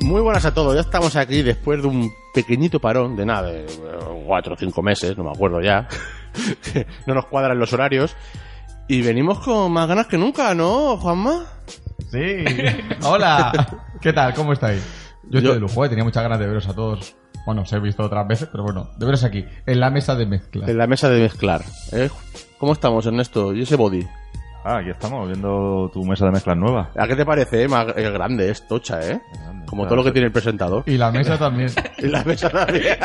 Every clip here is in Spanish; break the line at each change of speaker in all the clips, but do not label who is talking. Muy buenas a todos, ya estamos aquí después de un pequeñito parón de nada, de eh, cuatro o cinco meses, no me acuerdo ya. no nos cuadran los horarios. Y venimos con más ganas que nunca, ¿no, Juanma?
Sí. Hola. ¿Qué tal? ¿Cómo estáis? Yo
Yo-
estoy de lujo, eh, tenía muchas ganas de veros a todos. Bueno, os he visto otras veces, pero bueno, de veros aquí, en la mesa de mezcla.
En la mesa de mezclar. ¿eh? ¿Cómo estamos, Ernesto? ¿Y ese body?
Ah, aquí estamos, viendo tu mesa de mezclas nueva.
¿A qué te parece? eh? Más- Es grande, es tocha, ¿eh?
grande,
Como
claro,
todo lo que
sí.
tiene el presentador.
Y la mesa también.
Y la mesa también.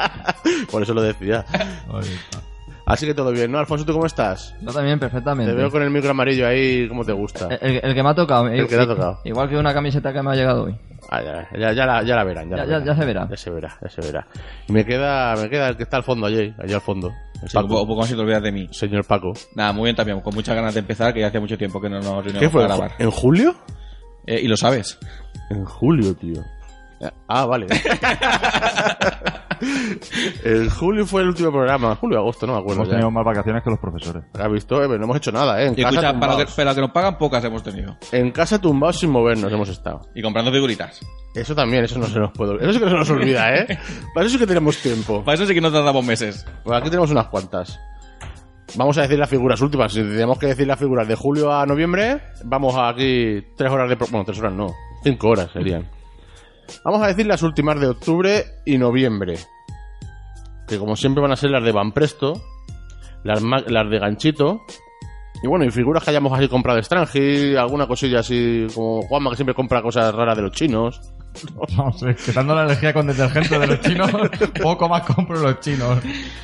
Por eso lo decía.
Ahí está.
Así que todo bien, ¿no? Alfonso, ¿tú cómo estás?
Yo también, perfectamente.
Te veo con el micro amarillo ahí, como te gusta.
el, el que me ha tocado. eh,
El que te ha tocado.
Igual que una camiseta que me ha llegado hoy.
Ah, ya, ya, ya la, ya la verán. Ya, la
Ya- ya-
verán.
ya se verá.
Ya se verá, ya se verá. Y me queda, me queda el que está al fondo allí, allí al fondo. El
Sí,
Paco.
como, como si te olvidas de mí.
Señor Paco.
Nada, muy bien también, con muchas ganas de empezar, que ya hace mucho tiempo que no nos
¿Qué
reuníamos
fue?
para grabar.
¿En julio?
Eh, y lo sabes.
En julio, tío.
Eh,
Ah, vale. el julio fue el último programa. Julio, agosto, no me acuerdo.
Hemos
Ya.
tenido más vacaciones que los profesores.
¿Has visto? Eh, pero no hemos hecho nada, ¿eh? En
Y
casa,
escucha, para lo, que,
tumbados.
para lo que nos pagan, pocas hemos tenido.
en casa tumbados sin movernos hemos estado.
Y comprando figuritas.
Eso también, eso no se nos puede olvidar. Eso sí que no se nos olvida, ¿eh? Para eso sí que tenemos tiempo.
Para eso sí que nos tardamos meses.
Bueno, aquí tenemos unas cuantas. Vamos a decir las figuras últimas. Si tenemos que decir las figuras de julio a noviembre, vamos a aquí tres horas de... pro- Bueno, tres horas no. Cinco horas serían. Vamos a decir las últimas de octubre y noviembre. Que como siempre van a ser las de Van Presto, las, ma- las de Ganchito. Y bueno, y figuras que hayamos así comprado extranji, alguna cosilla así como Juanma que siempre compra cosas raras de los chinos.
No sé, quitando la energía con detergente de los chinos, poco más compro los chinos.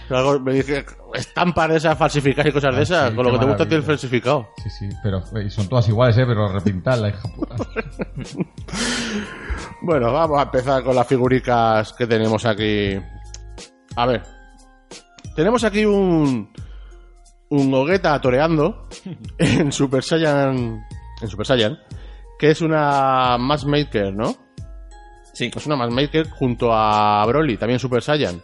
Algo- me dije, estampas de esas falsificadas y cosas de
Ah,
esas.
sí,
con lo
qué
que te gusta a ti el
maravilla.
falsificado.
Sí, sí, pero y son todas iguales, ¿eh? Pero repintarla, hija puta.
Bueno, vamos a empezar con las figuricas que tenemos aquí. A ver. Tenemos aquí un. Un Gogeta toreando en Super Saiyan. En Super Saiyan. Que es una Matchmaker, ¿no?
Sí.
Es una Matchmaker junto a Broly, también Super Saiyan.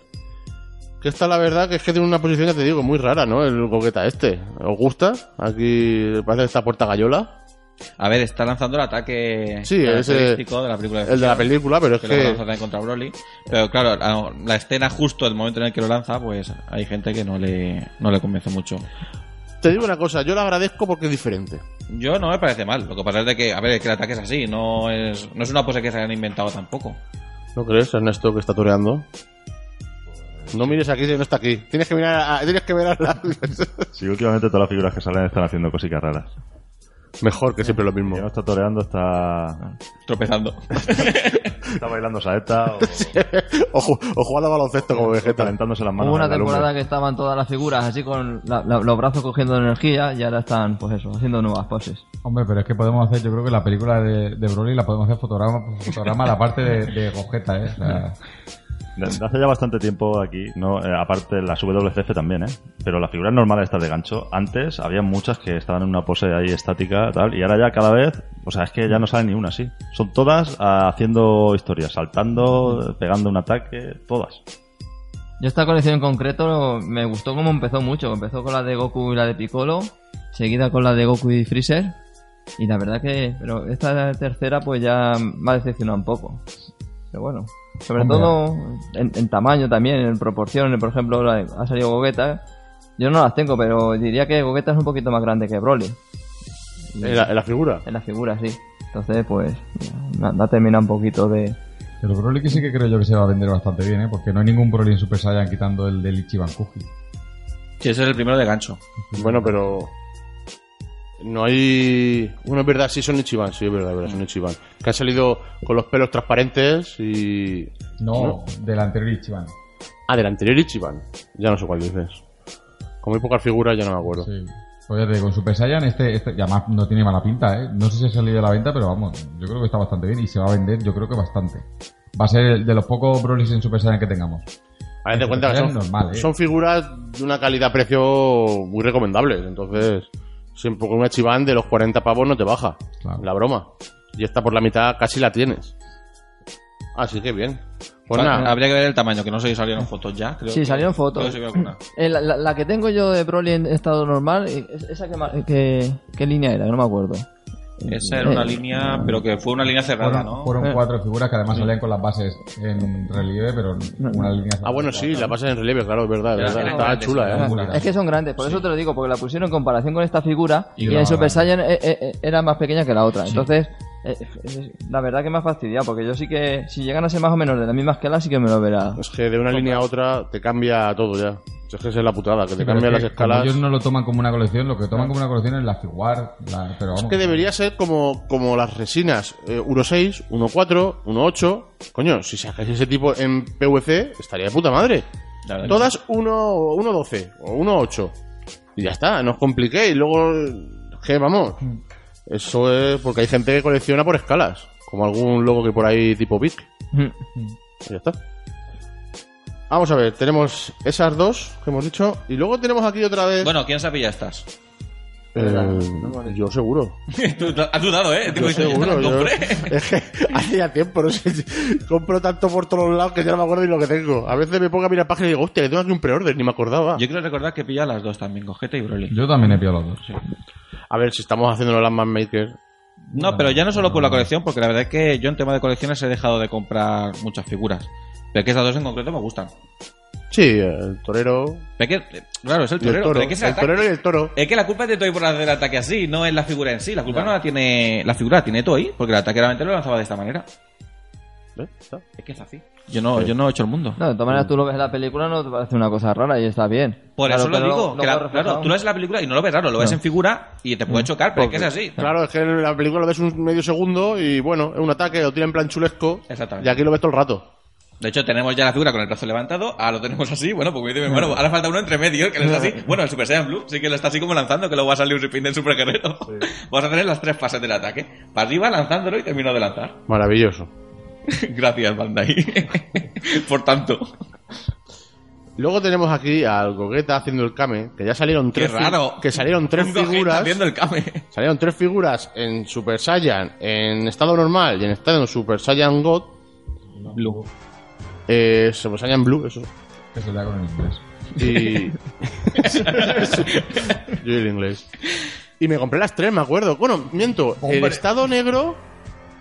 Que esta, la verdad, que es que tiene una posición, ya te digo, muy rara, ¿no? El Gogeta este. ¿Os gusta? Aquí parece que está puerta gallola.
A ver, está lanzando el ataque
Sí, ese-
característico de la película.
El de la película, pero es
Que lo
que.
vamos a tener contra Broly. Pero claro, la, la escena justo el momento en el que lo lanza, pues hay gente que no le, no le convence mucho.
Te digo una cosa, yo la agradezco porque es diferente.
Yo no me parece mal. Lo que pasa es de que, a ver, es que el ataque es así. No es, no es una pose que se hayan inventado tampoco.
¿No crees, Ernesto, que está toreando? No mires aquí si no está aquí. Tienes que mirar a, tienes que ver a la...
Sí, últimamente todas las figuras que salen están haciendo cositas raras.
Mejor que siempre lo mismo.
Yo no está toreando, está,
Tropezando.
está bailando saeta o
o, ju- o jugando a baloncesto como Vegeta.
calentándose las manos.
Hubo
en
una
la lumbre.
temporada que estaban todas las figuras así con la- la- los brazos cogiendo energía y ahora están, pues eso, haciendo nuevas poses.
Hombre, pero es que podemos hacer, yo creo que la película de, de Broly la podemos hacer fotograma por fotograma, la parte de, de Gogeta, ¿eh? O sea,
Desde hace ya bastante tiempo aquí, no, Eh, aparte las WCF también, ¿eh? pero las figuras normales estas de gancho, antes había muchas que estaban en una pose ahí estática tal, y ahora ya cada vez, o sea, es que ya no sale ni una así. Son todas ah, haciendo historias, saltando, pegando un ataque, todas.
Yo esta colección en concreto me gustó como empezó mucho. Empezó con la de Goku y la de Piccolo, seguida con la de Goku y Freezer. Y la verdad que, pero esta tercera pues ya me ha decepcionado un poco. Pero bueno, sobre
Hombre.
todo en, en tamaño también, en proporción. Por ejemplo, la- ha salido Gogeta. Yo no las tengo, pero diría que Gogeta es un poquito más grande que Broly. Y-
En la, en la figura.
en la figura, sí. Entonces, pues, mira, me ha terminado un poquito de...
pero Broly que sí que creo yo que se va a vender bastante bien, ¿eh? Porque no hay ningún Broly en Super Saiyan quitando el del Ichiban Kuji.
Sí, ese es el primero de gancho.
Bueno, pero. No hay. Bueno, es verdad, sí son Ichiban, sí, es verdad, es verdad, son Ichiban. Que han salido con los pelos transparentes y.
No, del anterior Ichiban.
Ah, del anterior Ichiban. Ya no sé cuál dices. Como hay pocas figuras, ya no me acuerdo.
Sí. Pues ya te digo, en Super Saiyan este, este, y además no tiene mala pinta, ¿eh? No sé si ha salido a la venta, pero vamos, yo creo que está bastante bien y se va a vender, yo creo que bastante. Va a ser el de los pocos Broly en Super Saiyan que tengamos.
A de cuenta que son,
Es normal, ¿eh?
son figuras de una calidad-precio muy recomendables. Entonces, siempre con una Ichiban de los 40 pavos no te baja.
Claro.
La broma. Y esta por la mitad casi la tienes. Así que bien. Pues
Ha-
nada.
Habría que ver el tamaño, que no sé si salieron fotos ya. Creo
Sí,
que-
salieron fotos.
creo que sí veo alguna.
Eh, la, la- la que tengo yo de Broly en estado normal, eh, es- ¿esa que, ma- eh, que- qué línea era? No me acuerdo.
Mm.
Esa era una línea, pero que fue una línea cerrada,
Fueron,
¿no?
fueron
Eh.
cuatro figuras que además salían con las bases en relieve, pero una línea.
Ah, bueno, sí, la pasas en relieve, claro, es verdad. es
Era-
verdad.
era
Estaba
grande,
chula,
sí,
¿eh?
era muy
Es que son grandes, por eso te lo digo, porque la pusieron en comparación con esta figura
Y
y,
la-
en Super Saiyan eh, eh, eh, era más pequeña que la otra. Entonces, eh, eh, la verdad que me ha fastidiado, porque yo sí que, si llegan a ser más o menos de la misma escala, sí que me lo verá.
Es que de una línea a otra te cambia todo ya. Es que esa es la putada, que te
Sí, pero
cambian
es
las
que
escalas.
como ellos no lo toman como una colección, lo que toman como una colección es la figuar. la- pero
Es
vamos,
que debería ser como, como las resinas eh, 1.6, 1.4, 1.8. Coño, si sacáis ese tipo en PVC, estaría de puta madre.
La verdad.
Todas 1 o 1.12 o 1.8. Y ya está, no os compliquéis. Luego, eh, que vamos. Eso es porque hay gente que colecciona por escalas. Como algún logo que por ahí tipo Big. Y ya está. Vamos a ver, tenemos esas dos que hemos dicho. Y luego tenemos aquí otra vez.
Bueno, ¿quién se ha pillado estas?
Eh, yo seguro.
Tú- Has dudado, ¿eh? Digo,
Yo
"Yo no
seguro.
las
yo-
compré".
es que hace ya tiempo, no sé. si- Compro tanto por todos lados que ya no me acuerdo ni lo que tengo. A veces me pongo a mirar páginas y digo, hostia, que tengo aquí un preorder, ni me acordaba.
Yo quiero recordar que pilla las dos también, Gogeta y
Mm.
Broly.
Yo también he pillado los dos.
A ver, si estamos haciéndolo las Manmaker.
No, pero ya no solo por la colección, porque la verdad es que yo en tema de colecciones he dejado de comprar muchas figuras. Pero es que estas dos en concreto me gustan.
Sí, el torero.
Pero es que, eh, claro, es el
Y el
torero.
toro.
pero es que es el
El
ataque.
torero y el toro.
Es que la culpa es de Toy por hacer el ataque así, no es la figura en sí. La culpa no, la tiene. La figura la tiene Toy, porque el ataque realmente lo lanzaba de esta manera.
¿Eh? Está.
Es que es así. Yo no, yo no he hecho el mundo.
No, de todas maneras, tú lo ves en la película, no te parece una cosa rara y está bien.
Por
Claro,
eso lo
pero
digo. que
luego
la-
reflejado-
claro, tú lo ves en la película y no Mm. lo ves raro, lo ves en figura y te puede chocar, pero es que es así.
Claro, es que en la película lo ves un medio segundo y bueno, es un ataque, lo tira en plan chulesco.
Exactamente.
Y aquí lo ves todo el rato.
De hecho, tenemos ya la figura con el brazo levantado, ahora lo tenemos así, bueno, porque dice mi hermano, ahora falta uno entre medio, que no está así. Bueno, el Super Saiyan Blue sí que lo está así como lanzando, que luego va a salir un spin del Super Guerrero. Vas a tener las tres fases del ataque. Para arriba, lanzándolo y termino de lanzar.
Maravilloso.
Gracias, Bandai. Por tanto.
Luego tenemos aquí al Gogeta haciendo el Kame, que ya salieron
Qué
tres. fi-
raro.
Que salieron tres
Un Gogeta
figuras.
Haciendo el kame.
Salieron tres figuras en Super Saiyan, en estado normal y en estado Super Saiyan God.
Blue.
Eh, Super Saiyan Blue, eso.
Que se le da con el inglés.
Y. Yo y el inglés. Y me compré las tres, me acuerdo. Bueno, miento. El
Hombre.
estado negro.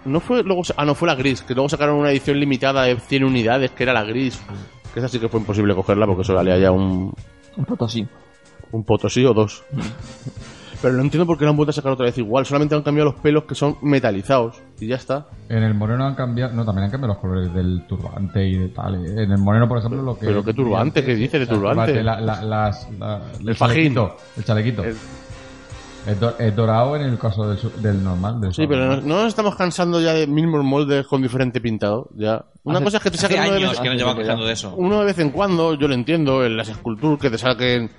No fue luego. sa- Ah, no, fue la gris. Que luego sacaron una edición limitada de 100 unidades, que era la gris. Que esa sí que fue imposible cogerla porque eso valía ya un,
Un Potosí.
un potosí o dos. Pero no entiendo por qué lo han vuelto a sacar otra vez igual. Solamente han cambiado los pelos que son metalizados. Y ya está.
En el moreno han cambiado, no, también han cambiado los colores del turbante y de tal. eh. En el moreno, por ejemplo, lo que.
¿Pero qué turbante? ¿Qué dice de
La-
turbante?
la- la- las- la- el
fajín.
chalequito, El chalequito.
El-
Es, do- es dorado en el caso del, su- del normal. Del
Sí,
sol.
pero no, no nos estamos cansando ya de mismos moldes con diferente pintado. Ya. Una
Hace-
cosa es que te
Hace
saquen uno de
años
vez-
que nos llevan quejando de eso.
uno de vez en cuando, yo lo entiendo, en las esculturas que te saquen.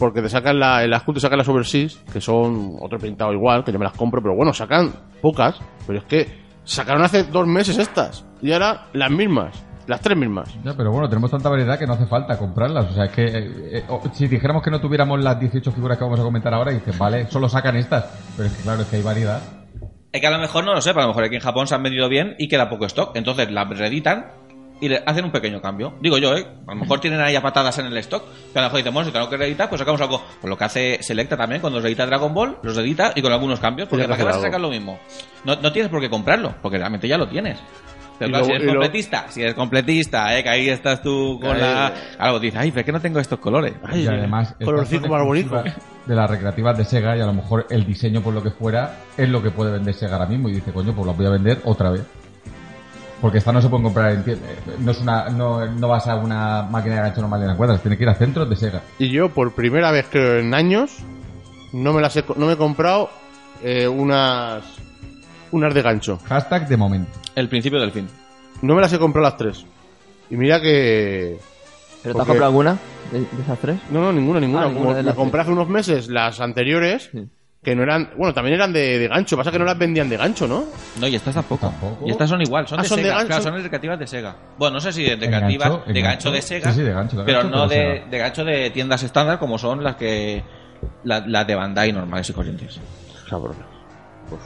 Porque te sacan la, en las esculturas sacan las overseas, que son otro pintado igual, que yo me las compro, pero bueno, sacan pocas. Pero es que sacaron hace dos meses estas. Y ahora las mismas, las tres mismas.
Ya, pero bueno, tenemos tanta variedad que no hace falta comprarlas. O sea, es que eh, eh, o- si dijéramos que no tuviéramos las 18 figuras que vamos a comentar ahora, y dices, vale, solo sacan estas. Pero es que claro, es que hay variedad.
Es que a lo mejor no lo sé, a lo mejor aquí en Japón se han vendido bien y queda poco stock. Entonces las reeditan y le hacen un pequeño cambio. Digo yo, ¿eh? A lo mejor tienen ahí a patadas en el stock. Que a lo mejor dicen, bueno, si tengo que reeditar, pues sacamos algo. Pues lo que hace Selecta también, cuando reedita Dragon Ball, los reedita y con algunos cambios. Porque
Tiene que
¿para qué vas
hacer
a sacar lo mismo? No, no tienes por qué comprarlo, porque realmente ya lo tienes. Pero
Y luego-
claro, si
y
eres
luego-
completista, si eres completista, ¿eh? que ahí estás tú con
Ahí.
la... Algo dices, ay, pero es que no tengo estos colores.
Ay,
y además, estas
colorcito
son
más bonito.
exclusivas De las recreativas de Sega, y a lo mejor el diseño, por lo que fuera, es lo que puede vender Sega ahora mismo. Y dice, coño, pues las voy a vender otra vez. Porque estas no se pueden comprar en tienda. No, es una, no, no vas a una máquina de gancho normal y la encuentras. Tienes que ir a centros de Sega.
Y yo, por primera vez creo en años, no me las he, co- no me he comprado eh, unas, unas de gancho.
Hashtag de momento.
El principio del fin.
No me las he comprado las tres. Y mira que.
¿Pero te
Porque-
has comprado alguna de, de esas tres?
No, no, ninguna, ninguna.
Ah, ninguna
Como
de
me
las
compré
tres.
hace unos meses las anteriores,
Sí.
que no eran. Bueno, también eran de, de gancho. Pasa que no las vendían de gancho, ¿no?
No, y estas tampoco.
Tampoco.
Y estas son igual, son
Ah,
de
son de
Sega.
gancho.
claro, son recreativas de Sega. Bueno, no sé si de
En
recreativas,
gancho, en
de gancho,
gancho.
de Sega.
Sí, sí, de gancho, de
pero
gancho,
no
pero
de,
Sega.
de gancho de tiendas estándar como son las que. la- Las de Bandai normales y corrientes.
Cabrón. Pues,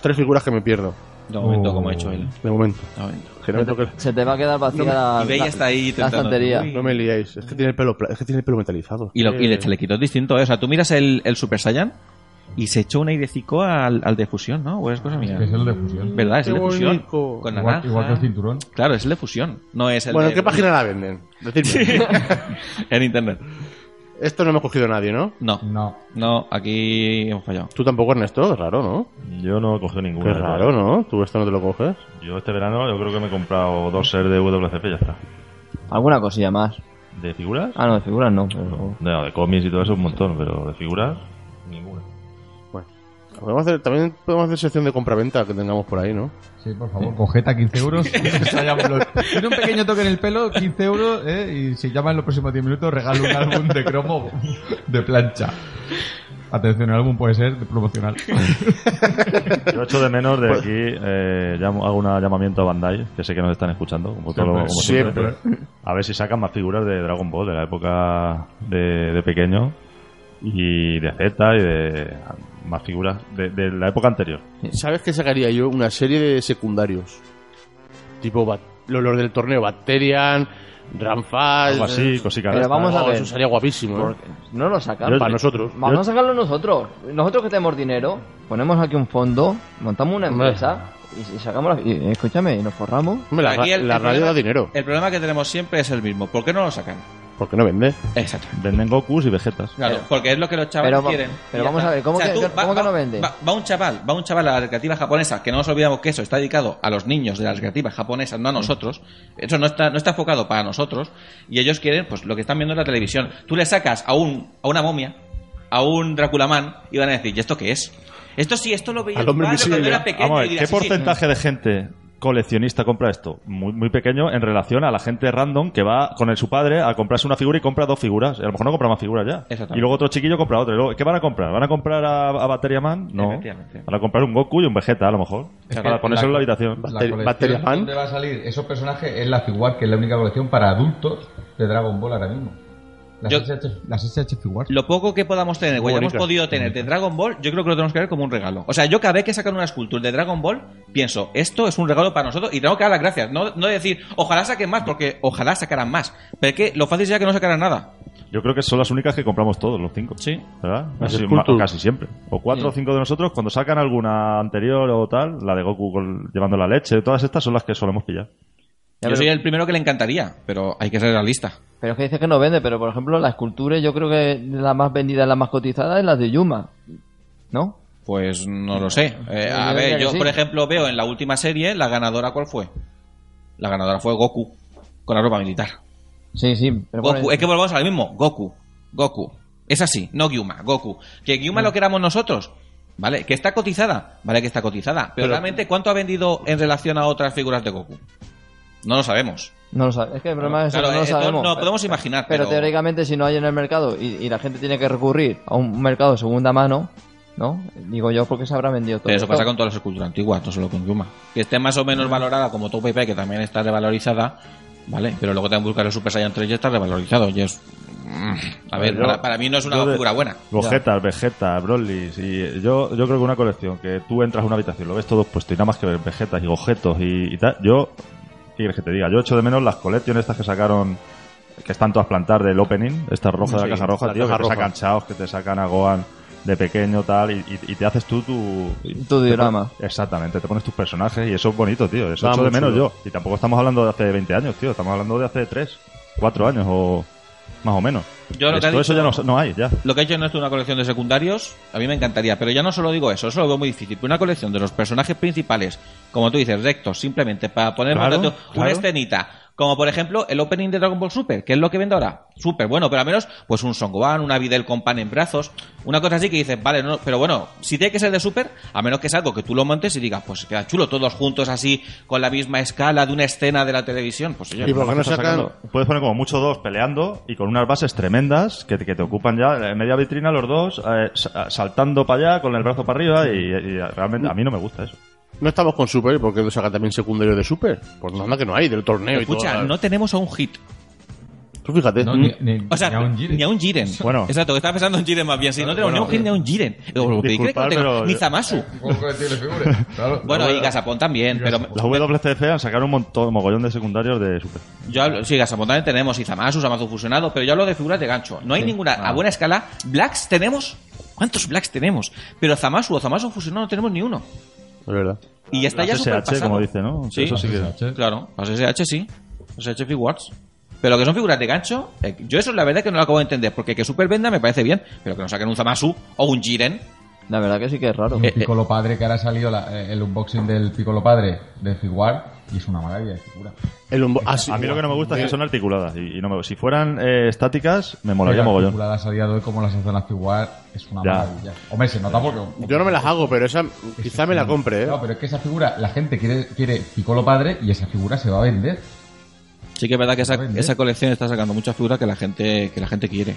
tres figuras que me pierdo,
De momento,
Oh.
como ha hecho él.
de momento.
De momento.
Que no, me toque-
Se te va a quedar vacía
No me-
la,
y Bella
la-
está ahí
la
intentando-
estantería.
Uy.
no me liáis. Es que tiene el pelo, pla- es que tiene el pelo metalizado.
Y, lo, y
Eh,
el chalequito es distinto, ¿eh? O sea, tú miras el, el Super Saiyan y se echó un airecico al, al de fusión, ¿no? O es cosa mía.
Que es el de fusión.
¿Verdad? Es
Qué
el de fusión.
bonito.
Con
Igual,
naranja.
igual que el cinturón.
Claro, es el de fusión. No es el
Bueno, ¿en
de-
qué página la venden? Decidme.
en internet.
Esto no me ha cogido nadie, ¿no?
No.
No.
No, aquí hemos fallado.
Tú tampoco, Ernesto, es raro, ¿no?
Yo no he cogido
Qué
ninguna.
raro, ¿no? Tú esto no te lo coges.
Yo este verano yo creo que me he comprado dos sets de WCF y ya está.
Alguna cosilla más.
¿De figuras?
Ah, no, de figuras no. pero-
No, de cómics y todo eso un montón, pero de figuras, ninguna.
Bueno. Podemos hacer, también podemos hacer sección de compraventa que tengamos por ahí, ¿no?
Sí, por favor, cogeta 15 euros. Tiene un pequeño toque en el pelo, 15 euros, ¿eh? y si llama en los próximos 10 minutos, regalo un álbum de cromo de plancha. Atención, el álbum puede ser de promocional.
Yo echo de menos de aquí, eh, llamo- hago un llamamiento a Bandai, que sé que nos están escuchando, como todo- como siempre.
Siempre.
A ver si sacan más figuras de Dragon Ball de la época de, de pequeño y de Z y de más figuras de, de la época anterior.
¿Sabes qué sacaría yo? Una serie de secundarios. Tipo bat- los, los del torneo, Bacterian, Ramfal.
Algo así,
eh,
cosica.
Pero
rara.
vamos a
oh,
ver.
eso sería guapísimo. ¿eh?
Porque no lo
Yo-
sacan.
Para nosotros.
Vamos a sacarlo nosotros. Nosotros que tenemos dinero, ponemos aquí un fondo, montamos una
Hombre.
empresa y, y sacamos la, y, eh, escúchame, y nos forramos.
Hombre, la,
Aquí el-
la
el
radio
problema-
da dinero.
El problema que tenemos siempre es el mismo. ¿Por qué no lo sacan?
¿Por qué no vende?
Exacto.
Venden Gokus y Vegetas.
Claro,
Pero-
porque es lo que los chavales
Eh, pero va-
quieren.
pero
Y ya
vamos
está.
a ver, ¿cómo que- cómo que no vende?
Va, va un chaval, va un chaval a las recreativas japonesas, que no nos olvidamos que eso está dedicado a los niños de las recreativas japonesas, no a nosotros. Eso no está, no está enfocado para nosotros. Y ellos quieren, pues lo que están viendo en la televisión. Tú le sacas a un, a una momia, a un Draculaman, y van a decir, ¿y esto qué es? Esto sí, esto lo veía
Al
yo
hombre
cuando
invisible.
era pequeño.
Vamos a ver,
y dirás,
¿qué
sí, sí.
porcentaje de gente coleccionista compra esto? Muy, muy pequeño en relación a la gente random que va con el, su padre a comprarse una figura y compra dos figuras. A lo mejor no compra más figuras ya.
Exactamente.
Y luego otro chiquillo compra otra. Y luego, ¿Qué van a comprar? ¿Van a comprar a, a Batteria Man? No.
Efectivamente.
Van a comprar un Goku y un Vegeta, a lo mejor.
Es que
para ponérselo en la habitación.
La
Bacteri-
colección
Bacteria Man.
donde va a salir esos personajes es la figura que es la única colección para adultos de Dragon Ball ahora mismo. Las,
Yo-
SH, las SH figuras.
lo poco que podamos tener, o hayamos
Bonita.
podido tener de Dragon Ball, yo creo que lo tenemos que ver como un regalo. O sea, yo cada vez que sacan una escultura de Dragon Ball, pienso, esto es un regalo para nosotros y tengo que dar las gracias. No, no decir, ojalá saquen más, porque ojalá sacaran más. Pero es que lo fácil sería que no sacaran nada.
Yo creo que son las únicas que compramos todos, los cinco.
Sí.
¿Verdad?
Las
Así,
Sculpture.
ma- casi siempre. O cuatro
Sí.
o cinco de nosotros, cuando sacan alguna anterior o tal, la de Goku con- llevando la leche, todas estas son las que solemos pillar.
Ya,
yo
pero-
soy el primero que le encantaría, pero hay que ser realista.
Pero es que dices que no vende, pero por ejemplo, la escultura yo creo que la más vendida, la más cotizada es la de Yuma. ¿No?
Pues no lo sé. Eh,
Yo
a
diría
ver,
que
yo
sí.
por ejemplo veo en la última serie, la ganadora, ¿cuál fue? La ganadora fue Goku, con la ropa militar.
Sí, sí. Pero
Goku,
bueno,
es que volvemos al mismo, Goku, Goku, Es así, no Gyuma, Goku. Que Gyuma lo que éramos nosotros, ¿vale? Que está cotizada, ¿vale? Que está cotizada. Pero,
Pero-
realmente, ¿cuánto ha vendido en relación a otras figuras de Goku? No lo sabemos.
No lo sabemos. Es que el problema es
Claro,
que no lo
eh, no-
sabemos.
no podemos imaginar,
Pero,
pero-
teóricamente, si no hay en el mercado y, y la gente tiene que recurrir a un mercado de segunda mano, ¿no? Digo yo, porque se habrá vendido todo.
Pero eso pasa
esto.
con todas las esculturas antiguas, no solo con Yuma. Que esté más o menos valorada como Top IP, que también está revalorizada, ¿vale? Pero luego te buscar el Super Saiyan 3 y está revalorizado. Y es. Mm, A ver,
Yo-
para, para mí no es una
yo de-
figura buena.
Gogetas, Vegeta, Broly. Y yo, yo creo que una colección que tú entras a una habitación, lo ves todo puesto y nada más que ver Vegetas y Gogetos y, y tal. Yo, ¿qué quieres que te diga? Yo echo de menos las colecciones estas que sacaron, que están todas plantadas del opening, estas rojas de
Sí,
la caja roja,
la
tío,
caja
que
roja.
te sacan chaos, que te sacan a Gohan de pequeño, tal, y, y- y te haces tú tu.
Tu
te
diorama.
pon- Exactamente, te pones tus personajes y eso es bonito, tío. Eso
Ah,
echo
muy
de menos
chulo.
yo. Y tampoco estamos hablando de hace 20 años, tío. Estamos hablando de hace 3, 4 años o más o menos.
Yo lo que
Esto-
ha dicho-
eso ya no, no hay, ya.
Lo que ha hecho no es una colección de secundarios, a mí me encantaría, pero ya no solo digo eso, eso lo veo muy difícil. Pero una colección de los personajes principales, como tú dices, rectos, simplemente para poner
Claro,
una- una
claro.
escenita. Como por ejemplo el opening de Dragon Ball Super, que es lo que vende ahora. Super, bueno, pero al menos pues un Son Gohan, una Videl con pan en brazos, una cosa así que dices, vale, no, pero bueno, si tiene que ser de Super, a menos que es algo que tú lo montes y digas, pues queda chulo, todos juntos así, con la misma escala de una escena de la televisión, pues oye,
¿Y por qué no
Estás
sacan?
sacando- Puedes poner como mucho dos peleando y con unas bases tremendas que te, que te ocupan ya eh, media vitrina los dos, eh, sa- saltando para allá con el brazo para arriba y, y realmente a mí no me gusta eso.
No estamos con Super, porque no sacan también secundario de Super? Pues no anda que no hay, del torneo y
escucha,
todo.
no tenemos a un hit.
Tú fíjate.
No,
mm,
ni, ni-
O sea,
ni a un Jiren.
Jiren.
Bueno.
Exacto, que estaba pensando en Jiren más bien. Sí, no tenemos ni un Jiren ni a un Jiren. Digo, ¿qué cree que
disculpad,
no tengo?
pero- eh,
Ni Zamasu.
¿Cómo colección de figuras? Claro.
Bueno, y Gasapón también, pero
La WCF han sacado un montón, mogollón de secundarios de Super.
yo hablo, sí, Gasapón también tenemos, y Zamasu, Zamasu fusionado, pero yo hablo de figuras de gancho. No hay ninguna
Ah.
a buena escala. Blacks tenemos, ¿cuántos Blacks tenemos? Pero Zamasu o Zamasu fusionado no tenemos ni uno.
Es verdad.
Y ya está ya
Las SH,
superpasado.
como dice, ¿no?
Sí.
Eso sí que-
SH.
Claro, los SH sí. Los SH Figuarts. Pero que son figuras de gancho, eh, yo eso la verdad que no lo acabo de entender, porque que Super venda me parece bien, pero que no saquen un Zamasu o un Jiren.
La verdad que sí que es raro.
Un
Eh,
Piccolo Padre que ahora salió la- eh, el unboxing del Piccolo Padre de Figuar y es una maravilla de figura.
El umbo- ah, sí,
A mí lo que no me gusta es que
de-
son articuladas. Y, y no me- si fueran eh, estáticas, me molaría
Pero
mogollón.
La salida de hoy como las hacen las Figuar es una
Ya.
maravilla. Hombre, se nota porque...
Yo no me las hago, pero esa quizá me la compre, ¿eh?
No, pero es que esa figura, la gente quiere, quiere Piccolo Padre y esa figura se va a vender.
Sí que es verdad que esa,
Vende.
esa colección está sacando muchas figuras que la gente, que la gente quiere.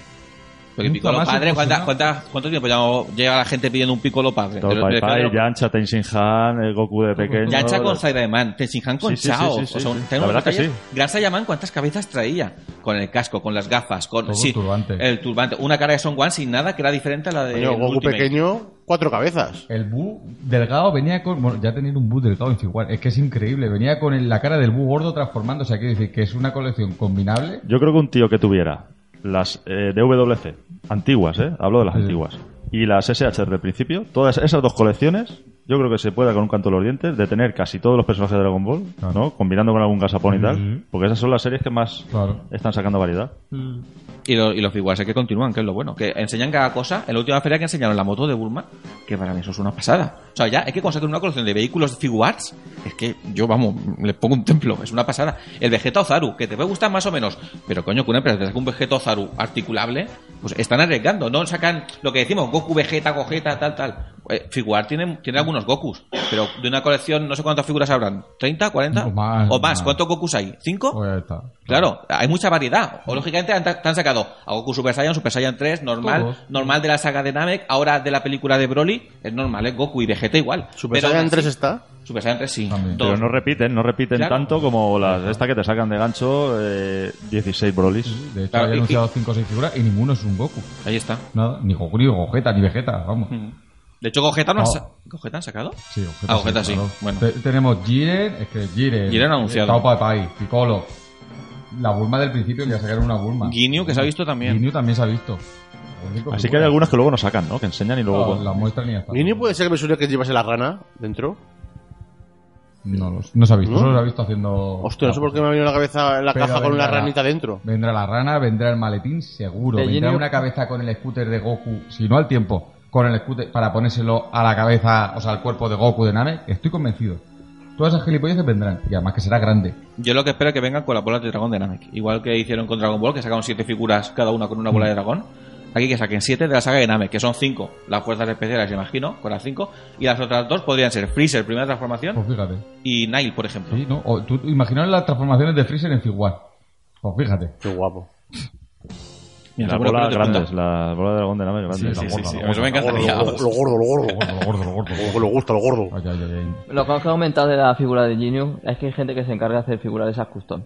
Porque
Nunca
Piccolo
más
Padre, ¿cuánta-
impresionante.
cuánta- ¿cuánto tiempo ya llega la gente pidiendo un Piccolo Padre?
Todo
Pero-
Pai
pero es que
Pai,
no-
Yancha, Tenshin Han, el Goku de pequeño. eh,
Yancha con Saiyaman, Tenshinhan con
Sí, sí,
Chao.
sí, sí,
o sea,
sí.
tengo
La verdad que
detalles.
sí.
Gran Saiyaman, ¿cuántas cabezas traía? Con el casco, con las gafas, con
Todo
sí,
el turbante.
el turbante. Una cara de Son Gohan sin nada que era diferente a la de
Coño,
el
Goku
Ultimate.
pequeño, cuatro cabezas.
El Bu delgado venía con. Bueno, ya tenía un Bu delgado en Figuar. Es que es increíble. Venía con el- la cara del Bu gordo transformándose. Aquí decir que es una colección combinable.
Yo creo que un tío que tuviera las eh, DWC antiguas, ¿eh? Hablo de las
Sí.
antiguas. Y las SH del principio, todas esas dos colecciones, yo creo que se pueda con un canto de los dientes de tener casi todos los personajes de Dragon Ball,
Claro.
¿no? Combinando con algún gasapón y tal. Porque esas son las series que más
Claro.
están sacando variedad.
Mm. Y, lo- y los figuras que continúan, que es lo bueno. Que enseñan cada cosa. En la última feria que enseñaron la moto de Bulma, que para mí eso es una pasada. O sea, ya es que consagrar una colección de vehículos figuarts, es que yo, vamos, le pongo un templo, es una pasada. El Vegeta Ozaru, que te puede gustar más o menos, pero coño, que una empresa te saca un Vegeta Ozaru articulable, pues están arriesgando, no sacan lo que decimos, Goku, Vegeta, Gogeta, tal, tal. Eh, Figuar tiene, tiene algunos Gokus, pero de una colección, no sé cuántas figuras habrán, ¿30, 40?
O más,
O más.
más.
¿Cuántos Gokus hay? ¿Cinco?
Pues ya está.
Claro, hay mucha variedad. O lógicamente han, ta- te han sacado a Goku Super Saiyan, Super Saiyan 3, normal,
Todos.
normal de la saga de Namek, ahora de la película de Broly, es normal, es Goku y Vegeta igual.
Super
Pero
Saiyan
aún
3
así-
está.
Super Saiyan 3 sí.
También.
Dos.
Pero no repiten, no repiten
Claro.
tanto como las esta que te sacan de gancho eh, 16 brolis.
De hecho,
Claro,
había
y-
anunciado 5 o 6 figuras y ninguno es un Goku.
Ahí está.
Nada. Ni Goku, ni Gogeta, ni Vegeta. Vamos.
De hecho, Gogeta no, han
No.
sa- ¿Gogeta han sacado.
Sí, Gogeta
Mm. Ah, Gogeta sí.
claro.
Bueno.
Te- tenemos Jiren. Es que Jiren.
Jiren anunciado.
Taupa Pai, Piccolo. La Bulma del principio, que ya sacaron una Bulma.
Ginyu, que se ha visto también.
Ginyu también se ha visto.
Así que hay algunas que luego no sacan, ¿no? Que enseñan y luego...
No, la muestran y ya está.
¿Ni puede ser que me suena que llevase la rana dentro?
No, los, no se ha visto,
¿No?
solo se ha visto haciendo.
Hostia, no sé por qué me ha venido a la cabeza la
Pero
caja con una
vendrá-
ranita dentro.
Vendrá la rana, vendrá el maletín, seguro.
De
vendrá
Ginyu-
una cabeza con el scooter de Goku, si no al tiempo, con el scooter para ponérselo a la cabeza, o sea, al cuerpo de Goku de Namek. Estoy convencido. Todas esas gilipolleces vendrán, y además que será grande.
Yo lo que espero es que vengan con la bola de dragón de Namek. Igual que hicieron con Dragon Ball, que sacaron siete figuras cada una con una bola de dragón. aquí que saquen 7 de la saga de Namek, que son 5 las fuerzas especiales, imagino, con las 5. Y las otras dos podrían ser Freezer, primera transformación,
Pues fíjate.
y Nile, por ejemplo.
Sí, ¿no? O, tú, imaginaos las transformaciones de Freezer en Figuar. Pues fíjate.
Qué guapo.
Mira,
las
seguro que
bolas
no te
grandes, las bolas de dragón de nave
Sí,
grandes.
Sí, sí, sí.
La gorda,
Eso me
Lo gordo,
encantaría.
lo gordo, lo gordo, lo gordo.
Lo gordo, lo gordo.
Lo que le gusta, lo gordo.
Ay, ay, ay, ay.
Lo que os he comentado de la figura de Genius es que hay gente que se encarga de hacer figuras de esas custom.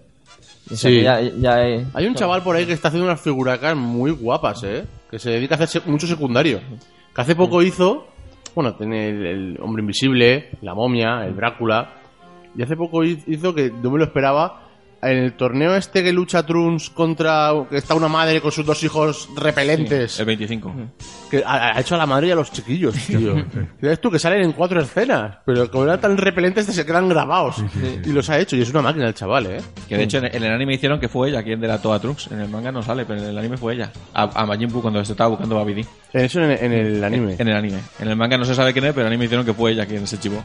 O sea,
Sí.
que ya- ya es-
Hay un chaval por ahí que está haciendo unas figuracas muy guapas, ¿eh? Que se dedica a hacer se- mucho secundario. Que hace poco hizo... Bueno, tiene el, el Hombre Invisible, la momia, el Drácula... Y hace poco hi- hizo que no me lo esperaba... En el torneo este que lucha Trunks contra... Que está una madre con sus dos hijos repelentes.
El 25.
Mm. Que ha, ha hecho a la madre y a los chiquillos, tío. ¿Sabes tú que salen en cuatro escenas? Pero como eran tan repelentes, se quedan grabados. Y los ha hecho, y es una máquina el chaval, ¿eh?
Que
Mm.
de hecho en el, en el anime hicieron que fue ella quien delató a Trunks. En el manga no sale, pero en el anime fue ella. A, a Majin Buu cuando se estaba buscando a Babidi.
Eso en, en el anime.
En el anime. En el manga no se sabe quién es, pero en el anime hicieron que fue ella quien se chivó.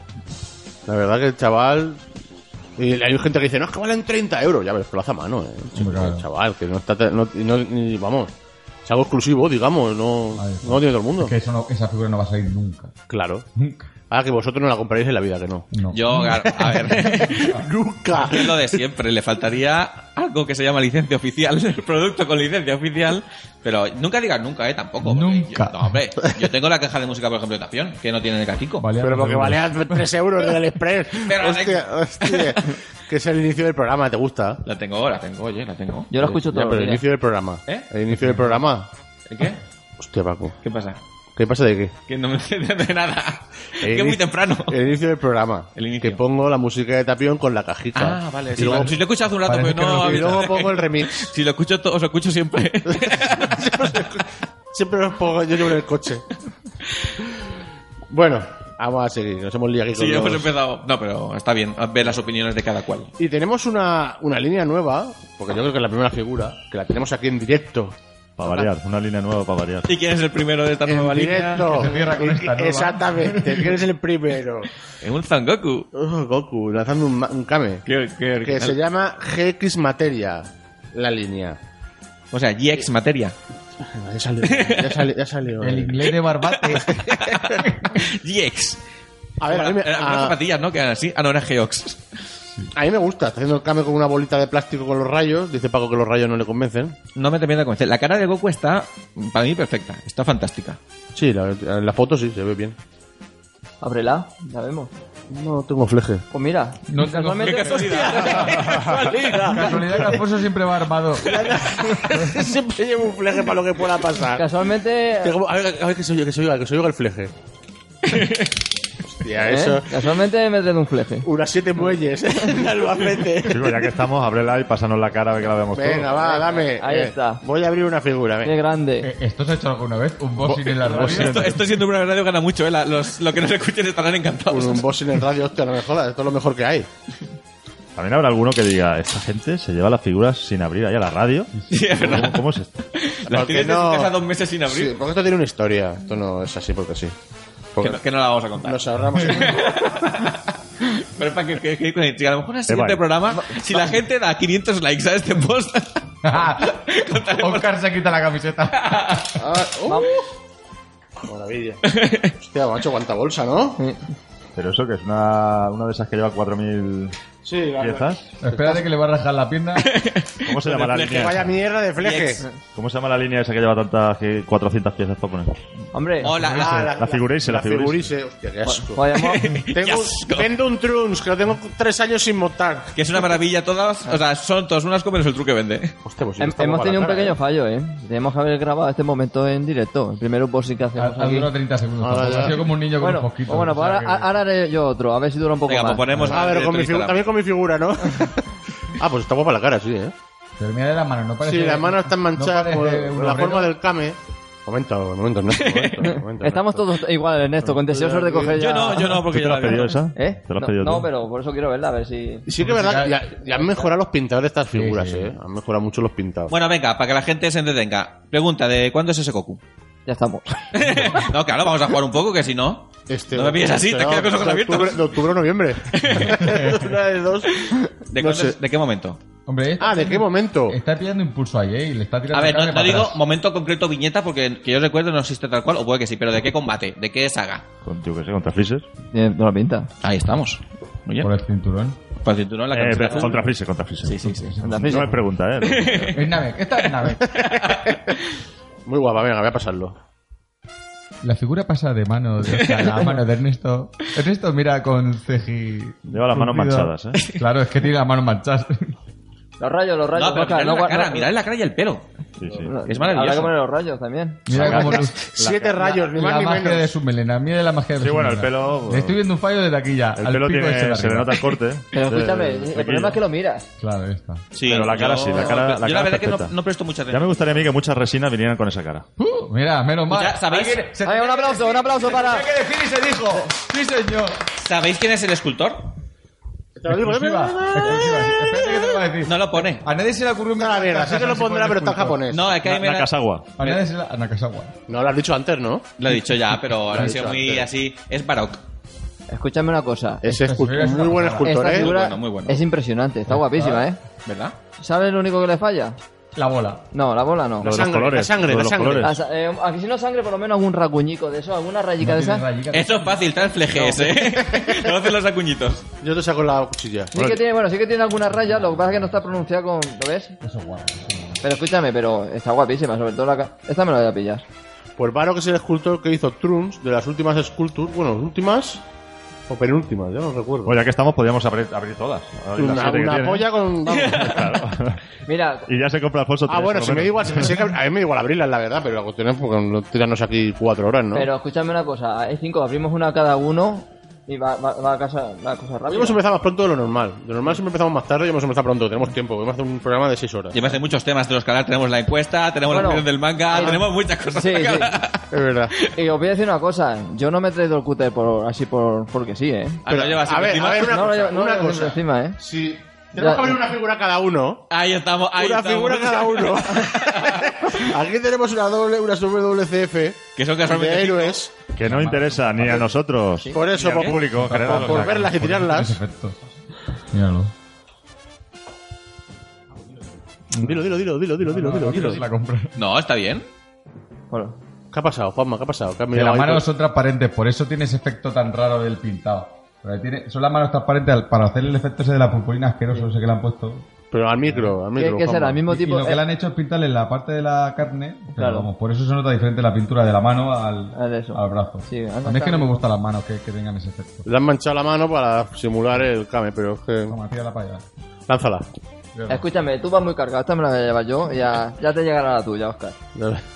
La verdad que el chaval. y hay gente que dice, no, es que valen 30 euros. Ya ves, pero lo hace a mano, ¿eh? Chico,
claro.
el chaval, que no está. no- no- ni- vamos, es algo exclusivo, digamos, no,
Ahí está.
no lo tiene todo el mundo.
Es que eso no- esa figura no va a salir nunca.
Claro.
Nunca.
Ahora que vosotros no la compraréis en la vida, que no.
No.
Yo, claro, a ver.
¡Nunca!
Es lo de siempre, le faltaría algo que se llama licencia oficial, el producto con licencia oficial, pero nunca digas nunca, ¿eh? Tampoco. porque
Nunca.
yo- no, hombre, yo tengo la caja de música, por ejemplo, de Tapión, que no tiene el caquico.
Valía
Pero
dos
porque
euros.
valía 3 euros del Express.
Pero-
hostia, hostia. Que es el inicio del programa, ¿te gusta?
La tengo, la tengo, oye, la tengo.
Yo lo escucho
Ya,
todo
pero
el
el inicio del programa.
¿Eh?
El inicio del programa.
¿El qué?
Hostia, Paco.
¿Qué pasa?
¿Qué pasa de qué?
Que no me entiendes de nada.
El
Eh,
que es muy
inicio-
temprano.
El inicio del programa.
El inicio.
Que pongo la música de Tapión con la cajita.
Ah, vale,
Y
sí,
luego-
vale. Si lo he escuchado hace un rato,
Parece
pero no.
que
Y
a mí-
luego pongo el remix.
Si lo escucho, todo, os lo escucho siempre.
Siempre los pongo yo llevo en el coche. Bueno, vamos a seguir. Nos hemos liado aquí con
si hemos
los-
empezado. No, pero está bien, ver las opiniones de cada cual.
Y tenemos una, una línea nueva, porque yo creo que es la primera figura, que la tenemos aquí en directo.
Para variar, una línea nueva para variar.
¿Y quién es el primero de esta nueva
en
línea?
directo.
que se cierra con esta nueva.
Exactamente. ¿Quién es el primero?
Es un Zangoku.
Oh, Goku, lanzando un, ma- un Kame.
Qué- qué
Que
original.
se llama GX Materia, la línea.
O sea, GX Materia.
Ah, Ya salió, ya salió, ya salió.
El inglés de Barbate.
GX.
A ver, a mí, me,
Eran Eh, unas
a-
zapatillas, ¿no? Que eran así. Ah, no, eran Geox.
a mí me gusta. Está haciendo el Kame con una bolita de plástico con los rayos. Dice Paco que los rayos no le convencen.
No me termina de convencer. La cara de Goku está, para mí, perfecta. Está fantástica.
Sí, la, en la foto sí, se ve bien.
Ábrela, ya vemos.
No tengo fleje.
Pues mira,
No tengo-
casualmente...
Casualidad que Alfonso siempre va armado.
Siempre llevo un fleje para lo que pueda pasar.
Casualmente...
Tengo- a ver, a ver que se oiga, que se oiga, que se oiga el fleje. Hostia,
¿eh?
eso.
Casualmente me traído un fleje.
Unas siete muelles ¿eh? en Albacete.
Chicos, ya que estamos, ábrela y pásanos la cara a ver que la veamos
Venga, va, dame. Eh,
Ahí está.
Voy a abrir una figura.
Qué
venga.
grande.
Eh, ¿Esto se ha hecho alguna vez? ¿Un boxing en la radio?
Esto, esto siendo una radio gana mucho, ¿eh? La- los, lo que nos escuchen estarán encantados.
Un, un boss en el radio, hostia, no me jodas. Esto es lo mejor que hay.
todos. También habrá alguno que diga, esta gente se lleva las figuras sin abrir ahí a la radio.
Sí, es verdad.
¿Cómo, cómo es esto?
Las
¿Por qué
tienes
no?
en tu casa dos meses sin abrir.
Sí, porque esto tiene una historia. Esto no es así porque sí.
Que
Porque
no, que no la vamos a contar.
nos ahorramos.
Pero es para que, que, que- que- que a lo mejor en el siguiente
vale.
programa, si la gente da 500 likes a este post,
Ah, Oscar se quita la camiseta.
Ah, uh. Maravilla. Hostia, macho, cuánta bolsa, ¿no?
Pero eso que es una, una de esas que lleva 4.000
Sí, la
piezas.
Espérate que le va a rajar la pierna.
¿Cómo se llama la
Refleje,
línea?
Vaya
esa?
mierda de fleje.
¿Cómo se llama la línea esa que lleva tantas que 400 piezas para poner?
Hombre, pues,
hola,
Ah,
la figurise, la
figurise. Hostia, qué asco.
podemos...
Tengo un-
asco.
vendo un Trunks que lo tengo tres años sin montar.
que es una maravilla todas. O sea, son todas unas como menos el truque vende.
Hostia, pues sí,
Hem-
está
Hemos
guapa
tenido un
la cara,
pequeño
¿eh?
fallo, ¿eh? Tenemos que haber grabado este momento en directo. El primer unboxing que
Ha,
hacemos
ha
aquí.
durado 30 segundos.
Ah,
tampoco.
ya.
ha sido como un niño con
Bueno,
un mosquito.
bueno, pues
o sea
ahora,
que-
ahora haré yo otro, a ver si dura un poco
Venga,
más.
pues ponemos
A
al
ver, con mi
director
figu-
Instagram.
también con mi figura, ¿no? ah, pues está guapa la cara, sí, ¿eh?
Pero mira de la mano, no parece...
Sí, las manos están
no
manchadas
parece
por
un
la
obrero.
forma del kame. Momento, momento, Ernesto, momento, momento,
Estamos
Ernesto.
todos igual, Ernesto, con deseosos de coger ya...
Yo no, yo no, porque
¿Tú
yo
te la has
la
pedido
veo.
esa?
¿Eh?
¿Te la has
no,
pedido
no,
tú?
pero por eso quiero verla, a ver si...
Sí que es verdad, que ya, ya han mejorado los pintados de estas
Sí,
figuras,
sí.
¿eh? Han mejorado mucho los pintados.
Bueno, venga, para que la gente se entretenga. Pregunta, ¿de cuándo es ese Goku?
Ya estamos.
no, claro, vamos a jugar un poco, que si no...
Este,
no me pilles así, te
será
quedas con los ojos
de octubre-
abiertos.
De octubre a noviembre. Una de dos.
¿De,
No
cuándo
sé.
es- de qué momento?
Hombre, está
Ah, ¿de qué
pillando-
momento?
Eh.
Está pillando impulso ahí, ¿eh? Y le está tirando
A ver,
la
no,
carne
no
para
digo
atrás.
momento concreto viñeta porque que yo recuerdo no existe tal cual, o puede que sí, pero ¿de qué combate? ¿De qué saga?
Con, yo que sé, contra Freezer.
Tiene toda la pinta.
Ahí estamos. Muy bien.
Por el cinturón.
Por el cinturón, la
Eh,
camiseta
pero
azul.
contra Freezer, contra Freezer.
Sí, sí, sí.
Anda,
No
Freezer.
me pregunta, ¿eh?
Es Namek, esta es Namek.
Muy guapa, venga, voy a pasarlo.
La figura pasa de mano de, o sea, la mano de Ernesto. Ernesto mira con ceji.
Lleva las manos
fruncido.
manchadas, ¿eh?
Claro, es que tiene las manos manchadas.
Los rayos, los rayos.
No, pero
Gorka,
mirad
no
la
guarda-
cara, mirad la cara y el pelo.
Sí, sí.
Es maravilloso.
Habrá que poner los rayos también.
Mira cómo luz.
Siete rayos, ni
la
más ni
magia de
menos.
su melena, mire la magia de
Sí,
su
bueno, el
melena.
pelo,
Le
bueno.
estoy viendo un fallo desde aquí ya.
El
al
pelo
pico ese de
tiene, se le
arriba.
nota el corte. ¿eh?
Pero
De-
escúchame,
de-
el problema es que lo miras.
Claro, ahí está.
Sí,
Pero la cara sí, la cara- la
yo la
cara
verdad que no,
perfecta.
no presto mucha
Ya me
atención.
gustaría a mí que muchas resinas vinieran con esa cara.
Uh, mira, menos mal.
Ya, ¿sabéis,
Se
Venga, un aplauso, un aplauso para.
tenía que decir y se dijo. Sí, señor.
¿Sabéis quién es el escultor?
Te lo digo, eh,
Exclusiva. Exclusiva. Espérate que te lo voy a decir.
No lo pone.
A nadie se le ocurrió un
A la mierda, sí que lo pondrá, pero está en japonés.
No, es que ahí me da-
Nakasawa.
A nadie se le... A Nakasawa.
No lo has dicho antes, ¿no?
Lo he dicho ya, pero
Lo
ha
he
sido
dicho
muy
antes.
así. Es Baroque.
Escúchame una cosa.
Ese
Esta
escultor,
figura es una
muy buen
pasada.
escultor,
Esta
¿eh?
figura
bueno, muy bueno.
es impresionante, está guapísima, ¿eh?
¿Verdad?
¿Sabes lo único que le falla?
La bola.
No, la bola no.
Lo de los
sangre, la
colores.
sangre,
lo de
la
los
sangre.
colores.
Ah, sa- eh, aquí si no sangre, por lo menos algún racuñico de eso, alguna rayica de
No tiene
esa.
rayica.
Eso es fácil, trae el flejes, ¿eh? Conocen los acuñitos.
Yo te saco la cuchilla.
Sí que tiene, bueno, sí que tiene algunas rayas, lo que pasa es que no está pronunciada con. ¿Lo ves?
Eso es guapo. eso es guapo.
Pero escúchame, pero está guapísima, sobre todo la. ca- Esta me la voy a pillar.
Pues Varo, que es el escultor que hizo Trunks de las últimas Sculptures, bueno, últimas o penúltimas, ya no recuerdo.
Bueno, ya que estamos, podríamos abrir, abrir todas. Abrir las
una
siete que
una
tiene.
polla con. vamos.
Claro.
Mira,
y ya se compra Alfonso.
ah,
tres,
bueno,
por
si
lo
me da
menos.
igual, si sé que a mí me da igual abrirlas, la verdad, pero la cuestión es porque no tirarnos aquí cuatro horas, ¿no?
pero escúchame una cosa, hay cinco, abrimos una cada uno y va, va, va a casa la cosa
Hoy
rápida.
hemos empezado más pronto de lo normal. De lo normal siempre empezamos más tarde y hemos empezado pronto. Tenemos tiempo. Vamos a hacer un programa de seis horas.
Llevas de muchos temas de los que hablar. Tenemos la encuesta, tenemos
Bueno,
la opinión del manga,
ahí-
tenemos muchas cosas.
Sí,
que
sí.
hablar.
Es verdad.
Y os voy a decir una cosa, yo no me he traído el cúter por, así por, porque sí, ¿eh?
Ah, ¿lo llevas
a ver,
encima?
a ver, una
No, lo
cosa.
llevo- no lo
una
llevo
cosa.
encima, ¿eh?
Si tenemos que abrir una figura cada uno.
Ahí estamos, ahí
una
estamos.
figura cada uno. aquí tenemos una doble, una WCF
Que son
de
casualmente
héroes.
Que no interesa ni a nosotros.
Por eso,
ni al
por-
público. en general,
Por,
o
por
sea,
verlas y
Ese
tirarlas.
efecto. Míralo.
Dilo, dilo, dilo, dilo, dilo, dilo, dilo, dilo.
Se la compra.
No, está bien.
Bueno,
¿Qué ha pasado, Juanma? ¿Qué ha pasado? ¿Qué has
Que
mirado
las
ahí?
manos son transparentes, por eso tiene ese efecto tan raro del pintado. Pero tiene- son las manos transparentes al- para hacer el efecto ese de la purpurina asqueroso, no sé qué le han puesto.
Pero al micro, al
¿qué,
micro.
qué será?
Juanma.
El mismo
Y, y
tipo.
lo que
eh,
le han hecho es pintarle la parte de la carne. pero
Claro.
vamos, por eso se nota diferente la pintura de la mano al,
Al eso.
al brazo.
Sí, anda,
a mí es que
está
no me
bien.
gustan las manos que, que tengan ese efecto.
Le han manchado la mano para simular el came, pero es que.
Toma, tírala para allá.
Lánzala.
Escúchame, tú vas muy cargado, esta me la voy a llevar yo y ya, ya te llegará la tuya, Oscar.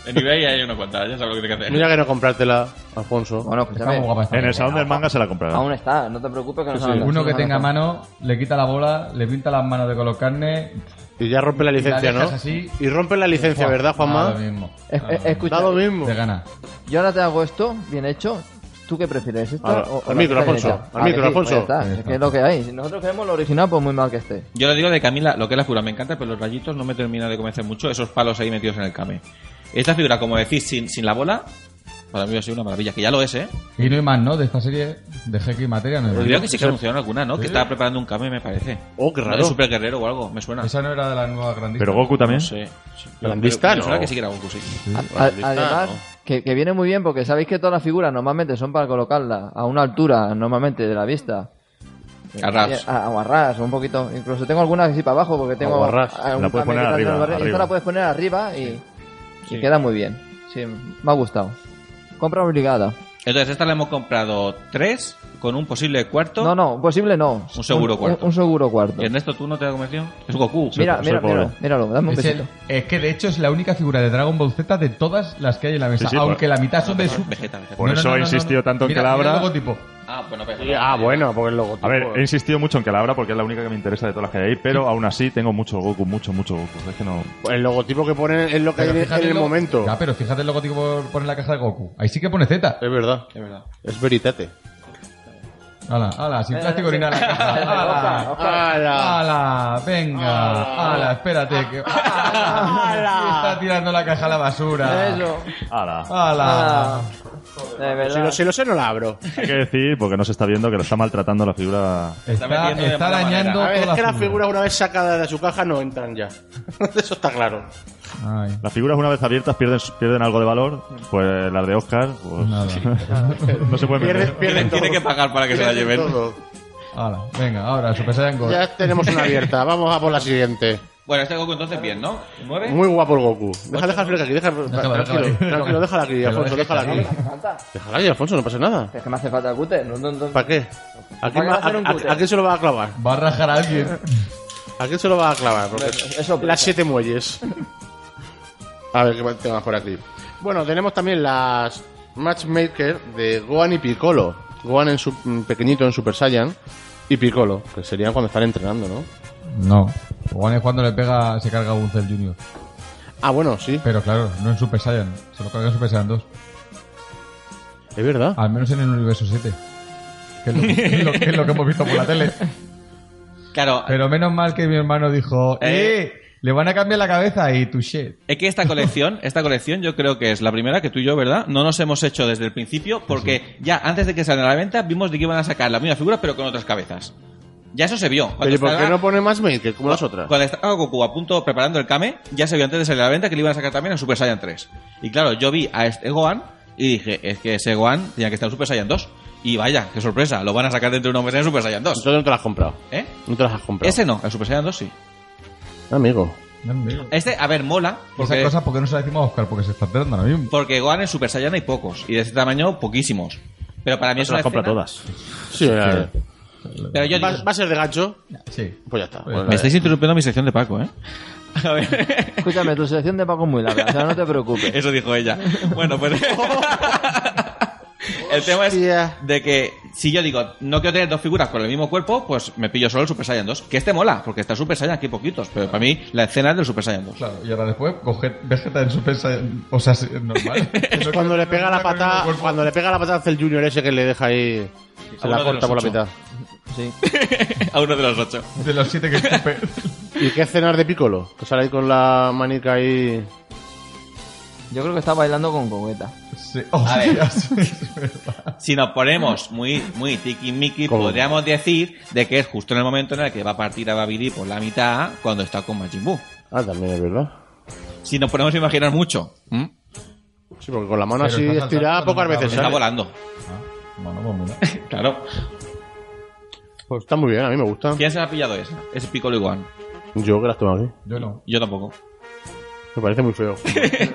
En eBay hay una cuenta, ya sabes lo que tienes que hacer.
Mira que no comprártela, Alfonso.
Bueno,
Está muy
escúchame,
guapa esta
En el
tela.
salón del manga se la comprarán.
aún está, no te preocupes que no
Sí,
salga.
Uno que
No
tenga
salga.
mano, le quita la bola, le pinta las manos de color carne.
Y ya rompe la licencia, ¿no?
dejas así.
Y rompe la licencia,
Buah,
¿verdad,
nada,
Juanma?
lo mismo.
Es-
Nada,
es-
lo mismo.
escucha,
Da lo mismo.
Te gana.
Yo ahora te hago esto, bien hecho. ¿Tú qué prefieres? ¿Esta
Ahora,
o, o
al
la
micro,
que está
Alfonso,
bien hecha?
al
Ah, que
micro,
sí,
Alfonso.
pues ya está,
Ahí
es
está.
que es lo que hay. Si nosotros queremos lo original, pues muy mal que esté.
Yo lo digo de Camila, lo que es la figura me encanta, pero los rayitos no me termina de convencer mucho, esos palos ahí metidos en el came. Esta figura, como decís, sin, sin la bola, para mí ha sido una maravilla, que ya lo es, ¿eh?
Y no hay más, ¿no? De esta serie de Heki Materia no hay
Creo
más.
que sí que anunciaron alguna, ¿no? Que estaba preparando un came, me parece.
Oh, qué
¿No?
raro.
De Super Guerrero o algo, me suena.
Esa no era de la nueva grandísima.
Pero Goku también.
No sé. Sí.
Grandista,
Pero- pero Me
no.
suena que sí que era Goku, sí.
A- a- además, que, que viene muy bien porque sabéis que todas las figuras normalmente son para colocarlas a una altura normalmente de la vista. Eh,
A ras.
A, a- o a ras, un poquito. Incluso tengo algunas así para abajo porque tengo.
O a ras.
algún
La
cambio
puedes poner
que te hacen
arriba,
al barrio. Y
arriba.
Esta la puedes poner arriba y, y
Sí.
queda muy bien. Sí, me ha gustado. Compra obligada.
Entonces, esta la hemos comprado tres, con un posible cuarto.
No, no, posible no.
Un seguro cuarto.
Un, un seguro cuarto.
Ernesto, ¿tú no te has convencido? Es Goku.
Mira,
soy
mira,
pobre.
míralo, míralo, dame un
Es, el-
besito.
es que de hecho es la única figura de Dragon Ball Z de todas las que hay en la mesa.
Sí, sí,
aunque
por-
la mitad Ah, son de su.
Ah, Vegeta, Vegeta.
Por eso he insistido tanto en
Mira,
que la
mira
abra.
el logotipo.
Ah, bueno, pero...
Sí, Ah, bueno, porque el logotipo.
A ver, he insistido mucho en que la abra porque es la única que me interesa de todas las que hay, pero aún así tengo mucho Goku, mucho, mucho Goku. Es que no.
El logotipo que ponen es lo que hay
Pero
en
fíjate
en el
logo-
momento.
Ya, pero fíjate el logotipo que pone en la caja de Goku. Ahí sí que pone Z.
Es verdad.
Es verdad.
Es veritate.
Hala, hala, sin plástico ni nada. en la caja. Hala,
¡Hala!
hala, venga. Hala, espérate. Que... Hala, Está tirando la caja a la basura.
Eso.
¡Hala!
Hala.
Ah. De verdad.
Si lo, si lo sé, no la abro.
Hay que decir, porque no se está viendo, que lo está maltratando la figura.
Está,
metiendo de
está
mala
dañando
A
manera.
ver, es
toda
que
la
las figuras una vez sacadas de su caja no entran ya. Eso está claro.
Ay,
Las figuras, una vez abiertas, pierden, pierden algo de valor. Pues las de Oscar, pues.
nada.
No se puede
Pierde,
meter.
pierden
Tiene, tiene
todo.
que pagar para que se la
Pierden
lleven.
todo.
Hala, venga, ahora, Super Saiyan Gold.
Ya tenemos una abierta. Vamos a por la siguiente.
Bueno, este Goku entonces bien, ¿no? ¿Nueve?
Muy guapo el Goku. Deja, deja el fleca aquí. Deja,
déjala,
tranquilo,
déjala.
tranquilo, déjala aquí,
Que lo
Alfonso.
dejes
Déjala
así.
aquí.
hace falta.
Déjala aquí, Alfonso. No pasa nada.
Es que me hace falta el cúter. No, no, no.
¿Para qué? ¿A
¿Para qué
quién,
va a
va-
hacer un
a- a-
cúter?
a quién se lo va a clavar?
Va a rajar a alguien.
¿A quién se lo va a clavar? Porque
Eso
Las siete muelles. A ver qué más tenemos por aquí. Bueno, tenemos también las Matchmaker de Gohan y Piccolo. Gohan en su mm, pequeñito en Super Saiyan y Piccolo, que serían cuando están entrenando, ¿no?
No. Juan es cuando le pega, se carga a Bunzel Jr.
Ah, bueno, sí,
Pero claro, no en Super Saiyan. Se lo carga en Super Saiyan 2.
es verdad.
Al menos en el universo 7. Que es lo que, que es lo que- es lo que hemos visto por la tele.
Claro,
Pero menos mal que mi hermano dijo, ¡eh! Le van a cambiar la cabeza y tu shit.
Es que esta colección, esta colección yo creo que es la primera que tú y yo, ¿verdad? No nos hemos hecho desde el principio porque ya antes de que salga a la venta vimos de que iban a sacar la misma figura pero con otras cabezas. Ya eso se vio.
Pero ¿y por qué
estaba-
no pone Matchmaker como las otras?
Cuando estaba Goku a punto preparando el Kame, ya se vio antes de salir a la venta que le iban a sacar también a Super Saiyan 3. Y claro, yo vi a este Gohan y dije, es que ese Gohan tenía que estar en Super Saiyan 2. Y vaya, qué sorpresa, lo van a sacar dentro de unos meses en Super Saiyan 2.
Entonces no te las has comprado.
¿Eh?
No te las has comprado.
Ese no, el Super Saiyan 2 sí.
Amigo.
Este, a ver, mola. Porque...
Esa cosa, ¿por qué no se la decimos a Oscar? Porque se está enterando ahora mismo.
Porque Gohan en Super Saiyan hay pocos. Y de ese tamaño, poquísimos. Pero para mí es
Se
una
las compra
escena-
todas.
Sí, a ver.
Pero yo
¿Va,
digo...
va a ser de gancho?
Sí.
Pues ya está.
Me
Bueno,
Me estáis interrumpiendo mi sección de Paco, ¿eh? A ver...
Escúchame, tu selección de Paco es muy larga, o sea, no te preocupes.
Eso dijo ella. Bueno, pues... El tema es
Hostia.
de que si yo digo, no quiero tener dos figuras con el mismo cuerpo, pues me pillo solo el Super Saiyan 2. Que este mola, porque está el Super Saiyan aquí poquitos. Pero para mí la escena es del Super Saiyan 2.
Claro, y ahora después coger Vegeta en Super Saiyan. O sea, sí, normal.
Es cuando le pega la patada, cuando le pega la patada hace el Junior ese que le deja ahí, se
Uno
la
de
corta
los
por la mitad.
ocho.
Sí.
A uno de los ocho.
De los siete que escupe.
¿Y qué escenas de Piccolo? Que sale ahí con la manica ahí.
Yo creo que está bailando con cogueta.
Sí.
A ver.
Hostias, es verdad.
Si nos ponemos muy, muy tiki-miki,
¿Cómo?
podríamos decir de que es justo en el momento en el que va a partir a Babidi por la mitad cuando está con Majin Buu.
Ah, también es verdad.
Si nos ponemos a imaginar mucho, ¿m?
Sí, porque con la mano
Pero
así
está saltando
estirada
cuando
pocas
me
veces
está
sale.
volando.
Ah, Bueno, pues mira.
Claro.
Pues está muy bien, a mí me gusta.
¿Quién se la ha pillado esa? Es Piccolo igual.
Yo que las tengo aquí.
Yo no.
Yo tampoco.
Me parece muy feo.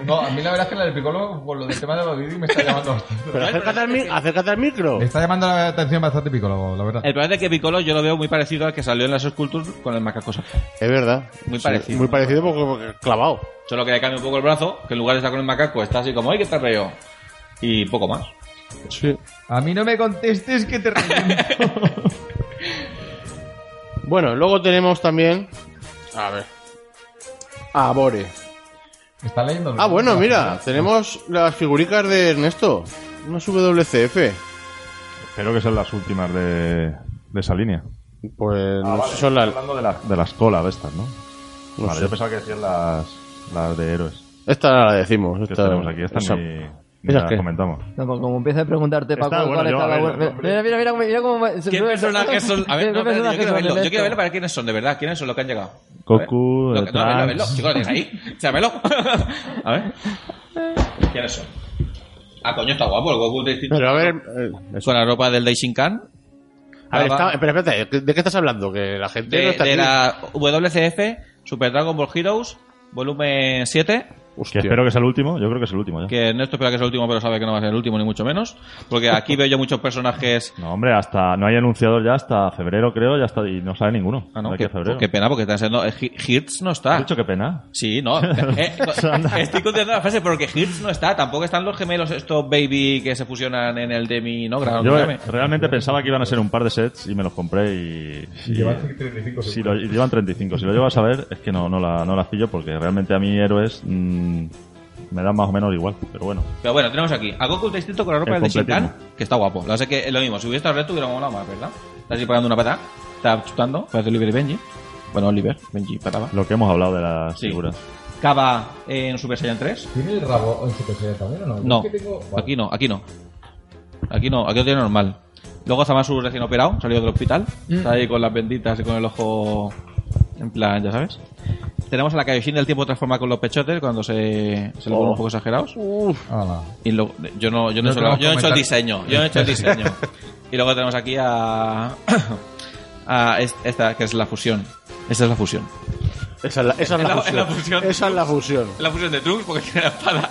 No, a mí la verdad es que la del Piccolo, por lo del tema de Babidi, me está llamando bastante.
Pero acércate al, mi- acércate al micro.
Me está llamando la atención bastante Piccolo, la verdad.
El problema es que Piccolo yo lo veo muy parecido al que salió en las Sculptures con el macaco. Safari.
Es verdad.
Muy
Sí,
parecido.
Muy parecido porque porque clavado.
Solo que le cambia un poco el brazo, que en lugar de estar con el macaco está así como, ¡ay, qué trapeo! Y poco más.
Sí.
A mí no me contestes que te reviento.
Bueno, luego tenemos también. A ver. A Bore.
Está leyendo.
Ah, bueno, mira, tenemos las figuricas de Ernesto. Unas WCF.
Espero que sean las últimas de, de esa línea.
Pues
Ah,
Ah,
no sé, son las.
Hablando de, las- de las colas de estas, ¿no?
no
vale,
sé.
yo pensaba que decían las, las de héroes.
Esta la decimos.
que
Esta,
tenemos aquí, estas
esa-
ni, ni
esas
las
qué.
comentamos.
No, porque como empieza a preguntarte, Paco,
Está bueno,
cuál
yo,
está
a
la
ver,
buena- Mira, mira, mira, mira cómo...
¿Qué personajes son? A ver, no, espérate, yo quiero verlo. Yo quiero verlo para quiénes son, de verdad. ¿Quiénes son los que han llegado?
Goku,
Lo
eh,
que- no, verlo, verlo.
Trunks.
Chicos, lo tenéis ahí. Chámelo. A ver. ¿Quiénes son? Ah, coño, está guapo el Goku de distinto.
Pero a ver. eh, eso.
Con la ropa del Daishinkan.
A ver,
Estaba-
está- espera, espérate, ¿de qué estás hablando? Que la gente no
De,
está
de
aquí.
la WCF Super Dragon Ball Heroes, volumen 7.
Que
Hostia.
espero que sea el último. Yo creo que es el último ya.
Que Ernesto espera que sea el último, pero sabe que no va a ser el último, ni mucho menos. Porque aquí veo yo muchos personajes.
No, hombre, hasta no hay anunciador ya hasta febrero, creo, ya está, y no sale ninguno.
Ah,
De
no,
aquí
qué,
a febrero.
qué pena, porque están siendo. eh, Hi- Hirtz no
He
está.
dicho qué pena.
Sí, no. Eh, estoy contando la frase porque Hirtz no está. Tampoco están los gemelos estos baby que se fusionan en el Demi, ¿no? Gran-
Yo eh,
grave.
realmente pensaba que iban a ser un par de sets y me los compré y... y-
Llevaste 35
Pues
si lo, y llevan 35. Si lo llevas a ver, es que no, no, la, no las pillo porque realmente a mí héroes mm, me dan más o menos igual. Pero bueno,
Pero bueno, tenemos aquí a Goku distinto con la ropa
El
del de Shinkan,
completismo.
que está guapo. Lo sé que es lo mismo. Si hubiera estado reto, hubiera molado más, ¿verdad? Está así pegando una patada. Está chutando. Parece Oliver y Benji. Bueno, Oliver, Benji, pataba.
lo que hemos hablado de las
Sí.
figuras.
Cava en Super Saiyan 3.
¿Tiene el rabo en Super Saiyan también o no?
No,
Es que tengo-
aquí no, aquí no. Aquí no, aquí lo tiene normal. Luego Zamasu recién operado, salió del hospital.
Mm.
Está ahí con las benditas y con el ojo. En plan, ya sabes. Tenemos a la Kaioshin del tiempo transforma con los pechotes cuando se, se lo ponen un poco exagerados.
Hala.
Y luego- yo no, yo no,
Oh. No
he hecho la-
queremos
yo no he hecho el
comentar-
diseño. Yo no he hecho el diseño. y luego tenemos aquí a. a es- esta, que es la fusión. Esta es la fusión.
Esa es la, esa es la
Es la-
fusión.
es la fusión.
Esa es la fusión.
Es la fusión de Trunks porque tiene la espada.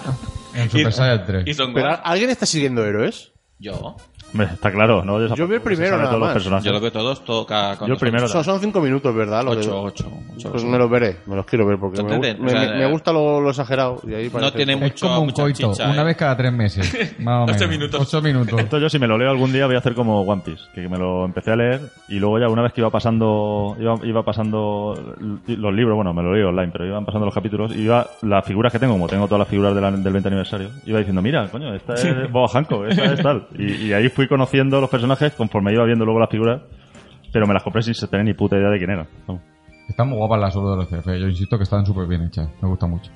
En Super Saiyan 3.
Y son
Pero,
Gohan.
¿Alguien está siguiendo héroes?
Yo.
Hombre, está claro, ¿no? Yo,
Yo vi el primero,
sabe
nada
todos
más.
Los personajes.
Yo lo veo todos, toca
Yo el primero.
Son, son cinco minutos, ¿verdad? Los de-
8, 8,
Pues me los veré, me los quiero ver porque me,
Totalmente,
gu- me-
o sea,
me- me gusta lo, lo exagerado. Y ahí parece-
tiene
Es
mucho-
como un
mucha
coito,
chicha,
una
eh.
vez cada tres meses. Más o menos.
Ocho minutos.
Ocho minutos.
Esto yo si me lo leo algún día voy a hacer como One Piece, que me lo empecé a leer y luego ya una vez que iba pasando iba, iba pasando l- los libros, bueno, me lo leo online, pero iban pasando los capítulos y iba las figuras que tengo, como tengo todas las figuras de la- del 20 aniversario, iba diciendo, mira, coño, esta es Boba Hancock, esta es tal. Y, y ahí fui conociendo los personajes conforme iba viendo luego las figuras, pero me las compré sin tener ni puta idea de quién eran. Vamos.
Están muy guapas las solo de los CF. Yo insisto que están súper bien hechas. Me gusta mucho.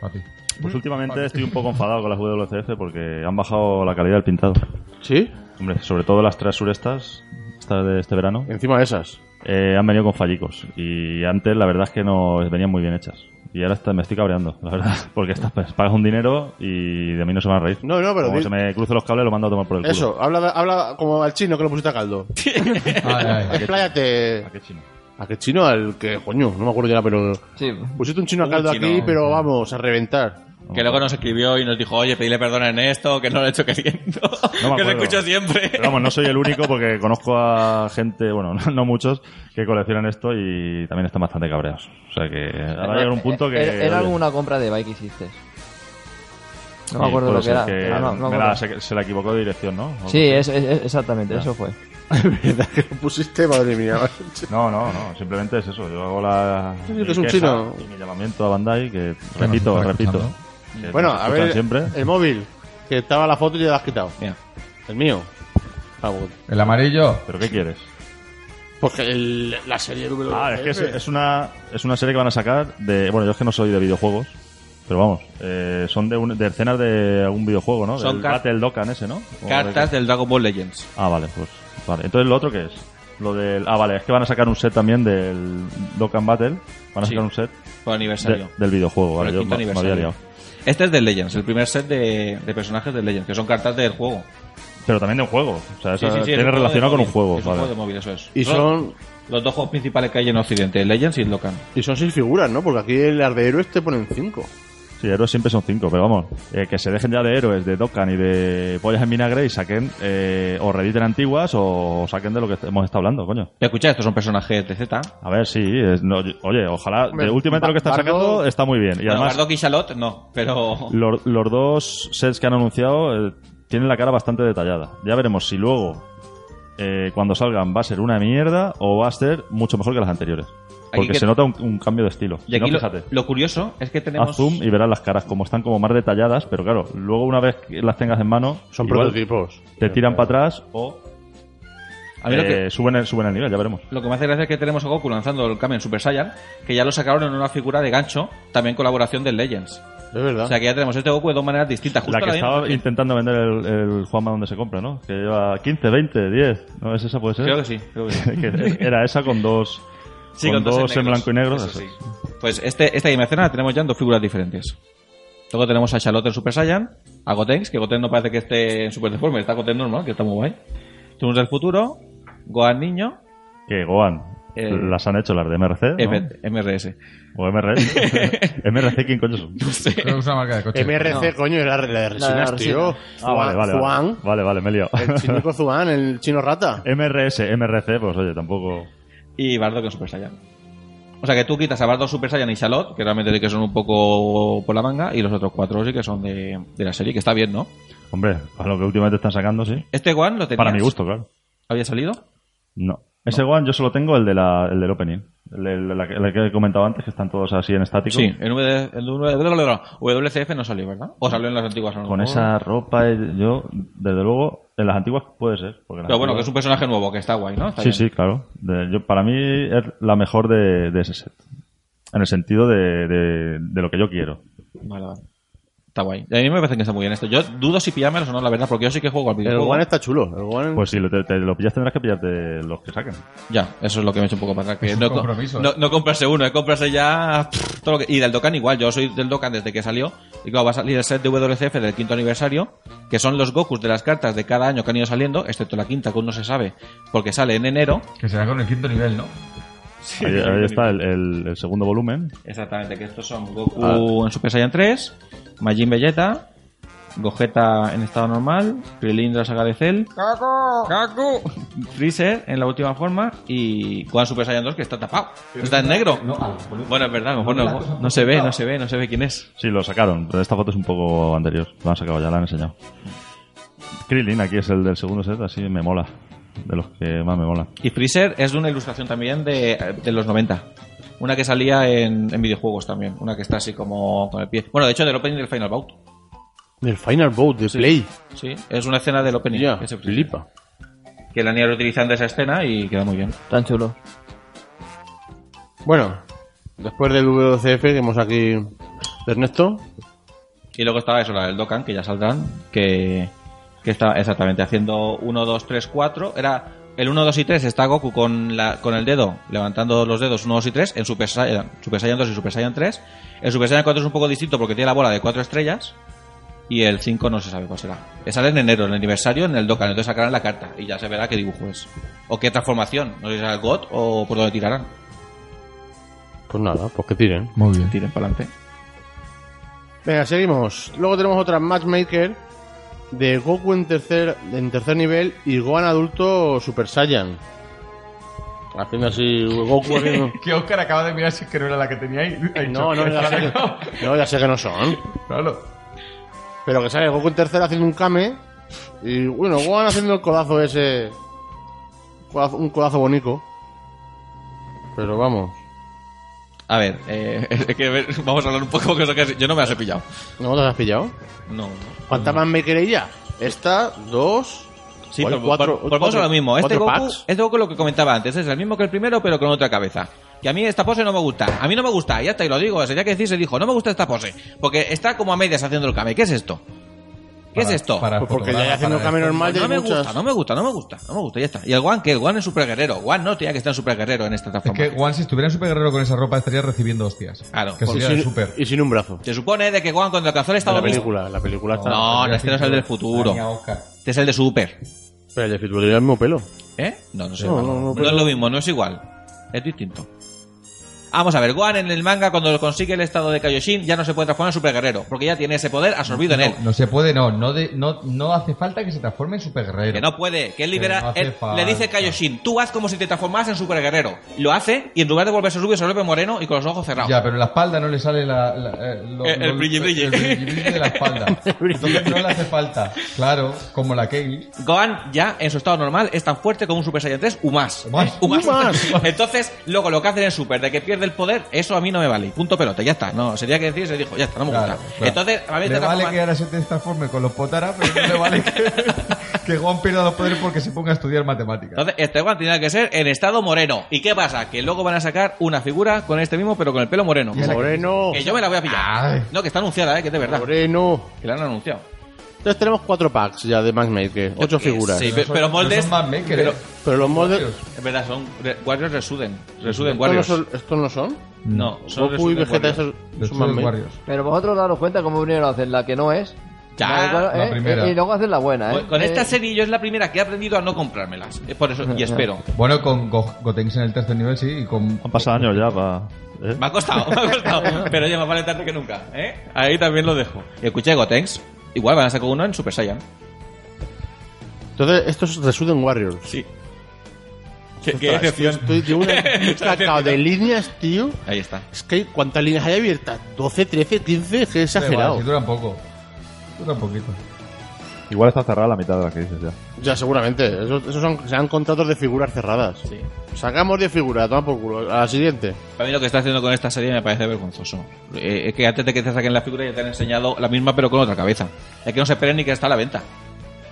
A ti.
Pues últimamente estoy un poco enfadado con las WCF porque han bajado la calidad del pintado.
¿Sí?
Hombre, sobre todo las tres surestas, estas de este verano.
Encima de esas.
Eh, han venido con fallicos y antes la verdad es que no venían muy bien hechas y ahora está- me estoy cabreando la verdad porque estas pues, pagas un dinero y de mí no se van a reír
No, no, pero
como
di-
se me crucen los cables lo mando a tomar por el
Eso, habla, habla como al chino que lo pusiste a caldo.
Ay, ay.
Expláyate.
culo ¿A qué chino?
¿A qué chino? Al que, coño, no me acuerdo ya, pero.
Sí,
Pusiste un chino a
Un
caldo
chino.
aquí, pero vamos, a reventar.
Que luego nos escribió y nos dijo, oye, pedirle perdón en esto, que no lo he hecho queriendo.
me
que lo
acuerdo.
escucho siempre.
pero vamos no soy el único porque conozco a gente bueno no, no muchos que coleccionan esto y también están bastante cabreados o sea que ahora va a llegar un punto que
Era, era
oye,
alguna compra de bike que hiciste. No me
sí,
acuerdo
puede
lo que
ser
era.
que
Ah, no, no me
me la-
acuerdo.
se, se la equivocó de dirección ¿no? O
Sí,
algo
es, es- es- exactamente, eso fue.
Es verdad que lo pusiste, madre mía.
No, no, no, simplemente es eso. Yo hago la.
Sí,
mi
que es un
queja
chino.
Y mi llamamiento a Bandai, que
nos
repito,
está
repito.
escuchando.
que
bueno,
nos
a
escuchan
ver,
Siempre.
el móvil, que estaba la foto y ya la has quitado.
Mira.
El mío. Ah, bueno.
El amarillo.
¿Pero qué quieres?
Porque el- la serie número
Ah, es que es, es una, es una serie que van a sacar de. Bueno, yo es que no soy de videojuegos. Pero vamos, eh, son de, un- de escenas de algún videojuego, ¿no?
Son
Del
car-
Battle Dokkan ese, ¿no? ¿O
Cartas
de
del Dragon Ball Legends.
qué? Ah, vale, pues. Vale. Entonces, ¿lo otro qué es? Lo del. Ah, vale, es que van a sacar un set también del Dokkan Battle. Van a
Sí.
sacar un set
Por
de-
aniversario.
del videojuego,
Por
vale.
el
Yo
quinto
me, me había
aniversario.
liado.
Este es del Legends, el primer set de, de personajes del Legends, que son cartas del juego.
Pero también de un juego. O sea,
Sí,
esa-
sí, sí, es
tiene
un
relacionado
de
con un
móvil.
juego,
Es
vale.
juego de móvil, eso es.
Y son,
los dos juegos principales que hay en Occidente, el Legends y el Dokkan.
y son seis figuras, ¿no? Porque aquí el las de héroes te ponen cinco.
Sí, héroes siempre son cinco, pero vamos, eh, que se dejen ya de héroes, de Dokkan y de pollas en vinagre y saquen eh, o rediten antiguas o saquen de lo que hemos estado hablando, coño.
Pero escucha, estos son personajes de Z.
A ver, sí, es- no, yo- oye, ojalá,
Hombre,
de últimamente lo que están
Bardo-
sacando está muy bien. Y
Bueno,
además,
Bardock y Charlotte, no, pero...
los, los dos sets que han anunciado eh, tienen la cara bastante detallada. Ya veremos si luego, eh, cuando salgan, va a ser una mierda o va a ser mucho mejor que las anteriores.
Aquí
Porque
que-
se nota un, un cambio de estilo.
Y
Si no,
aquí lo,
fíjate.
lo curioso es que tenemos...
Haz zoom y verás las caras, como están como más detalladas, pero claro, luego una vez que las tengas en mano,
Son
igual
prototipos.
te tiran para atrás o
A mí lo
eh,
que-
suben, el, suben el nivel, ya veremos.
Lo que me hace gracia es que tenemos a Goku lanzando el Kamen Super Saiyan, que ya lo sacaron en una figura de gancho, también colaboración del Legends.
Es verdad.
O sea que ya tenemos este Goku de dos maneras distintas. Justo
la que
misma.
estaba intentando vender el, el Juanma donde se compra, ¿no? Que lleva 15, 20, 10, ¿no? ¿Es esa puede ser?
Creo que sí. Creo que sí.
Que era esa con dos,
Sí,
con
dos
dos en
negros.
blanco y negro.
Eso
esas.
sí. Pues este, esta Game Escena la tenemos ya en dos figuras diferentes. Luego tenemos a Charlotte en Super Saiyan, a Gotenks, que Gotenks no parece que esté en Super Deforme, está Gotenks normal, que está muy guay. Tenemos del futuro, Gohan Niño,
Que Gohan,
Eh,
las han hecho las de MRC, ¿no?
F- MRS.
O MRC. MRC, ¿quién coño son?
Creo que es una marca de coche.
MRC, coño, era la de
La de
resinas,
la
tío.
Ah, vale, vale, vale.
Juan,
Vale, vale, me he liado.
el chinico Zuan, el chino rata.
MRS, MRC, pues oye, tampoco...
y Bardock en Super Saiyan. O sea que tú quitas a Bardock Super Saiyan y Charlotte, que realmente sí que son un poco por la manga, y los otros cuatro sí que son de, de la serie, que está bien, ¿no?
Hombre, a lo que últimamente están sacando, sí.
Este One lo tenías.
Para mi gusto, claro.
¿Había salido?
No. Ese one yo solo tengo el, de la, el del opening. El, el- la que- la que he comentado antes, que están todos así en estático.
Sí, en VD en W- WCF no salió, ¿verdad? O salió en las antiguas. a lo
Con
mejor.
esa ropa, eh, yo, desde luego, en las antiguas puede ser. porque en las
Pero bueno, que es
antiguas-
un personaje nuevo, que está guay, ¿no? Está bien.
Sí, sí, claro. De- yo, para mí es la mejor de, de ese set. En el sentido de, de, de lo que yo quiero.
Vale, vale. Está guay. Y a mí me parece que está muy bien esto. Yo dudo si pillármelos o no, la verdad, porque yo sí que juego al
El
videojuego.
One está chulo. El
Mm.
One...
Pues si lo, te, te lo pillas tendrás que pillarte los que saquen.
Ya, eso es lo que me he hecho un poco para acá. Que
Es un
no, co-
compromiso,
no,
¿eh?
no comprarse uno, es comprarse ya pff, todo lo que... Y del Dokkan igual, yo soy del Dokkan desde que salió. Y claro, va a salir el set de WCF del quinto aniversario, que son los Gokus de las cartas de cada año que han ido saliendo, excepto la quinta que aún no se sabe, porque sale en enero.
Que será con el quinto nivel, ¿no?
ahí, ahí está el, el- el segundo volumen.
Exactamente, que estos son
Ah.
Goku en Super Saiyan 3, Majin Vegeta, Gogeta en estado normal, Krillin de la saga de Cell, Freezer en la última forma y Gohan Super Saiyan 2 que está tapado, está en negro.
No, a lo mejor-
Bueno, es verdad, a lo mejor no, no se ve, no se ve, no se ve quién es.
Sí, lo sacaron, pero esta foto es un poco anterior. Lo han sacado ya, la han enseñado. Krillin, aquí es el del segundo set, así me mola. De los que más me mola.
Y Freezer es de una ilustración también de, de los 90. Una que salía en, en videojuegos también. Una que está así como con el pie. Bueno, de hecho, del opening del Final Bout.
El Final Boat de Play.
Sí, es una escena del opening.
Ya,
ese Freezer.
flipa.
Que la han ido reutilizando esa escena y queda muy bien.
Tan chulo.
Bueno, después del WCF que hemos aquí de Ernesto,
Y luego estaba eso, la del Dokkan, que ya saldrán, que, que está exactamente haciendo 1, 2, 3, 4. Era el 1, 2 y 3 está Goku con, la, con el dedo, levantando los dedos 1, 2 y 3 en Super Saiyan, Super Saiyan 2 y Super Saiyan 3. El Super Saiyan 4 es un poco distinto porque tiene la bola de 4 estrellas. Y el 5 no se sabe cuál será. Sale en enero, en el aniversario, en el Dokkan. Entonces sacarán la carta y ya se verá qué dibujo es. O qué transformación. No sé si será el God o por dónde tirarán.
pues nada, pues que tiren.
Muy bien.
Tiren para adelante.
Venga, seguimos. Luego tenemos otra Matchmaker de Goku en tercer, en tercer nivel y Gohan adulto Super Saiyan. Haciendo así, Goku haciendo-
Que Oscar acaba de mirar si es que no era la que tenía ahí. Ha dicho,
No, no, ya sé que, no, ya sé que no son.
Claro.
Pero que sale Goku en tercero haciendo un kame. Y bueno, Gohan haciendo el codazo ese. codazo- un codazo bonito. Pero vamos.
A ver, eh, es que a ver, vamos a hablar un poco de eso que yo no me las he pillado.
¿No te has pillado?
No, no.
¿Cuántas más me queréis ya? Esta, dos.
Sí,
¿cuál?
pero volvemos a lo mismo. Este
cuatro
Goku,
packs.
este Goku lo que comentaba antes, es el mismo que el primero, pero con otra cabeza. Y a mí esta pose no me gusta. A mí no me gusta, ya está, y lo digo. Sería que decir, se dijo, no me gusta esta pose. Porque está como a medias haciendo el kame. ¿Qué es esto? ¿Qué es esto?
Pues porque ya haciendo el kame normal ya
no
hay
me gusta,
muchas.
no me gusta, no me gusta, no me gusta, ya está. Y el One, que el One es super guerrero. One no tenía que estar en super guerrero en esta
Es que
transformación.
Juan, si estuviera en Super Guerrero con esa ropa, estaría recibiendo hostias.
Claro.
Que
Y
sería
sin-
el Super.
Y sin un brazo.
Se supone de que One cuando alcanzó el
La
estado místico.
película, la película está.
No, no,
Sería
este no es el del futuro.
Ay, Oscar.
Este es el de super.
Pero el de Futuro tiene el mismo pelo.
¿Eh? No, no sé.
No,
No,
no, no,
No
pero-
es lo mismo, no es igual. Es distinto. Vamos a ver, Gohan en el manga cuando consigue el estado de Kaioshin ya no se puede transformar en Super Guerrero, porque ya tiene ese poder absorbido en él.
No se puede, no. No, de- no. no hace falta que se transforme en Super Guerrero.
Que no puede, que él
Que
libera.
no hace
él-
falta.
le dice Kaioshin, tú haz como si te transformaras en Super Guerrero. Lo hace y en lugar de volverse rubio se vuelve moreno y con los ojos cerrados.
Ya, pero en la espalda no le sale la, la- eh, lo-
Ah. El- el
lo-
brilli brilli.
El brilli brilli de la espalda. Entonces no le hace falta. Claro, como la Kale.
Gohan ya en su estado normal es tan fuerte como un Super Saiyan 3 u más.
O más.
U más.
U más.
Entonces, luego lo que hacen en Super, de que pierde el poder, eso a mí no me vale. Punto pelota, ya está. No, sería que decir, se dijo, ya está, no me
Claro,
gusta.
claro.
Entonces, a mí
le
te
vale
transforman-
que ahora se te transforme con los potara, pero no le vale que, que Juan pierda los poderes porque se ponga a estudiar matemáticas.
Entonces, este guante tiene que ser en estado moreno. ¿Y qué pasa? Que luego van a sacar una figura con este mismo, pero con el pelo moreno.
Moreno.
Que yo me la voy a pillar.
Ay.
No, que está anunciada, ¿eh? que es de verdad.
Moreno.
Que la han anunciado.
Entonces tenemos cuatro packs ya de Matchmaker. Ocho
que
figuras.
sí.
No
pe-
son-
pero
no
moldes-
son más maker,
pero-
¿eh?
Pero los moldes.
Es verdad, son Re- Warriors Resuden. Resuden
¿Estos no
Warriors.
son? ¿Estos no son?
No, son
Goku y
Resuden
Vegeta
Warriors.
esos
Los
son
Super
Matchmaker.
Warriors.
Pero vosotros daros cuenta cómo primero hacen la que no es.
Ya, Pues
La que-
la
¿eh?
primera.
Y luego hacen la buena, ¿eh?
Con- Con
Eh,
esta serie yo es la primera que he aprendido a no comprármelas. Es por eso, y espero.
Bueno, con Go- Gotenks en el tercer nivel, sí, y con...
Han pasado años ya ¿eh? para...
Me ha costado, me ha costado. pero ya más vale tarde que nunca. ¿eh? Ahí también lo dejo. Y escuché Gotenks. Igual van a sacar uno en Super Saiyan.
Entonces, estos resultan Warriors.
Sí. Qué, qué
Ostras,
decepción.
Estoy de una cacao de líneas, tío.
Ahí está.
Es que cuántas líneas hay abiertas, 12, 13, 15, que
Vale,
exagerado.
Si duran poco. Duran poquito.
Igual está cerrada la mitad de la que dices ya.
Ya, seguramente. Esos, esos son, serán contratos de figuras cerradas.
Sí.
Sacamos 10 figuras, toma por culo. A la siguiente.
Para mí lo que está haciendo con esta serie me parece vergonzoso. Eh, es que antes de que te saquen la figura ya te han enseñado la misma pero con otra cabeza. Es que no se esperen ni que está a la venta.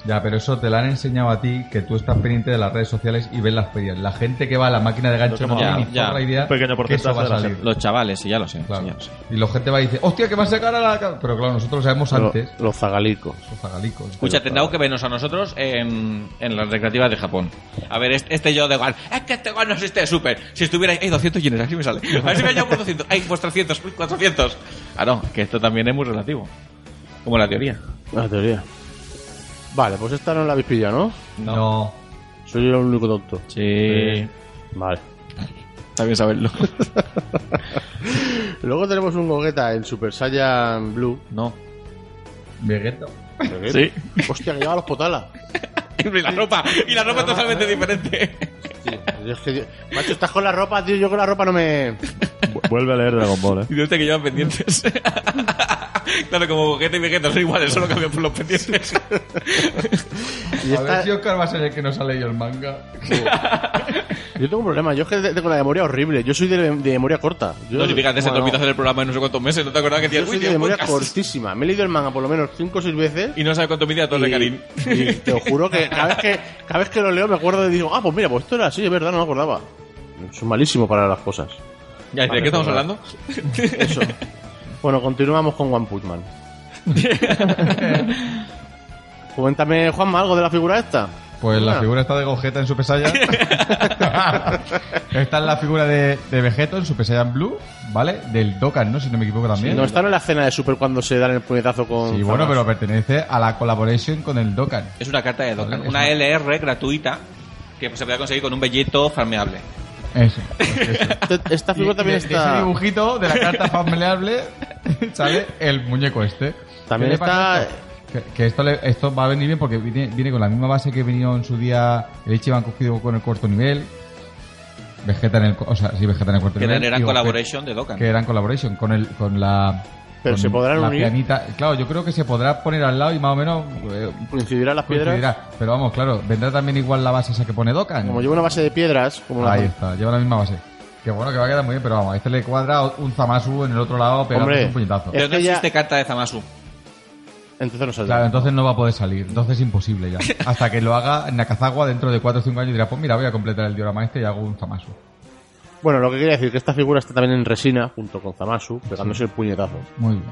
Ya, pero eso te lo han enseñado a ti, que tú estás pendiente de las redes sociales y ves las pedidas. La gente que va a la máquina de gancho
Lo
no
que
tiene
hemos
ni
hablado.
zorra
Ya,
idea
un pequeño
que eso
porcentaje
va a
de la
salir.
gente.
Los chavales, sí, ya lo sé. sí,
Claro.
ya lo sé.
Y la gente va a decir, hostia, que va a sacar a la... ca-". Pero claro, nosotros lo sabemos
Lo-
antes.
Los zagalicos.
Los zagalicos.
Escucha, tendrán que vernos a nosotros en, en las recreativas de Japón. A ver, este, este yo de igual. Es que este igual no existe súper. Si estuviera ahí, hay 200 yenes, aquí me sale. A ver si me llevo por 200. Hay pues 300, uy, 400. Ah, no, que esto también es muy relativo. Como la teoría.
La teoría. Vale, pues esta no la habéis pillado, ¿no?
No.
Soy el único tonto.
Sí.
Vale.
Está bien saberlo.
Luego tenemos un Gogeta en Super Saiyan Blue.
No.
Vegeta.
Sí.
Hostia, que lleva los potala.
Y la ropa. Y la ropa es totalmente diferente.
Tío, es que, tío, macho, estás con la ropa, tío. Yo con la ropa no me.
Vu- Vuelve a leer Dragon Ball, ¿eh?
Y de usted que llevan pendientes. claro, como Vegeta y Vegeta son iguales, solo cambian por los pendientes.
Y
A ver
esta-
si
yo...
Oscar va a ser el que nos ha leído el manga.
tengo un problema. Yo es que tengo la memoria horrible. Yo soy de, de memoria corta. Yo,
No, si fíjate, se te
Bueno,
olvidó hacer el programa en no sé cuántos meses, ¿no te acuerdas que
Yo
tienes
soy de memoria cortísima. Me he leído el manga por lo menos 5 o 6 veces.
Y no sabes cuánto mide a Torre Karim.
y te lo juro que cada, vez que cada vez que lo leo me acuerdo y digo, ah, pues mira, pues esto era así, es verdad, no me acordaba. Soy malísimo para las cosas.
Ya, ¿De
Vale,
qué estamos
pues,
hablando?
Eso. bueno, continuamos con One Punch Man. Coméntame, Juanma, algo de la figura esta.
Pues
Ah.
la figura está de Gogeta en Super Saiyan. está la figura de, de Vegeto en Super Saiyan Blue, ¿vale? Del Dokkan, ¿no? Si no me equivoco también.
No está en la escena de Super cuando se dan el puñetazo con.
Sí, bueno,
Thanos.
pero pertenece a la collaboration con el Dokkan.
Es una carta de Dokkan,
Vale,
una
es
LR gratuita que se puede conseguir con un belleto farmeable.
Eso. pues eso.
Este- Esta figura
Y-
también
y de- de Ese
está.
dibujito de la carta familiable sale el muñeco este.
También
¿Qué le pasa
está-
a esto? Que, que esto, le- esto va a venir bien porque viene, viene con la misma base que vino en su día el Ichiban cogido con el cuarto nivel. Vegeta en el, cu- o sea, sí, Vegeta en el cuarto
Que
nivel.
eran
y Gogeta-
collaboration de Dokkan.
Que eran collaboration con, el, con la.
Pero
con
se podrán
la
unir.
pianita. Claro, yo creo que se podrá poner al lado y más o menos. eh,
Coincidirán las piedras.
coincidirá. Pero vamos, claro, vendrá también igual la base esa que pone Dokkan.
Como lleva una base de piedras, como la.
Ahí está, lleva la misma base. Que bueno, que va a quedar muy bien, pero vamos, a este le cuadra un Zamasu en el otro lado
Hombre.
pegándose un puñetazo.
Eh.
Pero no
Es que ya-
existe carta de Zamasu.
Entonces no saldrá.
Claro, entonces no va a poder salir, entonces es imposible ya. Hasta que lo haga Nakazawa dentro de 4 o 5 años y dirá, pues mira, voy a completar el diorama este y hago un Zamasu.
Bueno, lo que quería decir que esta figura está también en resina, junto con Zamasu, pegándose el puñetazo.
Muy bien.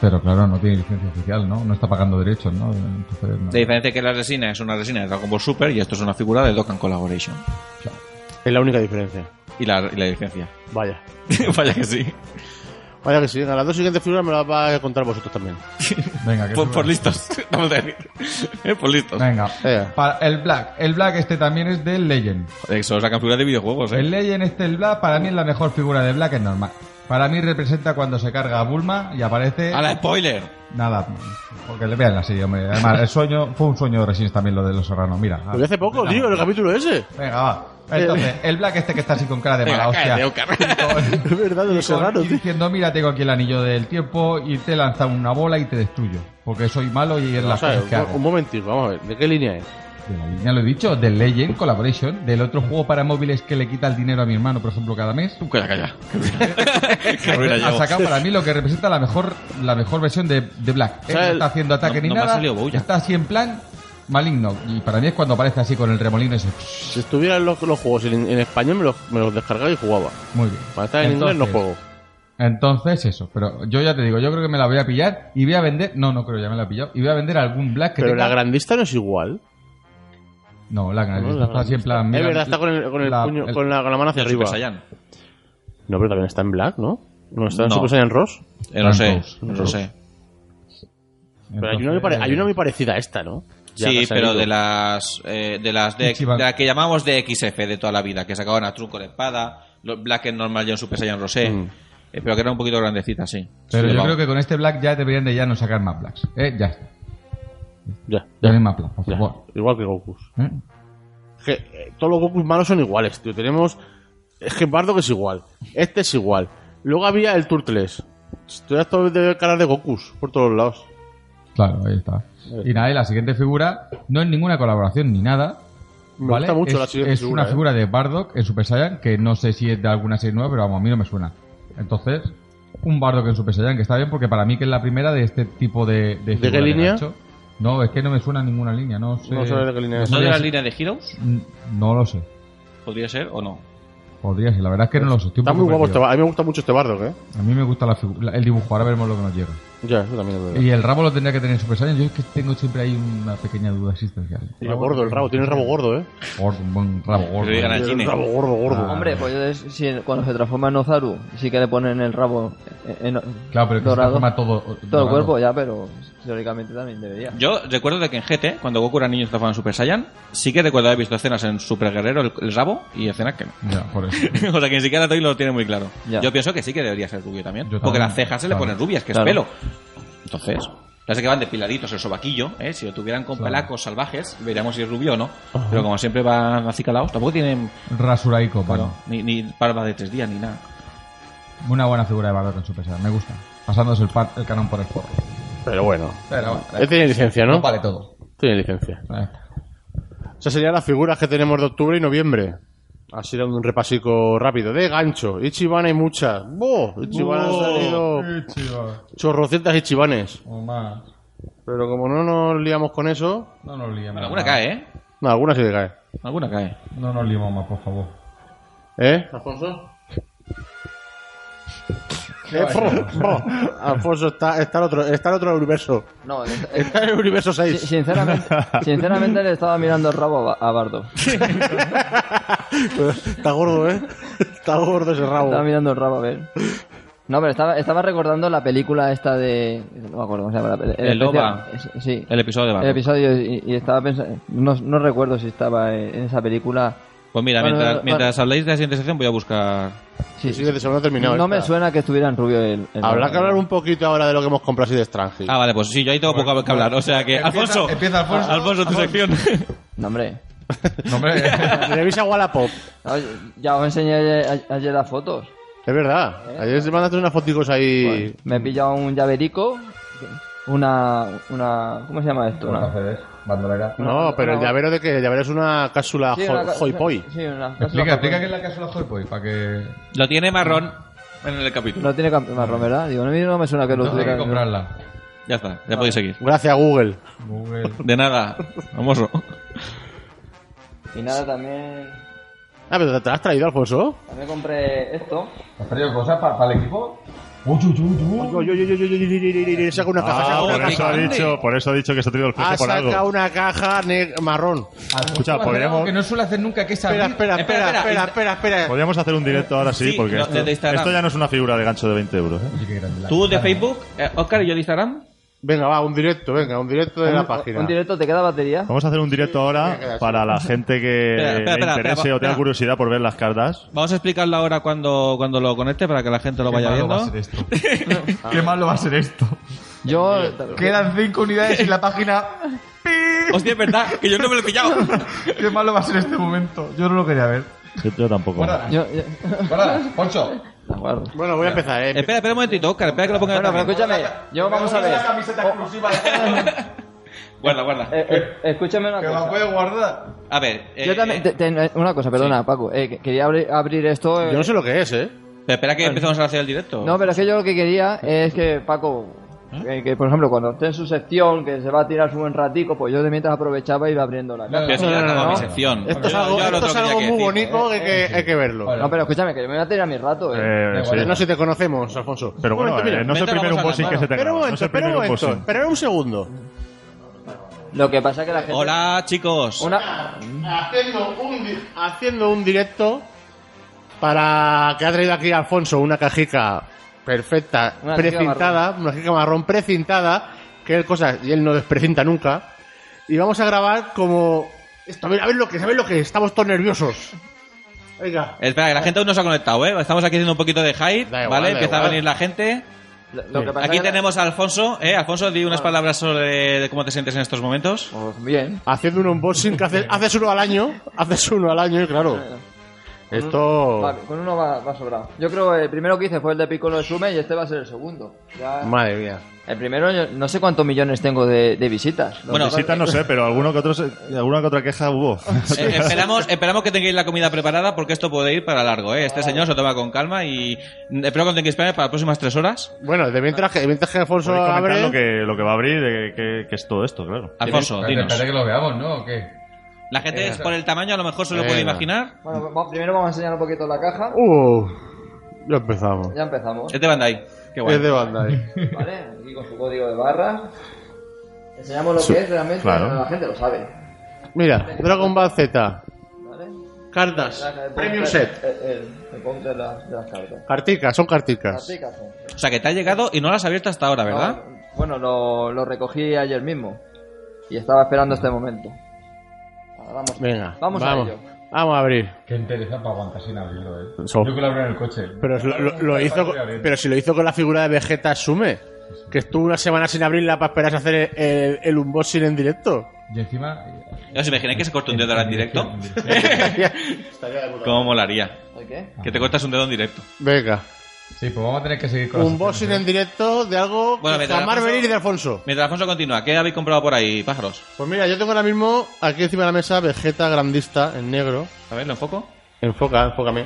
Pero claro, no tiene licencia oficial, ¿no? No está pagando derechos, ¿no? Entonces, no.
La diferencia es que la resina es una resina de Dragon Ball Super y esto es una figura de Dokkan Collaboration.
Claro.
Es la única diferencia.
Y la, y la diferencia.
Vaya.
Vaya que sí.
Vaya que sí, venga, las dos siguientes figuras me las vais a contar vosotros también.
Venga, que
Por,
se-
por listos. Vamos a decir. Eh, Por listos.
Venga.
Eh.
Pa- el Black, el Black este también es del Legend.
Joder, Eso es la figura de videojuegos,
El
¿eh?
Legend este, el Black, para mí es la mejor figura de Black, es normal. Para mí representa cuando se carga a Bulma y aparece...
¡A la spoiler!
Nada, porque le vean la serie, hombre. Además, el sueño fue un sueño de Resins también lo de los serranos, mira.
Lo vi hace poco, tío, en el capítulo ese.
Ah, Venga, va.
Eh.
Entonces, el Black este que está así con cara de mala
Venga, cállate,
hostia.
Oscar.
Es verdad, de los
Con-
serranos,
y
tío.
diciendo, mira, tengo aquí el anillo del tiempo y te lanza una bola y te destruyo. Porque soy malo y es la
O sea,
cosa que
un, un
hago.
momentito, vamos a ver, ¿de qué línea es?
De la línea lo he dicho, del Legend Collaboration, del otro juego para móviles que le quita el dinero a mi hermano, por ejemplo, cada mes.
Tú calla, calla. Que ruina
Ha
llevo.
sacado para mí lo que representa la mejor, la mejor versión de, de Black.
O
Él
sea,
no
el-
está haciendo ataque
no-
ni
no me ha
nada.
salido Boya.
Está así en plan maligno. Y para mí es cuando aparece así con el remolino ese.
Si estuvieran los, los juegos en, en español, me los, me los descargaba y jugaba.
Muy bien.
Para estar en inglés no
Entonces,
juego.
Entonces eso, pero yo ya te digo, yo creo que me la voy a pillar y voy a vender, no, no creo, ya me la he pillado, y voy a vender algún Black que
Pero
tenga-
la grandista no es igual.
No, la gran,
¿no?
está
La
así en
grandista.
plan...
es
mira,
verdad, está con el, con el
la-
puño,
el-
con, la, con la mano hacia
Super
arriba.
Saiyan.
No, pero también está en black, ¿no? No, está en
No.
Super Saiyan Ross.
Eh, no sé,
Rose,
no
Rose.
sé.
Pero hay una, muy pare-
entonces,
hay una muy parecida a esta, ¿no? Ya que
Sí,
ha
pero
salido.
de las eh, de las de,
Ichiban.
de la que llamamos de XF de toda la vida, que sacaban a truco de espada, los Black en normal John Super Saiyan Rosé,
Mm.
eh, pero que era un poquito grandecita, sí.
Pero
Sí,
yo
vamos.
creo que con este Black ya deberían de ya no sacar más Blacks, eh, ya está,
Ya,
ya
ya,
no hay más Blacks, por
ya.
favor.
Igual que Goku.
¿Eh?
que eh, todos los Goku malos son iguales, tío. Tenemos. Es que Bardo que es igual. Este es igual. Luego había el Turtles. Estoy todo de caras de Gokus por todos lados.
Claro, ahí está. Y nada, y la siguiente figura no es ninguna colaboración ni nada.
Me
¿vale?
gusta mucho
es,
la siguiente
es
figura,
una
¿eh?
figura de Bardock en Super Saiyan que no sé si es de alguna serie nueva, pero vamos, a mí no me suena. Entonces, un Bardock en Super Saiyan que está bien porque para mí que es la primera de este tipo de. ¿De, figura
qué línea?
gancho. No, es que no me suena ninguna línea, no sé.
No sé de qué línea es.
¿No de
podría
la
ser-
línea de Heroes?
Mm, No lo sé.
¿Podría ser o no?
Podría ser, la verdad es que no lo sé. estoy un
Está
poco
muy guapo este
perdido.
bardo. A mí me gusta mucho este bardo, ¿eh?
A mí me gusta la figu- la- el dibujo, ahora veremos lo que nos llega.
Ya, eso también es verdad.
Y el rabo lo tendría que tener en Super Saiyan. Yo es que tengo siempre ahí una pequeña duda existencial.
Y el gordo, el rabo. Tiene el rabo gordo, ¿eh?
Gordo, un buen rabo gordo.
digan al
El
cine.
rabo gordo, gordo.
Hombre, pues es- si- cuando se transforma en Ozaru, sí que le ponen el rabo en, en-
Claro, pero que se
dorado.
transforma todo.
todo
dorado.
el cuerpo ya, pero teóricamente también debería.
Yo recuerdo de que en GT, cuando Goku era niño y estaba en Super Saiyan, sí que recuerdo haber visto escenas en Super Guerrero el, el rabo y escenas que no.
Ya, por eso.
o sea, que ni siquiera Toy lo tiene muy claro.
Ya.
Yo pienso que sí que debería ser rubio también.
Yo
porque
también,
las cejas se le
claro.
ponen rubias, que
Claro.
es pelo. Entonces, ya sé que van depiladitos el sobaquillo, ¿eh? Si lo tuvieran con
Claro.
pelacos salvajes, veríamos si es rubio o no. Pero como siempre van acicalados, tampoco tienen
Rasuraico,
bueno,
bueno.
ni, ni barba de tres días ni nada.
Una buena figura de barro con Super Saiyan, me gusta. Pasándose el, par- el canon por el forro.
Pero bueno.
Pero bueno,
Él tiene licencia, ¿no?
vale todo.
Tiene licencia.
Eh,
Esas serían las figuras que tenemos de octubre y noviembre. Así dando un repasico rápido. De gancho. Ichiban hay muchas. ¡Boh! Ichiban han salido
qué chido.
chorrocientas Ichibanes.
O más.
Pero como no nos liamos con eso...
No nos liemos.
Alguna
más.
cae, ¿eh?
No, alguna sí que cae.
Alguna cae.
No nos liemos más, por favor.
¿Eh? ¿Alfonso? Eh, fro, fro. Alfonso está, está, en otro, está en otro universo.
No, es- es-
Está en el universo
si-
6.
sinceramente, sinceramente le estaba mirando el rabo a, a Bardo.
Está gordo, ¿eh? Está gordo ese
Estaba
rabo.
mirando el rabo a ver. No, pero estaba, estaba recordando la película esta de... No me acuerdo cómo se llama la película.
El Loba.
Sí.
El episodio de Barba.
el episodio y, y estaba pensando... No, no recuerdo si estaba en en esa película...
Pues mira,
Bueno,
mientras,
bueno,
mientras habláis de la siguiente sección voy a buscar...
Sí,
Sí, que se lo ha terminado. ¿eh?
no me
está.
suena que estuviera en rubio el... el
Habrá
rabo.
que hablar un poquito ahora de lo que hemos comprado así de extranjero.
Ah, vale, pues sí, yo ahí tengo poco que hablar. O sea que,
Empieza-
Alfonso.
empieza Alfonso.
Alfonso, tu sección.
No, hombre.
No, hombre.
Revisa Wallapop.
No, yo- ya os enseñé ayer, ayer las fotos.
Es verdad. Ayer se mandaste unas foticos ahí.
Pues, Me he pillado un llaverico, una, una... ¿Cómo se llama esto? Una-
Bandolera.
no, pero el llavero de que el llavero es una cápsula
Sí,
Ah, jo-
una ca-
hoi poi.
Sí, una
Explica,
cápsula
explica
hoi
qué es la casa de los Hellboy, para que...
Lo tiene marrón en el
poi.
capítulo.
No tiene cam- marrón, ¿verdad? Digo, no, a mí no me suena que
No
lo
hay
tuviera.
que comprarla.
Ya está, ya podéis seguir.
Gracias, Google.
Google.
De nada, famoso.
Y nada, también...
Ah, pero ¿te la has traído, Alfonso?
También compré esto.
¿Has traído cosas para, el equipo? Uy, uy, uy, uy.
Yo, yo, yo, yo, yo, yo, yo, yo, yo, yo, yo, Saca una caja, saca
Ah,
una
por
caja.
eso ha dicho-
por eso ha dicho que se ha traído el
Ah, saca una caja neg- marrón.
Escucha, podríamos,
Que no suele hacer nunca que es
Espera,
abrir.
espera, espera,
Espera,
espera,
espera,
espera, espera.
podríamos hacer un directo ahora sí,
Sí,
porque
no,
esto,
de Instagram.
esto ya no es una figura de gancho de 20 euros. ¿eh?
Oye, qué grande la
Tú de
cara.
Facebook, eh, Oscar y yo de Instagram.
Venga, va, un directo, venga, un directo de la
Un-
página.
Un directo, ¿te queda batería?
Vamos a hacer un directo ahora para la gente que
Espera, espera,
le
espera, espera,
interese o tenga
espera.
curiosidad por ver las cartas.
Vamos a explicarlo ahora cuando, cuando lo conecte para que la gente lo
Qué
vaya
malo va a
viendo.
ser esto. Qué malo va a ser esto.
Yo...
Quedan cinco unidades y la página...
Hostia, es verdad, que yo no me lo he pillado.
Qué malo va a ser este momento. Yo no lo quería ver.
Yo, yo tampoco.
Fuera,
yo- yo-
fuera, Poncho.
La guardo.
Bueno, voy a empezar, eh.
espera, espera un momentito, Oscar, espera que lo ponga en
Bueno, pero
la página.
escúchame, yo vamos a ver. Oh,
Guarda, guarda.
Eh, eh, escúchame una cosa.
guardar.
A ver, eh,
Yo también. te-
eh,
te- una cosa, perdona, Paco. eh, que- quería abrir, abrir esto. eh,
Yo no sé lo que es, eh.
pero espera que empezamos a hacer el directo.
No, pero es que yo lo que quería es que Paco. eh, que por ejemplo, cuando esté en su sección, que se va a tirar su buen ratico, pues yo de mientras aprovechaba y iba abriendo la
Pero
cara.
eso ya
no, no,
acaba
no.
mi sección.
Esto es
Yo-
algo,
yo
esto
ahora otro
es
que
algo
tenía
muy
que decir.
bonito que, que- hay que verlo.
No, pero escúchame, que me voy a tirar mi rato. eh.
Eh, sí.
No sé, te conocemos, Alfonso.
Pero bueno,
Momento, mira.
eh, no es el
Vente,
primer
vamos
unboxing que
hablando.
se tenga.
Espera un
no es el
momento, espera un
primer
momento,
unboxing.
espera un segundo.
Lo que pasa es que la gente.
Hola, chicos.
Una...
Haciendo un, di- haciendo un directo para que ha traído aquí Alfonso una cajica perfecta,
Una cajica
precintada, una cajica marrón precintada, que él cosas y él no desprecinta nunca. Y vamos a grabar como esto, a ver, a ver lo que, es, a ver lo que es, estamos todos nerviosos. Venga.
Espera, que la gente aún no se ha conectado, ¿eh? Estamos aquí haciendo un poquito de hype,
Da igual, da
¿vale? Empieza
igual.
a venir la gente.
Lo, lo que pasa
Aquí
es que la-
tenemos a Alfonso, ¿eh? Alfonso, di unas palabras sobre de cómo te sientes en estos momentos.
Pues bien.
Haciendo un unboxing que haces, haces uno al año, haces uno al año, y claro.
Con
Esto-
un- va- con uno va, va sobrado. Yo creo que el primero que hice fue el de Piccolo de Sume y este va a ser el segundo. Ya-
Madre mía.
El primero, yo no sé cuántos millones tengo de, de visitas. Lo que
Bueno,
pasa
Visitas
es
no sé, pero alguno que otro, se- alguna que otra queja hubo.
Eh, esperamos, esperamos que tengáis la comida preparada porque esto puede ir para largo, ¿eh? Este señor se lo toma con calma y mm, espero que lo tengáis planes para las próximas tres horas.
Bueno, de mientras que, de mientras que Alfonso
Podéis comentar
abre.
lo que, lo que va a abrir, eh, que, que es todo esto, claro.
Alfonso,
Pero
dinos.
Espera que lo veamos, ¿no? ¿O qué?
La gente es por el tamaño, a lo mejor se lo puede
Venga.
imaginar.
que- Bueno, va- primero vamos a enseñar un poquito la caja.
Uh, ya empezamos.
Ya empezamos.
Es de Bandai. Qué guay.
Es de eh. Bandai.
¿Vale? Aquí con su código de barras. Enseñamos lo que es realmente.
claro.
pero La gente lo sabe.
Mira, Dragon Ball Z.
¿Vale? Eh,
Cartas.
La- el
Premium
punch-
set.
El, el- el punch de, las- de las cartas.
Carticas, son
Las
carticas.
picas son.
O sea, que te ha llegado y no lo has abierto hasta ahora, ¿verdad?
No, bueno, lo, lo recogí ayer mismo. Y estaba esperando este momento. Ahora vamos.
Venga,
Vamos a
vamos.
ello.
Vamos a abrir.
Qué interesa para aguantar sin abrirlo, ¿eh?
So-
Yo que lo abro en el coche.
Pero lo, lo- lo hizo, con- pero si lo hizo con la figura de Vegeta Sume, que estuvo una semana sin abrirla para esperar a hacer el, el unboxing en directo.
Y encima...
¿Os imagináis que se cortó un dedo ahora en directo? ¿Cómo molaría?
¿El qué?
Que te cortas un dedo en directo.
Venga,
Sí, pues vamos a tener que seguir con las
unboxing en directo de algo
Bueno,
que
mientras
jamás
Alfonso-
venir de Alfonso.
Mientras Alfonso continúa, ¿qué habéis comprado por ahí, pájaros?
Pues mira, yo tengo ahora mismo aquí encima de la mesa Vegeta Grandista en negro.
A ver, lo enfoco.
Enfoca, enfócame.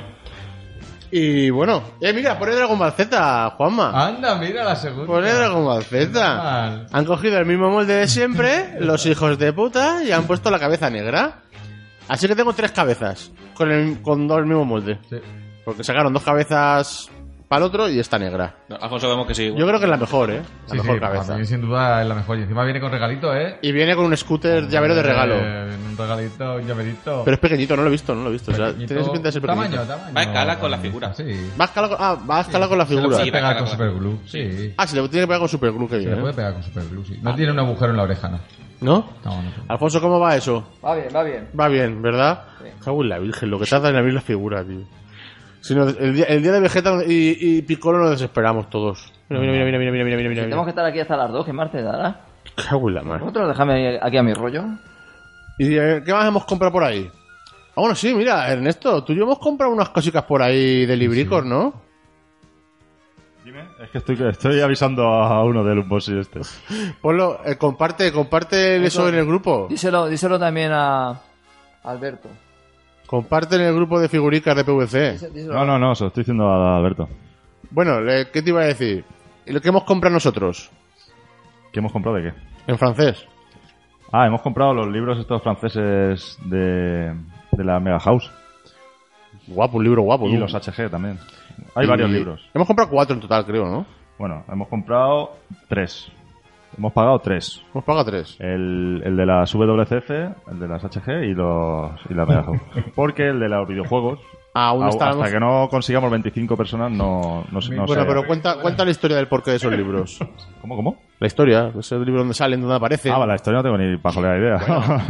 Y bueno, eh, mira, pone Dragon Ball Z, Juanma.
Anda, Ah, mira Ah. la segunda.
Pone Dragon Ball Z.
Normal.
Han cogido el mismo molde de siempre, los hijos de puta, y han puesto la cabeza negra. Así que tengo tres cabezas, con, el, con dos mismos moldes.
Sí.
Porque sacaron dos cabezas para el otro y esta negra.
No, Alfonso, vemos que sí.
Yo creo que es la mejor, ¿eh? La
Sí,
mejor
sí,
cabeza.
para mí sin duda es la mejor. Y encima viene con regalito, ¿eh?
Y viene con un scooter llavero de regalo.
Eh, viene un regalito, un llaverito.
Pero es pequeñito, no lo he visto, no lo he visto. O sea,
Pequeñito.
tienes pinta de ser pequeñito.
Tamaño, tamaño.
Va a escala con la figura.
Sí.
Va a escalar con, ah, va a escalar con la
Se le
figura.
puede
Sí, va a
pegar
escalar
con
con la-
superglue. Sí.
Ah, se le tiene que pegar con superglue, que
Se
bien.
le puede
¿eh?
pegar con superglue, sí. No tiene un agujero en la oreja, no.
¿No?
No, no. no.
Alfonso, ¿cómo va eso?
Va bien, va bien.
Va bien, ¿verdad?
Sí.
Cago en la virgen, lo que tarda en abrir la figura, tío. Si no, el, día, el día de Vegeta y, y Piccolo nos desesperamos todos. Mira, mira, mira, mira, mira, mira, mira, mira, mira.
Tenemos que estar aquí hasta las 2, que más te dará.
Cago en la mar.
Vosotros dejadme aquí a mi rollo.
¿Y eh, qué más hemos comprado por ahí? Ah, bueno, sí, mira, Ernesto, tú y yo hemos comprado unas cositas por ahí de libricos, ¿no?
Dime, es que estoy, estoy avisando a uno del unboxing este.
Ponlo, eh, comparte, comparte eso en el grupo.
Díselo, díselo también a Alberto.
Comparte en el grupo de figuricas de PVC.
Díselo- díselo-
No, no, no, se lo estoy diciendo a Alberto.
Bueno, le- ¿qué te iba a decir? Lo que hemos comprado nosotros,
¿Qué hemos comprado de qué?
en francés.
Ah, hemos comprado los libros estos franceses de, de la Mega House.
Guapo, un libro guapo.
Y
tú.
los HG también. Hay
Y-
varios libros.
Hemos comprado cuatro en total, creo, ¿no?
Bueno, hemos comprado tres. Hemos pagado tres.
Hemos pagado tres.
El, el de las WCF, el de las HG y, los, y la Mega House. Porque el de los videojuegos,
Aún
au-
estábamos-
hasta que no consigamos 25 personas, no, no, se- no
bueno,
se-
pero cuenta, cuenta la historia del porqué de esos libros.
¿Cómo, cómo?
La historia, ese libro donde salen, donde aparecen.
Ah, vale, la historia no tengo ni pajolera idea.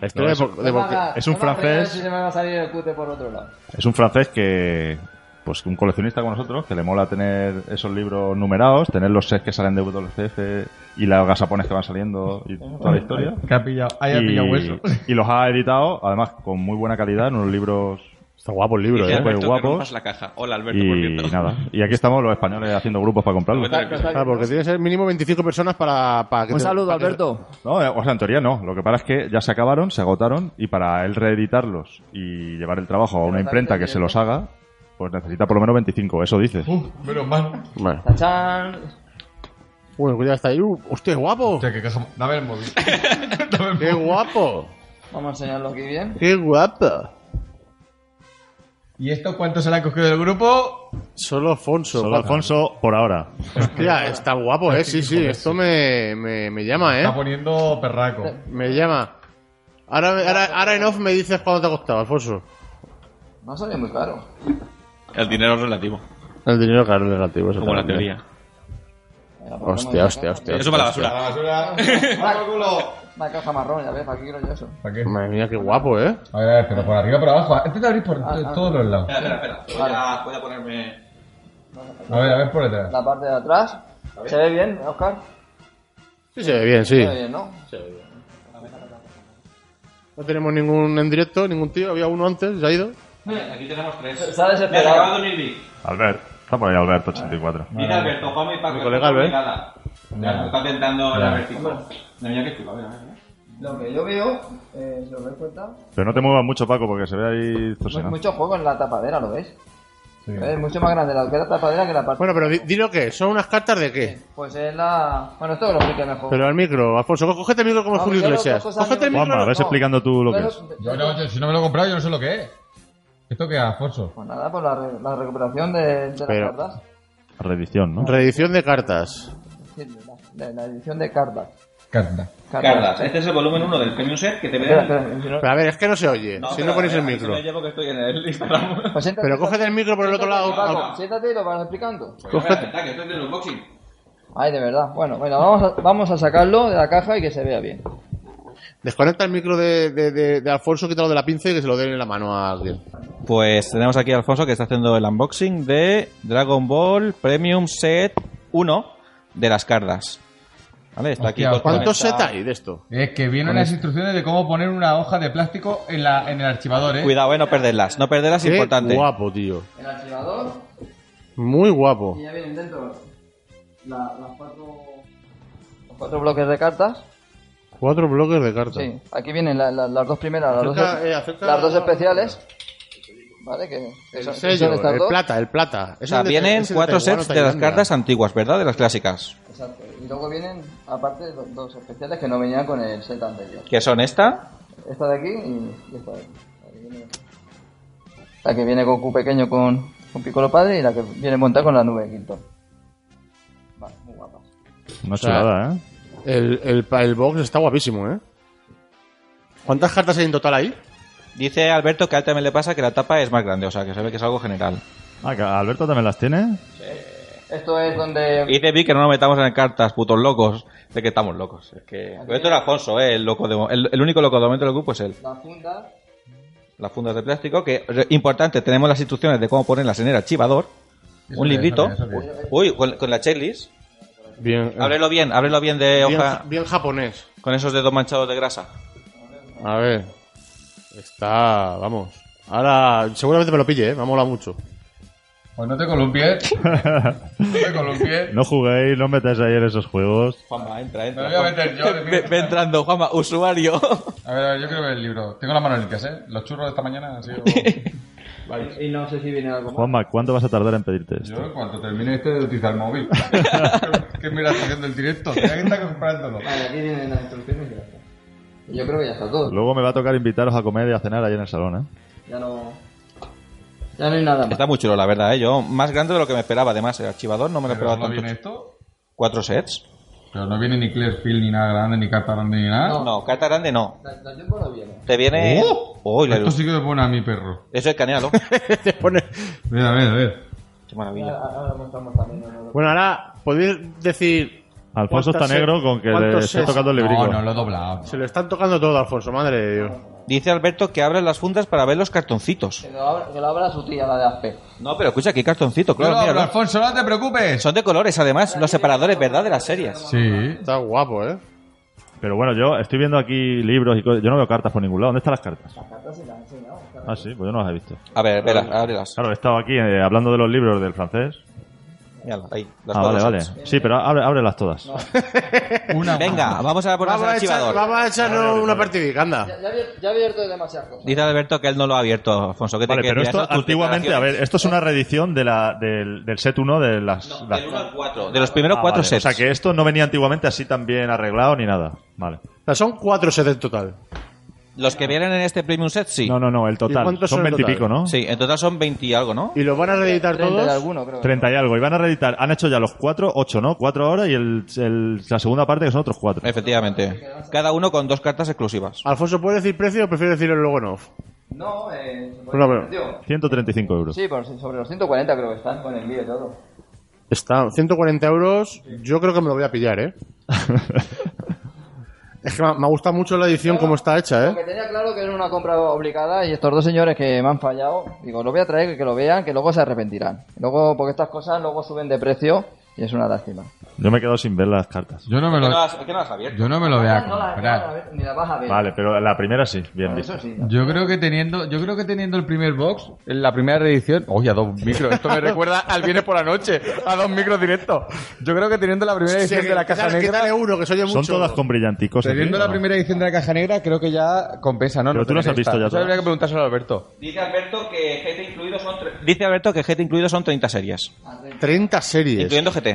La historia
No,
de
eso-
por- de
No me
por qué-
hagas-
es un
no me hagas
francés.
reír Si se me va a salir el cute por otro lado.
Es un francés que, pues un coleccionista como nosotros, que le mola tener esos libros numerados, tener los sets que salen de WCF y los gasapones que van saliendo y toda la historia.
Que ha pillado, ahí ha pillado hueso.
Y, y los ha editado, además, con muy buena calidad, en unos libros
Está guapo el libro,
Dice
eh,
¿eh?
pues,
Alberto que
guapos.
rompas la caja. Hola, Alberto, por
y
cierto.
nada. Y aquí estamos los españoles haciendo grupos para comprarlos.
Bueno,
Está- está-
Ah, porque tiene que ser mínimo 25 personas para, para que
Un
te-
saludo,
para que-
Alberto.
No, eh, o sea, en teoría no. Lo que pasa es que ya se acabaron, se agotaron y para él reeditarlos y llevar el trabajo a una imprenta que se los haga, pues necesita por lo menos 25, eso dice.
Uf, menos mal.
Bueno,
Tachán.
Bueno, cuidado, está ahí. Uh, ¡Hostia, guapo!
Hostia, que caja. Dame el móvil. Dame el
¡Qué
móvil.
guapo!
Vamos a enseñarlo aquí bien.
¡Qué guapo!
¿Y esto cuánto se le ha cogido del
¿Eh?
grupo?
Solo Alfonso.
Solo Alfonso, por ahora.
Hostia, está guapo, ¿eh? Sí, sí, esto me, me, me llama,
Está
¿eh?
poniendo perraco.
Me llama. Ahora, ahora, ahora en off me dices cuándo te ha costado, Alfonso.
No sale muy caro.
El dinero es relativo,
El dinero caro es relativo. eso
como la
también.
teoría.
Hostia, hostia, hostia.
Eso para la
hostia.
basura.
A la basura. ¡Al culo!
Una caja marrón, ya ves, aquí quiero yo eso.
¿Para qué?
Madre mía, qué guapo, ¿eh?
A ver, a ver, pero por arriba por abajo. Intenta abrir por
Ah, ah.
todos los lados.
Espera, espera, espera. Voy a, voy a ponerme.
A ver, a ver por detrás.
La parte de atrás. ¿Se ve bien, Oscar?
Sí, se ve bien, sí.
Se ve bien, ¿no?
No tenemos ningún en directo, ningún tío. Había uno antes, se ha ido.
Aquí tenemos tres.
Está desesperado.
Mira, se acaba de unir Vic.
Albert. Está por ahí Alberto 84.
Dice Alberto, Juanma y Paco.
Mi colega ¿eh? Albert.
Nada. Ya,
Ya.
está tentando
Ya.
la vertical. No, mira que chulo, a ver, a ver, a ver.
Lo que yo veo, eh, si os dais cuenta,
Pero no te muevas mucho, Paco, porque se ve ahí torsionado.
Mucho juego en la tapadera, ¿lo ves?
Sí.
Es mucho más grande la que la tapadera que la parte.
Bueno, pero di, di lo que es. ¿Son unas cartas de qué?
Pues es la. Bueno, esto que lo explique mejor. Ah,
Pero al micro, Alfonso. co- Cógete el micro como
No,
Julio
yo lo
Iglesias.
cojo, Sandro,
Cógete el
no-
micro.
Juanma, ves
no.
explicando tú lo que
Pero-
es.
Yo no, yo- si no me lo he comprado, yo no sé lo que es. ¿Esto qué es, Alfonso?
Pues nada, pues la, re- la recuperación de, de
Pero-
las cartas.
Reedición, ¿no?
Reedición de cartas.
Es decir, de la, de la edición de cartas.
Carta.
Cardas, este es el volumen 1 del premium set que te
Espera,
ve.
espera, si no-
Pero a ver, es que no se oye. si no
espera,
ponéis el
espera,
micro.
que se me llevo que estoy en el Instagram.
pues siéntate,
Pero cógete el micro por el otro lado.
Paco, siéntate y lo vas explicando.
Pues yo me voy a sentar, que esto es del unboxing.
Ay, de verdad. Bueno, bueno, vamos a, vamos a sacarlo de la caja y que se vea bien.
Desconecta el micro de, de, de, de Alfonso, quítalo de la pinza y que se lo den en la mano a alguien.
Pues tenemos aquí a Alfonso que está haciendo el unboxing de Dragon Ball Premium Set 1 de las cardas. ¿Vale? Está aquí.
Hostia,
todo
¿Cuántos
conectado.
set hay de esto?
Es que vienen las instrucciones de cómo poner una hoja de plástico en, la, en el archivador, ¿eh?
Cuidado, eh, no perderlas. No perderlas es
Qué
importante.
guapo, tío.
El archivador
Muy guapo.
y ya vienen dentro la- las cuatro... Los cuatro bloques de cartas.
Cuatro bloques de cartas.
Sí, aquí vienen la- la- las dos primeras, las,
Acerca,
dos,
eh, acerca
las dos
la-
especiales. Vale, que, que
El
son, que
sello,
son estas
el
dos.
plata, el plata.
O sea, vienen cuatro sets de las cartas antiguas, ¿verdad? De las clásicas.
Exacto. Y luego vienen, aparte, do- dos especiales que no venían con el set anterior.
Que son esta.
Esta de aquí y, y esta de aquí. La que viene- La que viene con Q pequeño con, con Piccolo padre y la que viene montada con la nube de Quinto. Vale, muy guapas.
Una
sea,
chulada, ¿eh?
El, el, pa- el box está guapísimo, ¿eh? ¿Cuántas cartas hay en total ahí?
Dice Alberto que a él también le pasa que la tapa es más grande, o sea, que se ve que es algo general.
Ah, que Alberto también las tiene.
Esto es donde...
Y te vi que no nos metamos en cartas, putos locos. De que estamos locos. Es que... Esto era Alfonso, ¿eh? El, loco de... mo- el, el único loco de momento del grupo es él.
La funda...
Las fundas de plástico, que re- importante, tenemos las instrucciones de cómo ponerlas en el archivador.
Eso
Un
que- eso
librito.
que- eso Ah. que-
Uy, con, con la checklist.
Bien, eh,
Ábrelo bien, ábrelo bien de
bien,
hoja.
bien japonés.
Con esos dedos manchados de grasa.
A ver. Está, vamos. Ahora, seguramente me lo pille, ¿eh? Me ha molado mucho.
Pues no te columpies. No te columpies.
No juguéis, no metáis ahí en esos juegos.
Juanma, entra,
Me
entra.
lo voy a meter yo. de
Ve, ve
mierda.
entrando, Juanma, usuario.
A ver, a ver, yo quiero ver el libro. Tengo las manos limpias, ¿eh? Los churros de esta mañana han sido...
Y no sé si viene algo más.
Juanma, ¿cuánto vas a tardar en pedirte
Yo,
esto?
en cuanto termine este, de utilizar el móvil. que mira, está haciendo el directo. Mira que está comprándolo.
Vale, aquí vienen las instrucciones y ya está. Y Yo creo que ya está todo.
Luego me va a tocar invitaros a comer y a cenar ahí en el salón, ¿eh?
Ya no... Ya no hay nada más.
Está muy chulo, la verdad, ¿eh? Yo, más grande de lo que me esperaba. Además, el archivador no me lo
Pero
esperaba
no
tanto.
viene esto.
¿Cuatro sets?
Pero no viene ni Clearfield, ni nada grande, ni carta grande, ni nada.
No, carta grande no.
La, la tiempo no viene.
Te viene...
¿Oh?
Uy, la
Pues Esto
luz.
sí que me pone a mi perro.
Eso es canealo.
Te pone-
Mira, a ver, a ver.
Qué maravilla.
Ahora, ahora mostramos también. ¿no?
Bueno, ahora, podéis decir.
Alfonso está
cuántas
negro
set-
con que le
cuántos
estoy
sets-
tocando el librico.
No, no, lo he doblado.
Se lo están tocando todo, Alfonso, madre de Dios.
Dice Alberto que abras las fundas para ver los cartoncitos.
Que lo abra, que lo abra su tía, la de Aspe.
No, pero escucha, aquí hay cartoncito,
Yo lo
claro,
abro,
míralo.
Alfonso, no te preocupes.
Son de colores, además, los separadores, ¿verdad? De las series.
Sí.
Está guapo, ¿eh?
Pero bueno, yo estoy viendo aquí libros y cosas. Yo no veo cartas por ningún lado. ¿Dónde están las cartas? Ah, sí, pues yo no las he visto.
A ver, espera, ábrelas.
Claro, he estado aquí eh, hablando de los libros del francés.
Míralo, ahí. las
Ah, vale,
cuatro
vale.
sets.
Sí, pero abre, ábrelas todas.
Una
Venga, vamos a por el
Vamos a, echar,
archivador.
vamos a echarnos una partidica, anda.
Ya, ya, abier- ya he abierto demasiadas cosas.
Dice Alberto que él no lo ha abierto, Alfonso. Que te-
Vale,
que
pero
te
esto
haces tus
antiguamente, a ver, esto es una reedición de la, del, del set 1 de las...
declaraciones.
las-
Del uno al cuatro, de los primeros
Ah,
cuatro
vale.
sets.
O sea, que esto no venía antiguamente así tan bien arreglado ni nada. Vale.
O sea, son cuatro sets en total.
Los que vienen en este premium set, sí.
No, no, no, el
¿Y
total.
cuántos
Son
son el
20 y pico,
total?
¿no?
Sí, en total son 20 y algo, ¿no?
¿Y los van a reeditar
30
todos?
de alguno, creo.
30 y algo. Y van a reeditar. Han hecho ya los 4, 8, ¿no? 4 ahora y el, el- la segunda parte que son otros 4.
Efectivamente. Cada uno con dos cartas exclusivas.
Alfonso, ¿puedes decir precio o prefieres decirlo luego en off?
No, eh... se puede
No,
decir,
pero-
tío.
135 euros.
Sí, por, sobre los 140 creo que están con el vídeo y todo.
Está 140 euros. Yo creo que me lo voy a pillar, ¿eh? es que me me gusta mucho la edición como está hecha,
Aunque
¿eh?
tenía claro que era una compra obligada y estos dos señores que me han fallado, digo, lo voy a traer, que lo vean, que luego se arrepentirán. Luego, porque estas cosas luego suben de precio Y es una lástima.
Yo me he quedado sin ver las cartas.
Yo no me
¿Por qué no
lo,
las- por qué no las has abierto?
yo no me lo voy a
No la- no la
comprar.
ves, ni la vas a ver.
Vale, pero la primera sí, bien
Por
visto.
eso sí.
Yo creo que teniendo, yo creo que teniendo el primer box, en la primera edición, oye, a dos micros, esto me recuerda al viernes por la noche, a dos micros directos. Yo creo que teniendo la primera edición de la caja
¿Qué
negra,
tal es uno que se oye mucho?
Son todas con brillanticos. aquí,
teniendo
¿o
la
no?
primera edición de la caja negra, creo que ya compensa, ¿no?
Pero
No
tú las
tener
has visto
esta.
ya
Eso habría
todas.
que preguntárselo a Alberto.
Dice Alberto que GT incluido son tre- Dice Alberto que GT incluido son 30 series.
30 series.
Incluyendo GT.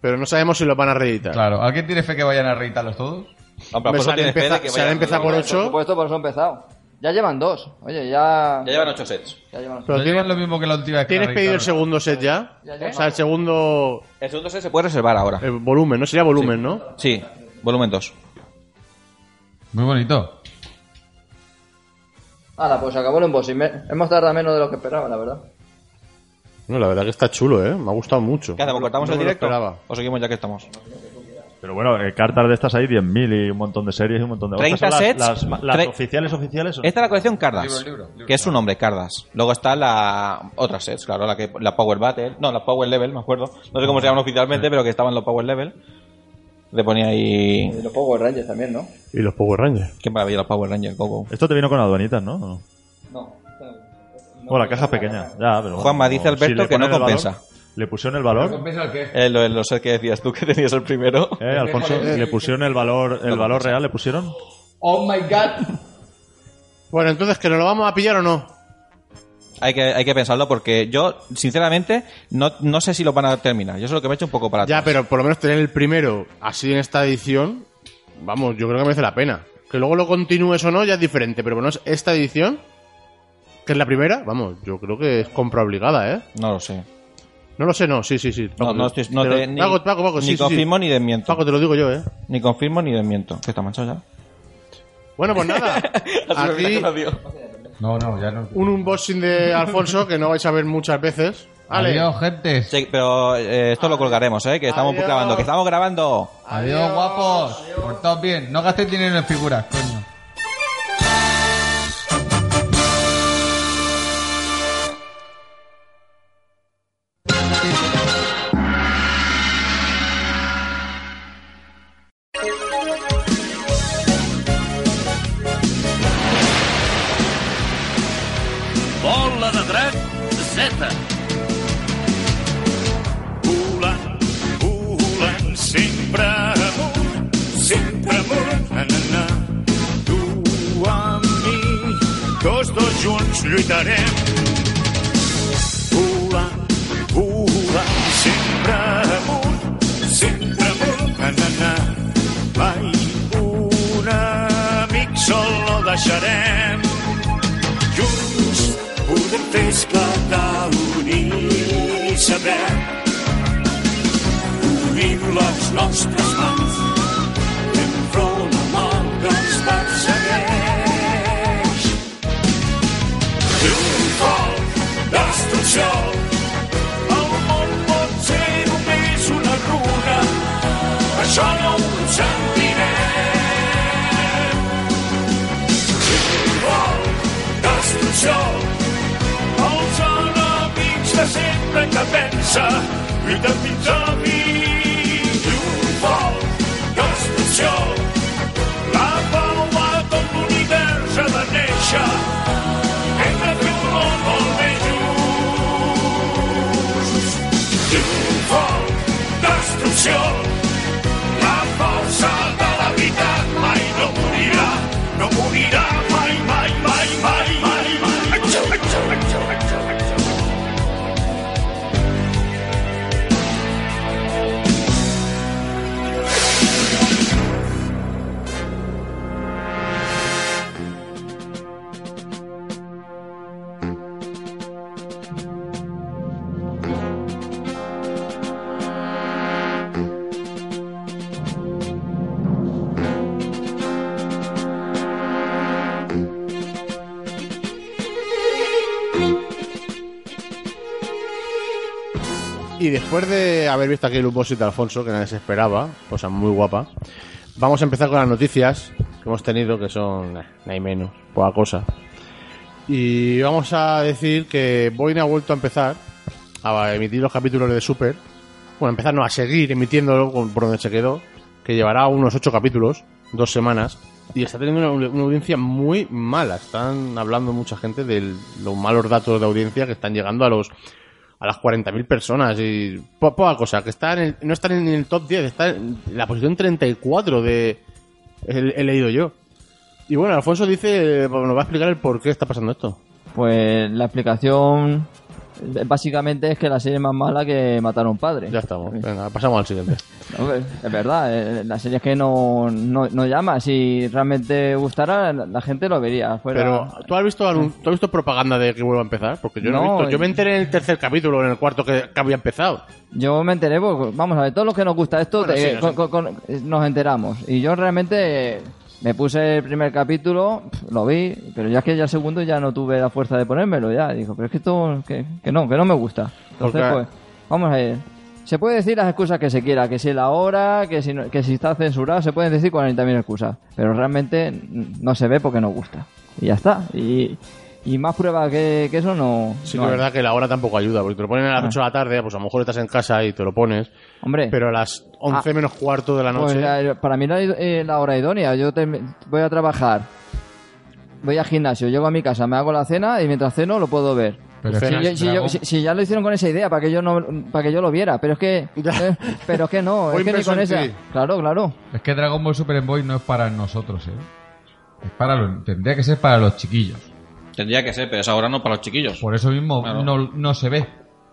Pero no sabemos si los van a reeditar.
Claro, ¿alguien tiene fe que vayan a reeditarlos todos?
Hombre,
Hombre,
por
se
eso
han
tienes pues fe de
empezado-
que
se han
vayan-
empezado por
Por
8,
supuesto, por eso he empezado. Ya llevan dos. Oye, ya.
Ya llevan 8 sets.
ya llevan dos.
pero
¿No llevan
tienes,
lo mismo que la última vez que
¿tienes
la
pedido el
reeditaron?
segundo set ya?
Ya, ya.
O sea, el segundo
El segundo set se puede reservar ahora.
eh, volumen, ¿no? Sería volumen, ¿no?
Sí, volumen 2.
Muy bonito.
Ahora, pues se acabó el unboxing. Me- Hemos tardado menos de lo que esperaba, la verdad.
No, la verdad que está chulo, ¿eh? Me ha gustado mucho.
¿Qué hacemos? ¿Cortamos
No
el
me lo
directo?
esperaba.
¿O seguimos ya que estamos?
Pero bueno, eh, cartas de estas hay 10.000 y un montón de series y un montón de...
30
Estas son Las,
sets,
las- las
tre-
oficiales, oficiales... son-
Esta es la colección Cardas,
Libro, libro, libro.
que es su nombre, Cardas. Luego está la otra sets, claro, la que la Power Battle, no, la Power Level, me acuerdo. No sé cómo se llaman oficialmente, pero que estaban los Power Level. Le ponía
Y
ahí
los Power Rangers también, ¿no?
Y los Power Rangers.
qué maravilla los Power Rangers, Coco.
Esto te vino con aduanitas, ¿no? ¿O no?
No.
Bueno, la caja es pequeña. Ya, pero bueno,
Juanma, dice
como
Alberto
le
que
ponen
no
el valor,
compensa.
le pusieron el valor,
¿Compensa el qué?
Eh, lo, lo set que decías tú que tenías el primero.
eh, Alfonso, le pusieron el valor, el valor real, le pusieron.
¡Oh, my God!
Bueno, entonces, ¿que nos lo vamos a pillar o no?
Hay que, hay que pensarlo porque yo, sinceramente, no, no sé si lo van a terminar. Yo eso es lo que me he hecho un poco para
Ya,
atrás.
pero por lo menos tener el primero así en esta edición, vamos, yo creo que merece la pena. Que luego lo continúes o no ya es diferente, pero bueno, esta edición, que es la primera, vamos, yo creo que es compra obligada, ¿eh?
No lo sé.
No lo sé, no, sí, sí, sí.
No, no, estoy, no
Pero-
te, ni,
Paco, Paco, Paco,
ni
sí, sí, sí.
confirmo ni desmiento.
Paco, te lo digo yo, ¿eh?
Ni confirmo ni desmiento. ¿Qué está manchado ya?
Bueno, pues nada, aquí
No, no, ya no.
un unboxing de Alfonso que no vais a ver muchas veces. Ale,
Adiós, gente.
Sí, pero eh, esto lo colgaremos, ¿eh? Que estamos
Adiós.
grabando, que estamos grabando.
Adiós, guapos. Portaos bien. No gastéis dinero en figuras, coño.
Bola de drac de seta. Volant, volant, sempre amunt, sempre amunt. Na, na, na. Tu amb mi, tots dos junts lluitarem. Volant, volant, sempre amunt, sempre amunt. Na, na, na. Mai un amic sol no deixarem junts podem fer esclatar l'unir i saber. Unim les nostres mans, fem front a mal que ens persegueix. Triomfal, destrucció, el món pot ser només una runa, això no ho sentirem. Vol, destrucció. Els enemics de sempre que pensa lluita fins a mi. Llum, vol, destrucció. La pau a tot l'univers ha de néixer. Hem de fer un món molt més just. Llum, vol, destrucció. La força de la veritat mai no morirà, no morirà mai, mai, mai, mai, mai, mai. Atxa, atxa, atxa, atxa, atxa.
y después de haber visto aquí el unboxing de Alfonso, que nadie se esperaba, cosa muy guapa, vamos a empezar con las noticias que hemos tenido, que son, eh, no hay menos, poca cosa. Y vamos a decir que Boeing ha vuelto a empezar a emitir los capítulos de Super bueno, empezar no, a seguir emitiéndolo con- por donde se quedó, que llevará unos ocho capítulos, dos semanas, y está teniendo una, una audiencia muy mala. Están hablando mucha gente de los malos datos de audiencia que están llegando a los a las 40.000 personas y po- poca cosa, que está en el- no están en el top 10, está en la posición 34 de... he- he leído yo. Y bueno, Alfonso dice, eh, nos va a explicar el por qué está pasando esto.
Pues la explicación eh, básicamente es que la serie es más mala que matar a un padre.
Ya estamos, venga, pasamos al siguiente.
No, Es es verdad, eh, la serie es que no, no, no llama. Si realmente gustara, la- la gente lo vería. Fuera...
Pero, ¿tú has, visto algún- ¿tú has visto propaganda de que vuelva a empezar? Porque yo no, he
No,
visto. Yo
eh.
me enteré en el tercer capítulo, en el cuarto que, que había empezado.
Yo me enteré, porque, vamos a ver, todos los que nos gusta esto
Bueno,
eh,
sí,
con-
nos-
con- con- eh, nos enteramos. Y yo realmente eh, me puse el primer capítulo, pf, lo vi, pero ya es que ya el segundo ya no tuve la fuerza de ponérmelo. Ya dijo, pero es que esto, que, que no, que no me gusta. Entonces,
Porque-
pues, vamos a ver. Se puede decir las excusas que se quiera, que si la hora, que si, no- que si está censurado, se pueden decir 40.000 excusas. Pero realmente mm, no se ve porque no gusta. Y ya está. Y, y más prueba que, que eso no.
Sí,
no
que es
hay.
verdad que la hora tampoco ayuda, porque te lo ponen a las
Ah.
8 de la tarde, pues a lo mejor estás en casa y te lo pones.
Hombre.
Pero a las 11
Ah.
menos cuarto de la noche.
Pues, eh, para mí la, eh, la hora idónea. Yo termi- voy a trabajar, voy al gimnasio, llego a mi casa, me hago la cena y mientras ceno lo puedo ver.
Pero
Cena,
Si, yo-
es que
si yo-
Dragon-
si- si ya lo hicieron con esa idea para que yo no para que yo lo viera, pero es que
Ya.
eh, pero es que no,
Voy
es que ni
impreso
con
en
esa.
ti.
Claro, claro.
es que Dragon Ball Super Boy no es para nosotros, ¿eh? Es para los- tendría que ser para los chiquillos.
Tendría que ser, pero es ahora no para los chiquillos.
Por eso mismo
Claro.
no, no se ve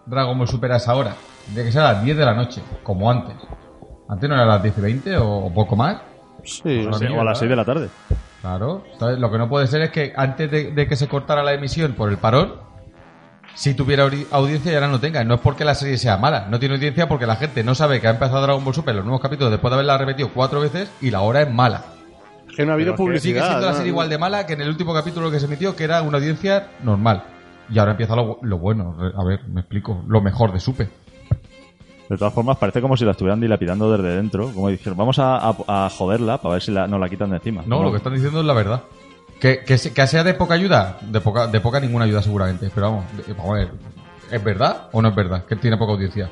Dragon Ball Super a esa hora. Tendría que ser a las 10 de la noche, como antes. Antes no era a las 10 y 20 o, o poco más.
sí,
Pues
Sí, o a las 6 de la tarde.
Claro. ¿sabes? Lo que no puede ser es que antes de, de que se cortara la emisión por el parón, si tuviera audi- audiencia y ahora no tenga. No es porque la serie sea mala. No tiene audiencia porque la gente no sabe que ha empezado Dragon Ball Super los nuevos capítulos después de haberla repetido cuatro veces y la hora es mala.
es que no ha habido
Pero
Pero sigue
publicidad.
siendo la
¿no?
serie igual de mala que en el último capítulo que se emitió, que era una audiencia normal. Y ahora empieza lo, lo bueno. Re- A ver, me explico. Lo mejor de Supe.
De todas formas, parece como si la estuvieran dilapidando desde dentro. Como dijeron, vamos a, a- a joderla para ver si la, nos la quitan de encima.
No,
Como-
lo que están diciendo es la verdad. Que, que, se- que sea de poca ayuda, de poca, de poca ninguna ayuda seguramente. Pero vamos, de- vamos a ver. ¿Es verdad o no es verdad? Que tiene poca audiencia.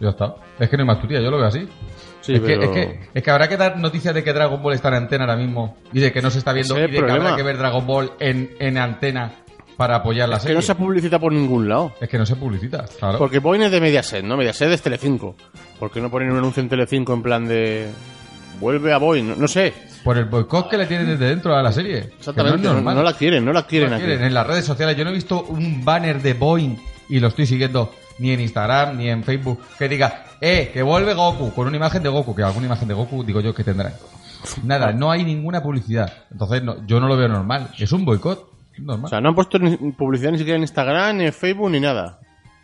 Ya está. Es que no hay más teoría, yo lo veo así.
Sí,
es,
pero-
que, es, que, es que habrá que dar noticias de que Dragon Ball está en antena ahora mismo y de que no se está viendo
Ese es el
y de que habrá
problema.
que ver Dragon Ball en, en antena para apoyar la
Es que
serie.
no se publicita por ningún lado.
Es que no se publicita, claro.
Porque Boeing es de Mediaset, ¿no? Mediaset es Telecinco. ¿Por qué no ponen un anuncio en Telecinco en plan de... Vuelve a Boeing? No, no sé.
Por el boicot que le tienen desde dentro a la serie. Que
Exactamente.
no es
No,
normal.
no la quieren, no la
No la
quieren aquí.
quieren. En las redes sociales yo no he visto un banner de Boeing y lo estoy siguiendo ni en Instagram ni en Facebook que diga, eh, que vuelve Goku con una imagen de Goku, que alguna imagen de Goku digo yo que tendrá. Nada, no hay ninguna publicidad. Entonces no- yo no lo veo normal. Es un boicot. Normal.
O sea, no han puesto ni- publicidad ni siquiera en Instagram, ni en Facebook, ni nada.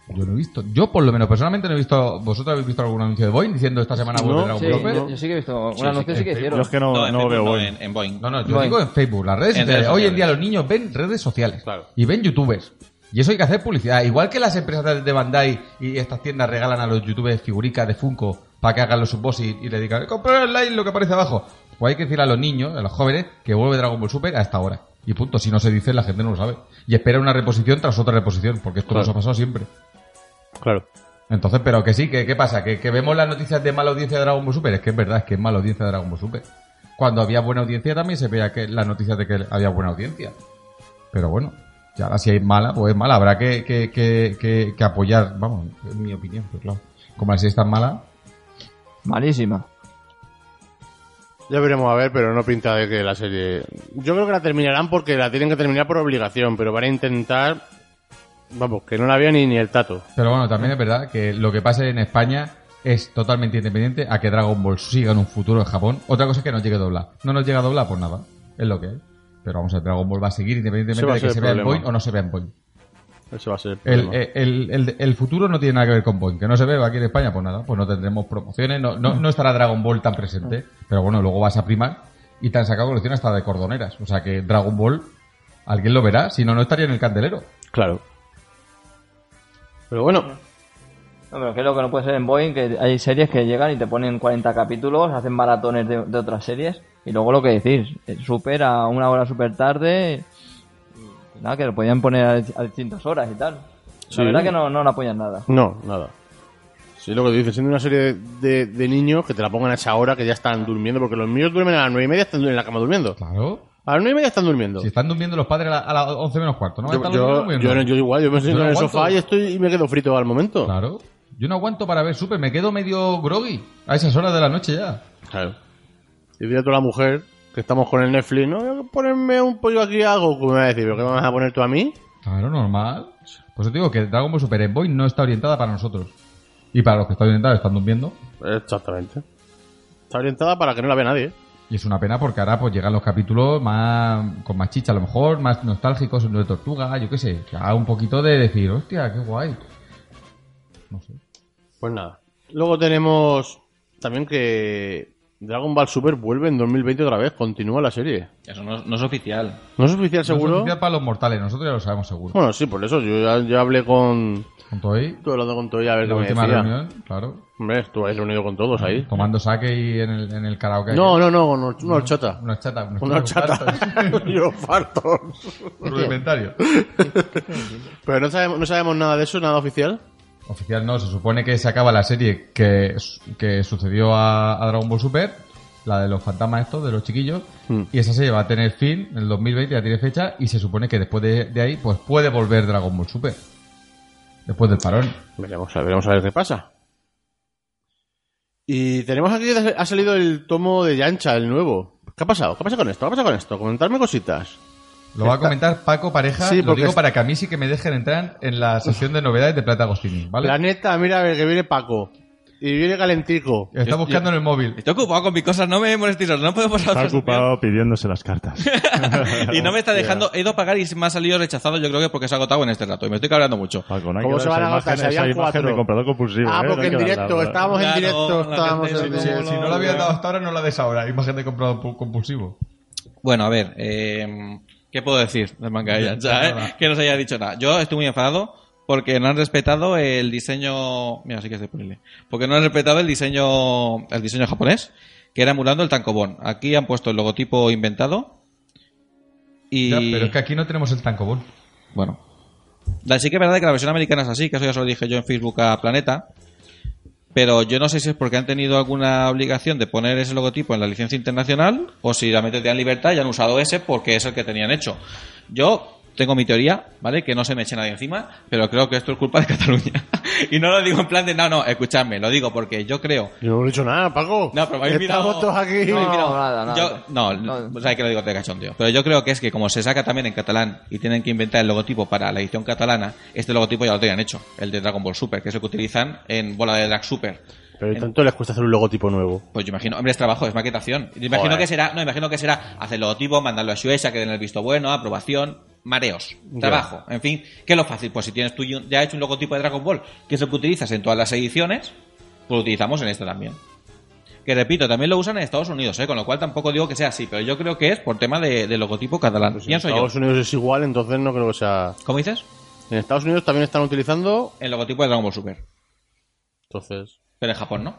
yo no he visto. Yo por lo menos personalmente no he visto. ¿Vosotros habéis visto algún anuncio de Boeing diciendo esta semana vuelve
No,
Dragon
Sí,
Ball Super?
yo, yo sí que he visto
Sí,
una
sí
noticia
que-
sí que
Yo
hicieron.
es que no, no,
en Facebook
veo
no,
Boeing.
en, en Boeing.
No, no, yo
Bueno.
digo en Facebook, las redes
En
sociales.
redes
Hoy en día los
sociales.
niños ven redes sociales
Claro.
y ven youtubers. Y eso hay que hacer publicidad. Igual que las empresas de- de Bandai y estas tiendas regalan a los youtubers figuricas de Funko para que hagan los subboss y, y le digan, comprar el like lo que aparece abajo. Pues hay que decir a los niños, a los jóvenes, que vuelve Dragon Ball Super a esta hora. Y punto, si no se dice, la gente no lo sabe. Y espera una reposición tras otra reposición, porque esto nos ha pasado siempre.
Claro.
Entonces, pero que sí, que qué pasa, que, que vemos las noticias de mala audiencia de Dragon Ball Super, es que es verdad, es que es mala audiencia de Dragon Ball Super. Cuando había buena audiencia también se veía que las noticias de que había buena audiencia. Pero bueno, ya ahora si hay mala, pues es mala, habrá que, que, que, que, que apoyar, vamos, en mi opinión, pero claro. Como la serie es tan mala,
Malísima.
Ya veremos a ver, pero no pinta de que la serie. Yo creo que la terminarán porque la tienen que terminar por obligación, pero van a intentar. Vamos, que no la vea ni, ni el tato.
pero bueno, también es verdad que lo que pase en España es totalmente independiente a que Dragon Ball siga en un futuro en Japón. Otra cosa es que nos llegue a doblar. No nos llega a doblar, pues nada, es lo que hay. Pero vamos, a ver, Dragon Ball va a seguir
Ese
independientemente
va a
de que
ser
se
el
vea en
problema.
Point o no se vea en Point.
Ese va a ser el
El, eh,
problema.
el, el, el futuro no tiene nada que ver con Boeing. Que no se ve aquí en España, pues nada, pues no tendremos promociones, no, no, no estará Dragon Ball tan presente. Pero bueno, luego vas a primar y te han sacado colección hasta de cordoneras. O sea que Dragon Ball, alguien lo verá, si no, no estaría en el candelero.
Claro. Pero bueno,
No, pero que lo que no puede ser en Boeing, que hay series que llegan y te ponen 40 capítulos, hacen maratones de, de otras series, y luego lo que decís, eh, supera una hora super tarde, y nada, que lo podían poner a, a distintas horas y tal.
Sí.
La verdad que no, no le apoyan nada.
no, nada. Sí, lo que dices, siendo una serie de, de niños que te la pongan a esa hora que ya están durmiendo, porque los míos duermen a las nueve y media, están en la cama durmiendo.
Claro.
A las nueve y media están durmiendo.
Si están durmiendo los padres a la- a las 11 menos cuarto, ¿no?
yo,
Están
yo-
durmiendo.
yo no- yo igual, yo me siento
no
en el
aguanto.
sofá y, estoy, y me quedo frito al momento.
Claro. Yo no aguanto para ver Super, me quedo medio groggy a esas horas de la noche ya.
Claro. Y fíjate a la mujer que estamos con el Netflix, no, voy a ponerme un pollo aquí a Goku, me va a decir, ¿pero qué me vas a poner tú a mí?
Claro, normal. Pues os digo que Dragon Ball Super Boy no está orientada para nosotros. Y para los que están orientados están durmiendo.
Exactamente. Está orientada para que no la vea nadie.
Y es una pena porque ahora pues llegan los capítulos más con más chicha a lo mejor, más nostálgicos, uno de tortuga, yo qué sé. Que haga un poquito de decir, hostia, qué guay. No sé.
Pues nada. Luego tenemos también que Dragon Ball Super vuelve en 2020 otra vez, continúa la serie.
Eso no, no es oficial.
¿No es oficial seguro?
No es oficial para los mortales, nosotros ya lo sabemos seguro.
Bueno, sí, por eso. Yo ya, ya hablé con.
Con todo ahí,
Estuve hablando con Toya a ver
la
qué me
última
decía.
reunión, claro.
Hombre, estuve reunido con todos ahí.
Tomando sake y en el, en el karaoke.
No, no, no, una una horchata.
Una chata. Una,
Una horchata. Yo fartos.
Rudimentario.
Pero no sabemos, no sabemos nada de eso, nada oficial.
Oficial no, se supone que se acaba la serie que, que sucedió a, a Dragon Ball Super, la de los fantasmas estos, de los chiquillos,
Hmm.
y esa serie va a tener fin en el 2020, ya tiene fecha, y se supone que después de, de ahí, pues puede volver Dragon Ball Super. Después del parón.
Veremos, a- veremos a ver qué pasa. Y tenemos aquí, ha salido el tomo de Yancha, el nuevo. ¿Qué ha pasado? ¿Qué pasa con esto? ¿Qué pasa con esto? Comentarme cositas.
Lo va a comentar Paco Pareja,
Sí,
lo
porque
digo
es-
para que a mí sí que me dejen entrar en la sesión de novedades de Plata Agostini, ¿vale?
Planeta, mira, a ver, que viene Paco. Y viene calentico.
Está buscando en el móvil.
Estoy ocupado con mis cosas, no me molestéis, no puedo pasar a
Está
otra sección.
ocupado pidiéndose las cartas.
Y no me está dejando, he ido a pagar y me ha salido rechazado, yo creo que porque se ha agotado en este rato. Y me estoy cabrando mucho.
Paco, no hay
¿Cómo
que
se
dar
van a
esa
agotar?
imagen-
Si habían
esa imagen
cuatro.
de comprador compulsivo.
ah,
¿eh? No
porque
hay
en
que darla,
directo,
¿verdad?
estábamos en
Claro,
directo,
la
estábamos
gente
en
se
Si,
directo.
acumula.
si no lo habían dado hasta ahora, no la des ahora. Imagen de comprado pu- compulsivo.
Bueno, a ver, eh, ¿qué puedo decir del manga de Yancha? eh? Que no se haya dicho nada. Yo estoy muy enfadado porque no han respetado el diseño. Mira, sí que se pone. Porque no han respetado el diseño, el diseño japonés, que era emulando el tankobon. Aquí han puesto el logotipo inventado. Y.
Ya, pero es que aquí no tenemos el tancobón.
Bueno. La- Sí que es verdad que la versión americana es así, que eso ya se lo dije yo en Facebook a Planeta. Pero yo no sé si es porque han tenido alguna obligación de poner ese logotipo en la licencia internacional o si realmente tenían libertad y han usado ese porque es el que tenían hecho. Yo tengo mi teoría, ¿vale? Que no se me eche nadie encima, pero creo que esto es culpa de Cataluña. y no lo digo en plan de, no, no, escuchadme, lo digo porque yo creo
Yo no he dicho nada, Paco.
no, pero me habéis mirado.
Estamos todos aquí.
No, me habéis mirado.
nada, nada.
Yo- no,
No.
o sea, que lo digo de cachondeo. Pero yo creo que es que como se saca también en catalán y tienen que inventar el logotipo para la edición catalana, este logotipo ya lo tenían hecho, el de Dragon Ball Super, que es el que utilizan en Bola de Drag Super.
Pero ¿y tanto les cuesta hacer un logotipo nuevo.
Pues yo imagino, hombre, es trabajo, es maquetación. Yo Imagino
Joder.
que será, no, imagino que será hacer logotipo, mandarlo a Shueisha, que den el visto bueno, aprobación, mareos, trabajo, en fin, que es lo fácil. Pues si tienes tú ya hecho un logotipo de Dragon Ball, que es el que utilizas en todas las ediciones, pues lo utilizamos en esta también. Que repito, también lo usan en Estados Unidos, ¿eh? con lo cual tampoco digo que sea así, pero yo creo que es por tema de, de logotipo catalán.
Pues en
Pienso
Estados
yo.
Unidos es igual, entonces no creo que sea.
¿Cómo dices?
En Estados Unidos también están utilizando.
El logotipo de Dragon Ball Super.
Entonces.
Pero en Japón no.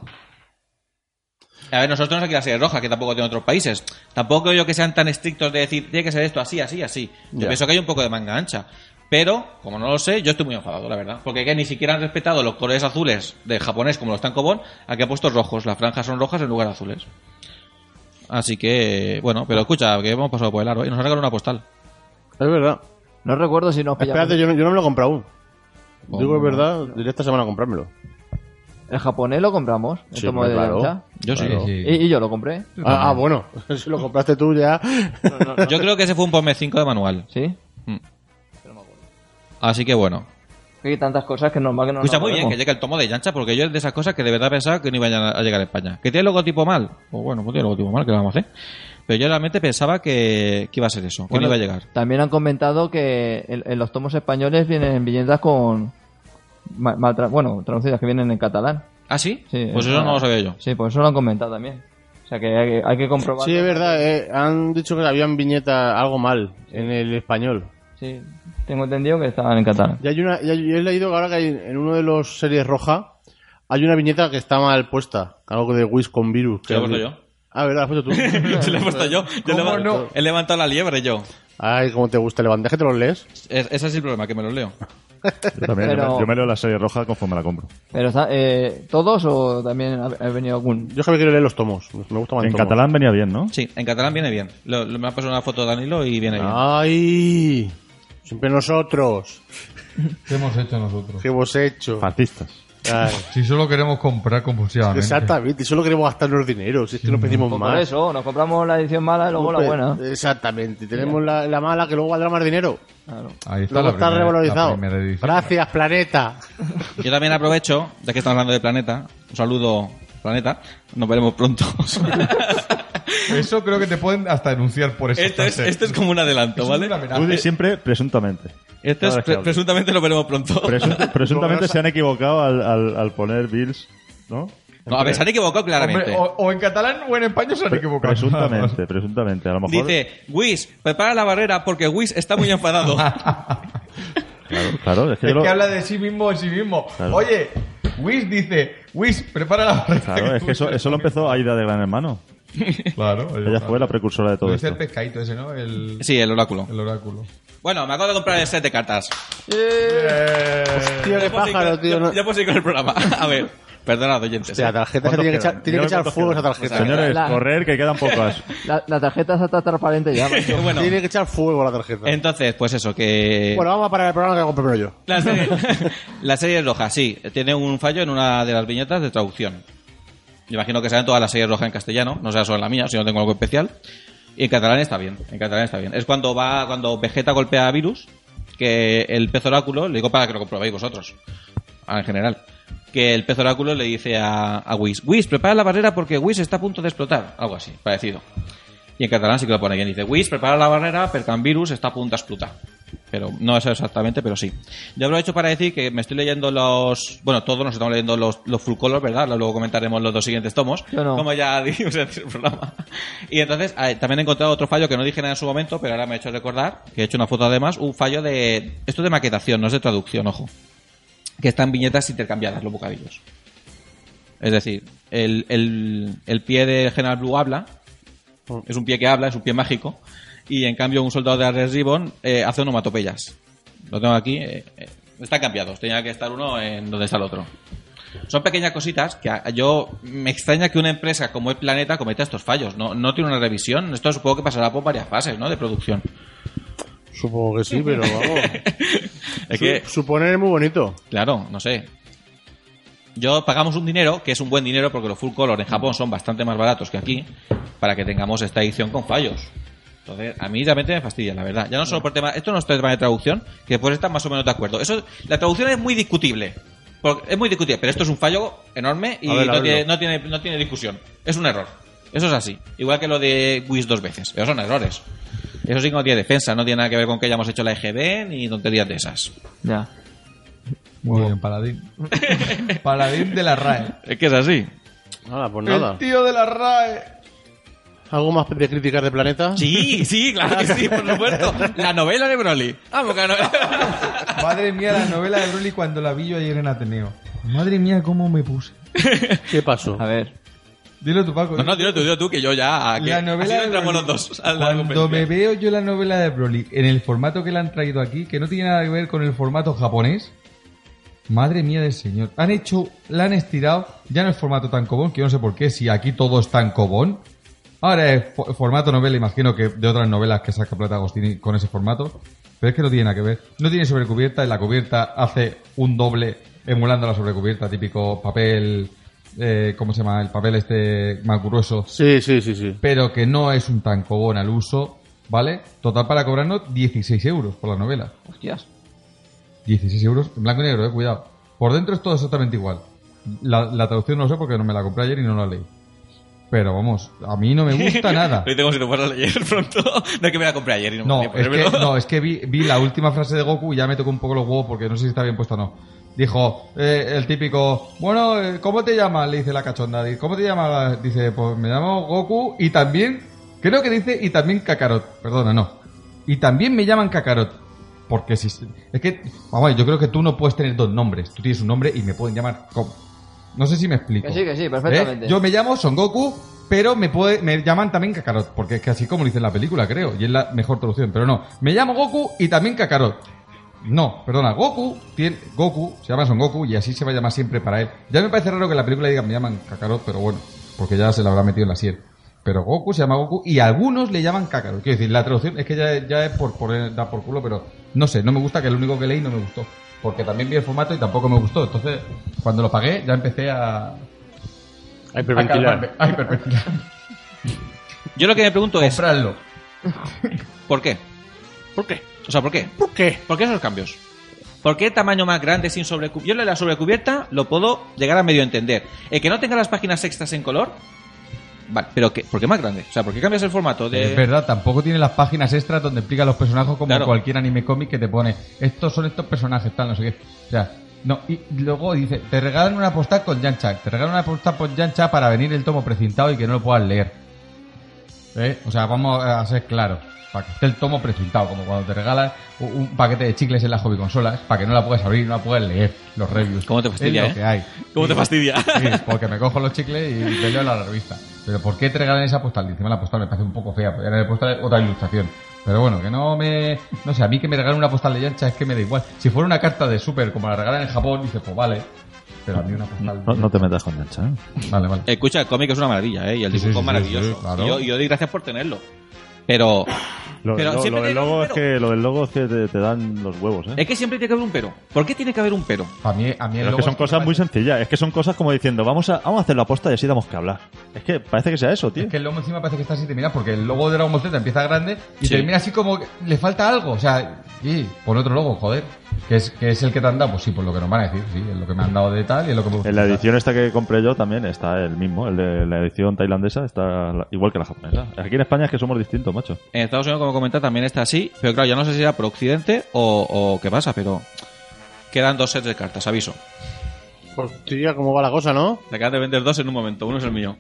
A ver, nosotros tenemos aquí la serie roja, que tampoco tiene otros países. Tampoco creo yo que sean tan estrictos de decir, tiene que ser esto así, así, así. Yo
Ya.
pienso que hay un poco de manga ancha. Pero, como no lo sé, yo estoy muy enfadado, la verdad. Porque que ni siquiera han respetado los colores azules del japonés, como los tankobon, a que ha puesto rojos. Las franjas son rojas en lugar de azules. Así que, bueno, pero escucha, que hemos pasado por el aro y nos han regalado una postal.
Es verdad.
No recuerdo si nos pillamos
Espérate, yo, no- yo no me lo he comprado aún.
pues Bueno,
Digo, es verdad, diré esta semana a comprármelo.
El japonés lo compramos. El
Sí,
tomo
hombre,
de
claro.
Yancha.
Yo sí.
Claro.
Sí.
Y, y yo lo compré.
Ah, ah, bueno, si lo compraste tú ya.
Yo creo que ese fue un POME 5 de manual.
¿Sí?
Así que bueno.
Hay tantas cosas que es normal que no
Escucha
nos
muy bien que
acordemos.
llega el tomo de Yancha, porque yo es de esas cosas que de verdad pensaba que no iban a llegar a España. ¿Que tiene el logotipo mal? Pues bueno, pues tiene el logotipo mal, que lo vamos a hacer? Pero yo realmente pensaba que, que iba a ser eso, que
Bueno,
no iba a llegar.
También han comentado que en, en los tomos españoles vienen viñetas con. ma- mal tra- bueno, traducidas que vienen en catalán.
¿Ah, sí?
Sí,
pues
en-
eso no lo sabía yo.
Sí, pues eso lo han comentado también. O sea que hay, que- hay que comprobar.
Sí, es verdad, eh, han dicho que habían viñeta algo mal en el español.
Sí, tengo entendido que estaban en catalán.
Y hay una, y hay- yo he leído que ahora que hay- en uno de los series roja hay una viñeta que está mal puesta, algo de Wish con virus.
Se la he puesto yo.
Ah, verdad, la has puesto tú.
Se lo he puesto yo. Yo
¿Cómo
leva-
no?
He levantado la liebre yo.
Ay, cómo te gusta levantar, que te los lees.
Es- ese es el problema, que me lo leo.
Yo también, yo,
Pero-
me, yo me leo la serie roja conforme la compro.
Pero está- eh, todos o también ha, ha venido algún.
Yo es que me quiero leer los tomos. Me gusta más el
En
tomo.
catalán venía bien, ¿no?
Sí, en catalán viene bien. Lo, lo- me ha pasado una foto de Danilo y viene
Ah.
bien.
¡Ay! Siempre nosotros.
¿Qué hemos hecho nosotros?
¿Qué hemos hecho?
Fascistas.
Ay,
Si solo queremos comprar compulsivamente.
Exactamente. Solo queremos gastarnos dinero. Si es
Mm.
que no pedimos
Pues
más.
por eso, nos compramos la edición mala y luego la
Pe-
buena.
Exactamente. Tenemos la, la mala que luego valdrá más dinero.
Claro.
Ahí está
Luego
la
está
primera- la
revalorizado.
primera edición.
Gracias, planeta.
Yo también aprovecho, ya que estamos hablando de Planeta, un saludo, Planeta. Nos veremos pronto.
Eso creo que te pueden hasta denunciar por eso.
esto, es, esto es como un adelanto,
Eso
¿vale?
es una amenaza.
Tú di siempre presuntamente.
Esto es,
Cada vez que
pre-
hablo.
presuntamente lo veremos pronto.
Presunta- presuntamente
Como
se han equivocado al, al- al poner Bills, ¿no?
No, a ver, se han equivocado claramente.
Hombre, o, o en catalán o en español se han equivocado.
Presuntamente, presuntamente. A lo mejor.
Dice, Whis, prepara la barrera porque Whis está muy enfadado.
Ah. Claro, claro, es que,
Es
yo lo-
que habla de sí mismo en sí mismo.
Claro.
Oye, Wish dice, Wish, prepara la barrera
claro, es
tú
que eso,
dices".
eso lo empezó Aida de Gran Hermano.
Claro.
Ella fue la precursora de todo
Luis
esto.
el pescadito ese, ¿no? El,
sí, el oráculo.
el oráculo.
Bueno, me acabo de comprar el set de cartas.
Eh.
Tío, qué
puedo seguir
pájaro,
con-
tío.
ya-
no-
ya puedo seguir con el programa. A ver, perdonad, oyentes.
Hostia, la tarjeta esa tiene que echar, tiene que echar fuego esa tarjeta.
Señores,
La-
correr que quedan pocas.
eh, La, la tarjeta esa está transparente ya. macho.
bueno,
Tiene que echar fuego la tarjeta.
entonces, pues eso, que...
Bueno, vamos a parar el programa que hago primero yo.
La serie, la serie roja, sí. Tiene un fallo en una de las viñetas de traducción. Yo imagino que sean todas las series rojas en castellano, no sea solo la mía, si no tengo algo especial. Y en catalán está bien, en catalán está bien. Es cuando va, cuando Vegeta golpea a Virus, que el pez oráculo, le digo para que lo comprobéis vosotros, Ah, en general, que el pez oráculo le dice a, a Whis, Whis, prepara la barrera porque Whis está a punto de explotar, algo así, parecido. Y en catalán sí que lo pone bien. Dice, Whis, prepara la barrera, Percan Virus está a punto de explotar. Pero no es exactamente, pero sí. Yo lo he hecho para decir que me estoy leyendo los. Bueno, todos nos estamos leyendo los, los full color, ¿verdad? Luego comentaremos los dos siguientes tomos.
Yo no.
Como ya dijimos en el programa. Y entonces eh, también he encontrado otro fallo que no dije nada en su momento, pero ahora me he hecho recordar, que he hecho una foto además, un fallo de. Esto es de maquetación, no es de traducción, ojo. Que están viñetas intercambiadas, los bocadillos. Es decir, el, el, el pie del General Blue habla, es un pie que habla, es un pie mágico. Y en cambio, un soldado de la Red Ribbon eh, hace onomatopeyas. Lo tengo aquí. eh, eh, están cambiados. Tenía que estar uno en donde está el otro. Son pequeñas cositas que a- yo me extraña que una empresa como el Planeta cometa estos fallos. No, no tiene una revisión. Esto supongo que pasará por varias fases, ¿no? De producción.
Supongo que sí, pero vamos.
Es que,
Su- Suponer es muy bonito.
claro, no sé. Yo pagamos un dinero, que es un buen dinero porque los full color en Japón son bastante más baratos que aquí, para que tengamos esta edición con fallos. Entonces, a mí realmente me fastidia, la verdad. Ya no solo por tema, esto no es tema de traducción, que después están más o menos de acuerdo. Eso, la traducción es muy discutible. Porque es muy discutible, pero esto es un fallo enorme y
A ver,
no,
hablo.
tiene, no, tiene, no tiene discusión. Es un error. Eso es así. Igual que lo de WIS dos veces. Pero son errores. Eso sí que no tiene defensa, no tiene nada que ver con que hayamos hecho la EGB ni tonterías de esas.
Ya.
Muy bien, paladín. paladín de la RAE.
Es que es así.
Nada, pues
El
nada.
tío de la RAE.
¿Algo más de criticar de planeta?
Sí, sí, claro que sí, por supuesto. La novela de Broly. Vamos, que la novela.
Madre mía, la novela de Broly cuando la vi yo ayer en Ateneo. Madre mía, cómo me puse.
¿Qué pasó?
A ver.
Dilo tú, Paco.
No, no, dilo tú, dilo tú, que yo ya. que-
la
Ah, así
novela
no
de
entramos
Broly.
los dos. a la
Cuando me
competencia.
veo yo la novela de Broly en el formato que la han traído aquí, que no tiene nada que ver con el formato japonés, madre mía del señor. Han hecho, la han estirado, ya no es formato tan cobón, que yo no sé por qué, si aquí todo es tan cobón. Ahora es fo- formato novela, imagino que de otras novelas que saca Plata Agostini con ese formato, pero es que no tiene nada que ver. No tiene sobrecubierta y la cubierta hace un doble emulando la sobrecubierta, típico papel, eh, ¿cómo se llama? El papel este más grueso
Sí, sí, sí, sí.
pero que no es un tan cobón al uso, ¿vale? Total para cobrarnos 16 euros por la novela.
Hostias.
16 euros en blanco y negro, eh, cuidado. Por dentro es todo exactamente igual. La, la traducción no lo sé porque no me la compré ayer y no la leí. Pero vamos, a mí no me gusta nada.
Lo tengo si lo fuera a leer pronto. No es que me la compré ayer y no,
No,
me
es que, no, es que vi, vi la última frase de Goku y ya me tocó un poco los huevos porque no sé si está bien puesta o no. Dijo eh, el típico, bueno, eh, ¿cómo te llamas? Le dice la cachonda. Dice, ¿Cómo te llamas? Dice, pues me llamo Goku y también, creo que dice, y también Kakarot. Perdona, no. Y también me llaman Kakarot. Porque si... Es que, vamos, a ver, yo creo que tú no puedes tener dos nombres. Tú tienes un nombre y me pueden llamar... como- No sé si me explico.
Que sí, que sí, perfectamente.
¿Eh? Yo me llamo Son Goku, pero me, puede, me llaman también Kakarot, porque es que así como lo dice en la película, creo, y es la mejor traducción, pero no. Me llamo Goku y también Kakarot. No, perdona, Goku tiene, Goku se llama Son Goku y así se va a llamar siempre para él. Ya me parece raro que en la película diga me llaman Kakarot, pero bueno, porque ya se la habrá metido en la sien. Pero Goku se llama Goku y algunos le llaman Kakarot. Quiero decir, la traducción es que ya, ya es por, por dar por culo, pero no sé, no me gusta que el único que leí no me gustó. Porque también vi el formato y tampoco me gustó. Entonces, cuando lo pagué, ya empecé a.
Hay hiperventilar.
A Ah, hiperventilar.
Yo lo que me pregunto es,
Comprarlo.
¿por qué?
¿Por qué?
O sea, ¿por qué?
¿Por qué?
¿Por qué esos cambios? ¿Por qué tamaño más grande sin sobrecubierta? Yo lo de la sobrecubierta lo puedo llegar a medio entender. El que no tenga las páginas extras en color, vale, pero qué, ¿por qué más grande? O sea, ¿por qué cambias el formato de...?
Es verdad, tampoco tiene las páginas extras donde explica los personajes como
Claro.
cualquier anime cómic que te pone. Estos son estos personajes, tal, no sé qué. O sea, no, y luego dice, te regalan una postal con Yancha, te regalan una postal con Yancha para venir el tomo precintado y que no lo puedas leer. ¿Eh? O sea, vamos a ser claros. Para que esté el tomo precintado, como cuando te regalan u- un paquete de chicles en las hobby consolas, para que no la puedas abrir, no la puedas leer, los reviews.
¿Cómo te fastidia,
Es
eh?
lo que hay.
¿Cómo te
Sí.
fastidia?
Sí, porque me cojo los chicles y me leo la revista. Pero ¿por qué te regalan esa postal? Y Encima la postal me parece un poco fea. Podrían haber puesto otra ilustración. Pero bueno, que no me... No sé, a mí que me regalen una postal de yancha es que me da igual. Si fuera una carta de súper como la regalan en Japón, dices, pues vale. Pero a mí una postal...
No, no te metas con Yancha, ¿eh?
Vale, vale.
Escucha, el cómic es una maravilla, ¿eh? Y el
Sí, sí, sí,
dibujo es maravilloso.
sí, sí, claro.
Y yo, y yo doy gracias por tenerlo. Pero...
Lo,
Pero
lo- lo
siempre
del
tiene un
logo es
pero.
que, lo del logo es que te, te dan los huevos, ¿eh?
Es que siempre tiene que haber un pero. ¿Por qué tiene que haber un pero?
A mí, a mí el
Pero es
logo
que son
me
cosas muy
parece-
sencillas. Es que son cosas como diciendo, vamos a, vamos a hacer la aposta y así damos que hablar. Es que parece que sea eso, tío.
Es que el logo encima parece que está así terminado porque el logo de Dragon Ball Z empieza grande y
Sí.
termina así como que le falta algo. O sea, y por otro logo, joder. Que es, que es el que te han dado, pues sí, por lo que nos van a decir, sí, es lo que me han dado de tal y es lo que me gusta.
En la edición esta que compré yo también está el mismo. El de la edición tailandesa está la- igual que la japonesa. Aquí en España es que somos distintos, macho.
En Estados Unidos, como comentaba, también está así. Pero claro, ya no sé si era por Occidente o, o qué pasa, pero... Quedan dos sets de cartas, aviso.
Hostia, cómo va la cosa, ¿no?
Te acabas de vender dos en un momento. Uno es el mío.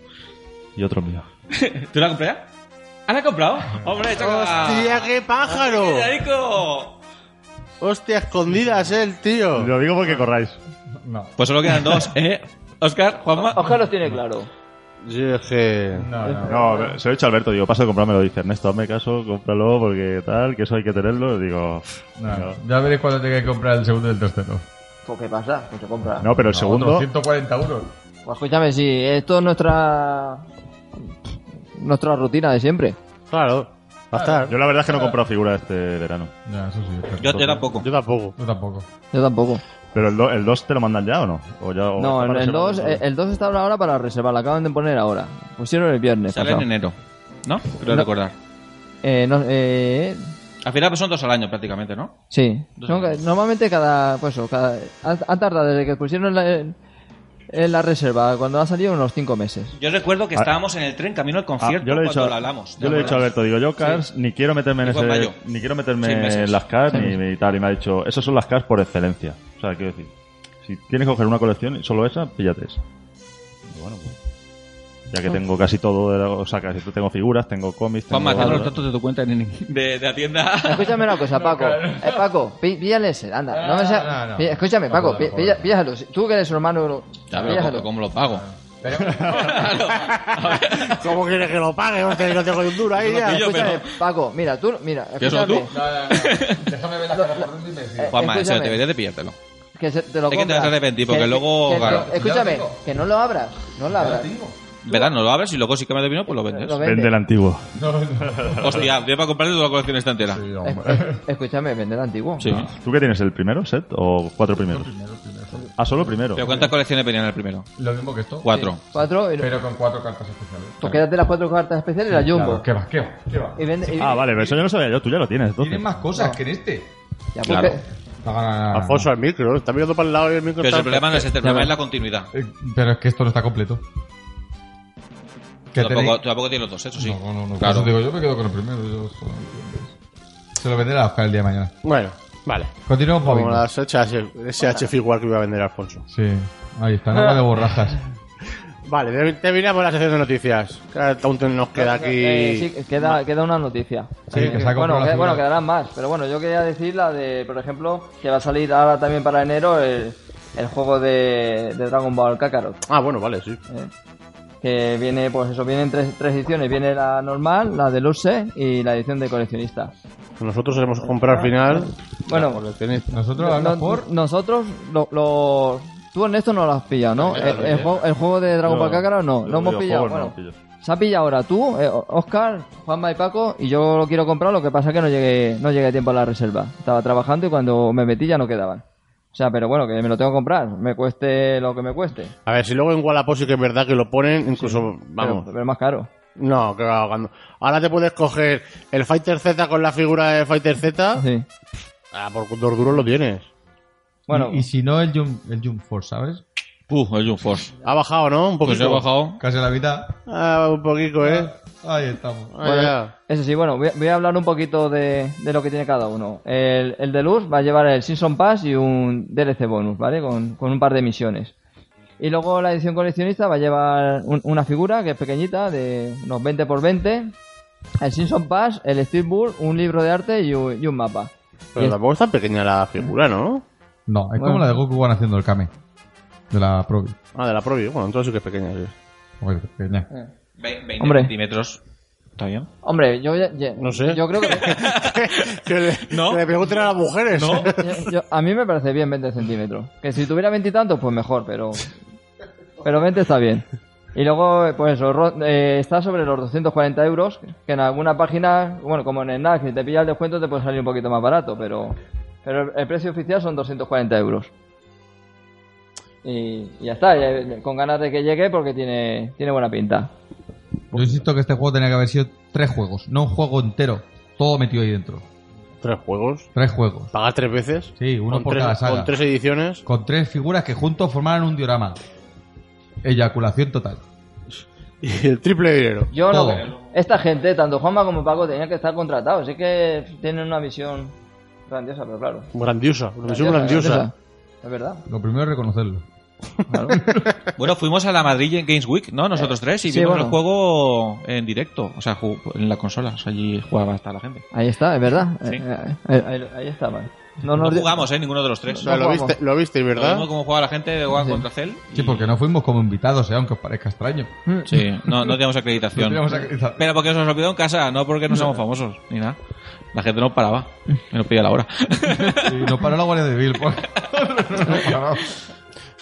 Y otro mío.
¿Tú la compré ya? ¿Ah, la he comprado? ¡Hombre, chaca!
¡Hostia, qué pájaro!
¡Cuidadico!
¡Hostia, escondidas, eh, el tío!
Lo digo porque corráis.
No.
Pues solo quedan dos, ¿eh? Oscar, Juanma.
Oscar los tiene claro.
Yo es que...
No, no.
No, se lo he dicho a Alberto, digo, paso de comprármelo. Dice Ernesto, hazme caso, cómpralo porque tal, que eso hay que tenerlo. Digo,
No,
no.
Ya veréis cuándo tenga que comprar el segundo y el tercero.
Pues, ¿Qué pasa? Pues se compra.
No, pero el segundo.
140 euros.
Pues escúchame, si esto es nuestra. nuestra rutina de siempre.
Claro, va a estar.
Yo la verdad es que no he comprado figura este verano.
Ya, eso sí. pero-
Yo, yo tampoco.
Yo tampoco.
Yo tampoco.
Yo tampoco.
Pero el, do- el 2 te lo mandan ya o no? O ya, o
no, el- eh,
está para
el
reservar
2 el, 2 está ahora para reservar, la acaban de poner ahora. Pusieron el viernes.
Sale
pasado.
en enero. ¿No? Creo
No.
recordar.
Eh, no, eh,
Al final pues, son dos al año prácticamente, ¿no?
sí.
Dos
Son ca-
meses.
normalmente cada. Pues eso, cada. Ha, ha tardado desde que pusieron la, en- en la reserva, cuando ha salido unos 5 meses.
Yo recuerdo que
Ah.
estábamos en el tren camino al concierto
Ah, yo le he dicho,
cuando lo hablamos.
Yo le he dicho a Alberto, digo, yo Cars ni quiero meterme en
Y fue en
ese,
mayo.
ni quiero meterme
Seis meses.
en las Cars
Seis
ni, ni tal. Y me ha dicho, esas son las Cars por excelencia. O sea, quiero decir, si tienes que coger una colección y solo esa, píllate esa. Y bueno, pues. Ya que tengo casi todo, de la- o sea, casi tengo figuras, tengo cómics, tengo...
Juanma, danos los datos de tu cuenta en- de, de la tienda.
Escúchame una cosa, Paco. Eh, Paco, pi- píllale ese, anda. No me sea-
No, no, no.
pi- Escúchame,
No
Paco,
puedo, no
pi-
puedo.
pilla- píllalo. Si- Tú que eres su hermano,
Ya, pero
píllalo.
¿cómo, cómo lo pago?
¿Cómo quieres que lo pague? Hostia, no tengo ni un duro ahí
No lo
ya.
pillo.
Escúchame,
pero-
Paco, mira, tú, mira,
¿Piénsalo
escúchame,
tú?
Déjame ver la cara por dentro y me decido.
Juanma, en serio,
escúchame.
deberías de pillártelo.
que se- te lo
Es que te
compras.
vas a arrepentir, porque luego,
que-
claro.
escúchame,
Ya lo digo.
que no lo abras, no lo abras.
Verás, no lo abres y luego si cambias de vino, pues lo vendes.
Lo
Vende el antiguo.
No, no.
Hostia, voy para comprarte toda la colección esta entera.
Sí,
Es-
hombre.
es- Escúchame, vende el antiguo.
Sí.
Ah. ¿Tú qué tienes, el primero set o cuatro primeros? Ah, solo primero.
¿Pero cuántas colecciones venían en el primero?
Lo mismo que esto.
Cuatro.
Cuatro, y-
Pero con cuatro cartas especiales.
pues quédate las cuatro cartas especiales y la
Claro,
jumbo.
¿Qué va? ¿Qué va? ¿Qué va?
Y vende, y-
Ah, vale, pero eso yo no sabía yo, tú ya lo tienes.
Tienen
Entonces.
más cosas que en este.
ya, porque-
Claro.
No, no, no, no, no.
Afonso al micro, está mirando para el lado y el micro
Pero si
está...
el problema no es este, el problema es la continuidad.
Eh, Pero es que esto no está completo.
Tú
¿Qué
tampoco, tú tampoco tienes los dos, eso sí.
No, no, no. Por
Claro.
eso digo, yo me quedo con el primero. yo- Se lo venderá a Oscar el día de mañana.
Bueno, vale.
Continuamos,
Como
Pablo.
las SH, SH figuras que iba a vender Alfonso.
Sí, ahí está, agua de borrajas.
Vale, te- terminamos la sección de noticias. Que Aún te- nos queda aquí...
Eh, sí, queda, queda una noticia.
Sí, que se ha comprado
bueno,
la
queda-
figura.
bueno, quedarán más, pero bueno, yo quería decir la de, por ejemplo, que va a salir ahora también para enero el, el juego de, de Dragon Ball Kakarot.
Ah, bueno, vale, sí.
¿eh? que viene, pues eso, vienen tres, tres ediciones. Viene la normal, la deluxe y la edición de coleccionista.
Nosotros hemos comprado al final.
Bueno,
la coleccionista.
Nosotros hablamos
No-
por.
Nosotros, lo, lo- tú Ernesto no lo has pillado, ¿no?
Claro,
el,
claro,
el
ya.
juego, el juego de Dragon
No,
Ball Kakarot no,
los
no hemos pillado.
videojuegos no
bueno,
los pillo.
se ha pillado ahora tú, eh, Oscar, Juanma y Paco, y yo lo quiero comprar, lo que pasa es que no llegué, no llegué a tiempo a la reserva. Estaba trabajando y cuando me metí ya no quedaban. O sea, pero bueno, que me lo tengo que comprar, me cueste lo que me cueste.
A ver, si luego en Wallapop sí que es verdad que lo ponen, incluso,
Pero,
vamos.
pero más caro.
No, que va, cuando- Ahora te puedes coger el Fighter Z con la figura de Fighter Z.
Sí.
Ah, por dos duros lo tienes.
Bueno,
Y, y si no, el Jump, el Jump Force, ¿sabes?
Puh, el Jump Force.
Ha bajado, ¿no? Un
Pues
poquito.
yo he bajado.
Casi la mitad.
Ah, un poquito, ¿eh?
Ahí estamos.
Ah, ya.
eso sí, bueno, voy a, voy a hablar un poquito de, de lo que tiene cada uno. El, el de Luz va a llevar el Season Pass y un DLC bonus, ¿vale? Con, con un par de misiones. Y luego la edición coleccionista va a llevar un- una figura que es pequeñita, de unos 20 por 20, el Simpson Pass, el Steel Bull, un libro de arte y un, y un mapa.
Pero tampoco es tan pequeña la figura, ¿no?
No, es como
Bueno.
la de Goku van haciendo el Kame. De la Probi.
Ah, de la Probi. Bueno, entonces sí que es pequeña, sí.
Joder, qué peña.
Ve- 20
Hombre.
centímetros. ¿Está bien?
Hombre, yo, ya- ya-
No sé.
yo creo que
que, le,
¿No?
que le pregunten a las mujeres.
No.
yo- yo- a mí me parece bien 20 centímetros. Que si tuviera 20 y tantos, pues mejor, pero pero 20 está bien. Y luego, pues eso, ro- eh, está sobre los 240 euros, que en alguna página, bueno, como en Snack, si te pillas el descuento te puede salir un poquito más barato, pero pero el- el precio oficial son 240 euros. Y, y ya está, ya- con ganas de que llegue porque tiene, tiene buena pinta.
Yo insisto que este juego tenía que haber sido tres juegos, no un juego entero. Todo metido ahí dentro.
Tres juegos.
Tres juegos.
Pagas tres veces.
Sí, uno
con
por
tres,
cada saga.
Con tres ediciones.
Con tres figuras que juntos formaran un diorama. Eyaculación total.
Y el triple de dinero.
Yo
Todo.
no. Esta gente, tanto Juanma como Paco, tenían que estar contratados. Es que tienen una visión grandiosa, pero claro.
Grandiosa. Una misión grandiosa.
Grandiosa, grandiosa. Es verdad.
Lo primero es reconocerlo.
claro.
Bueno, fuimos a la Madrid en Games Week, ¿no? Nosotros tres y
Eh, sí,
vimos
bueno.
el juego en directo, o sea, ju- en la consola. O sea, allí jugaba hasta la gente.
Ahí está, es verdad.
Sí.
Eh, eh, ahí, ahí está, vale. No,
No
nos-
jugamos, ¿eh? Ninguno de los tres.
O sea,
No
lo,
jugamos.
viste, lo viste,
Lo
¿verdad?
vimos cómo jugaba la gente de One
Sí.
contra Cell.
Sí,
y-
porque no fuimos como invitados, eh, aunque os parezca extraño.
Mm.
Sí, no, no teníamos
No
acreditación.
teníamos acreditación.
Pero porque se nos olvidó en casa, no porque no somos famosos, ni nada. La gente nos paraba, me nos pedía la hora.
Y nos paró la Guardia Civil. pues. por- Nos paró.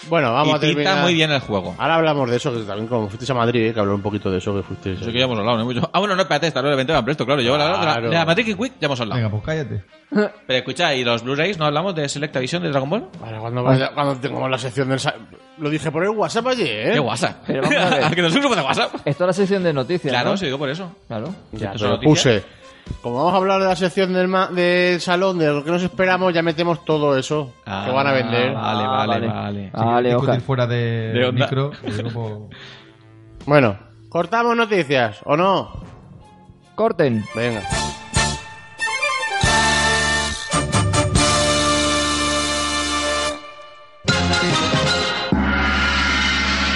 Bueno, vamos
y
a terminar.
pinta muy bien el
Ah,
juego.
Ahora hablamos de eso, que también como fuisteis a Madrid, eh, que hablar un poquito de eso, que fuisteis.
Eso que ya hemos hablado, ¿no? Yo- Ah, bueno, no, espérate, está el evento de presto, claro. Yo voy a hablar de la-
Claro.
de la Matrix y Quick ya hemos hablado.
Venga, pues cállate.
Pero escucha, ¿y los Blu-rays no hablamos de Select Vision de Dragon Ball?
Ahora, cuando, vaya- cuando tengamos la sección del... sa- Lo dije por el WhatsApp ayer, ¿eh?
¿Qué WhatsApp?
Pero vamos a ver.
¿A que nos un grupo de WhatsApp?
Esto es la sección de noticias.
Claro,
¿no?
sí, digo por eso.
Claro.
Ya,
¿Esto
pero
son noticias?
puse. Como vamos a hablar de la sección del, ma- del salón, de lo que nos esperamos, ya metemos todo eso que van a vender.
Ah, Vale,
Ah,
vale,
vale.
vale.
Ah, Vale,
discutir
Oscar.
fuera de,
De onda.
micro. y luego-
Bueno, ¿cortamos noticias o no?
Corten.
Venga.
「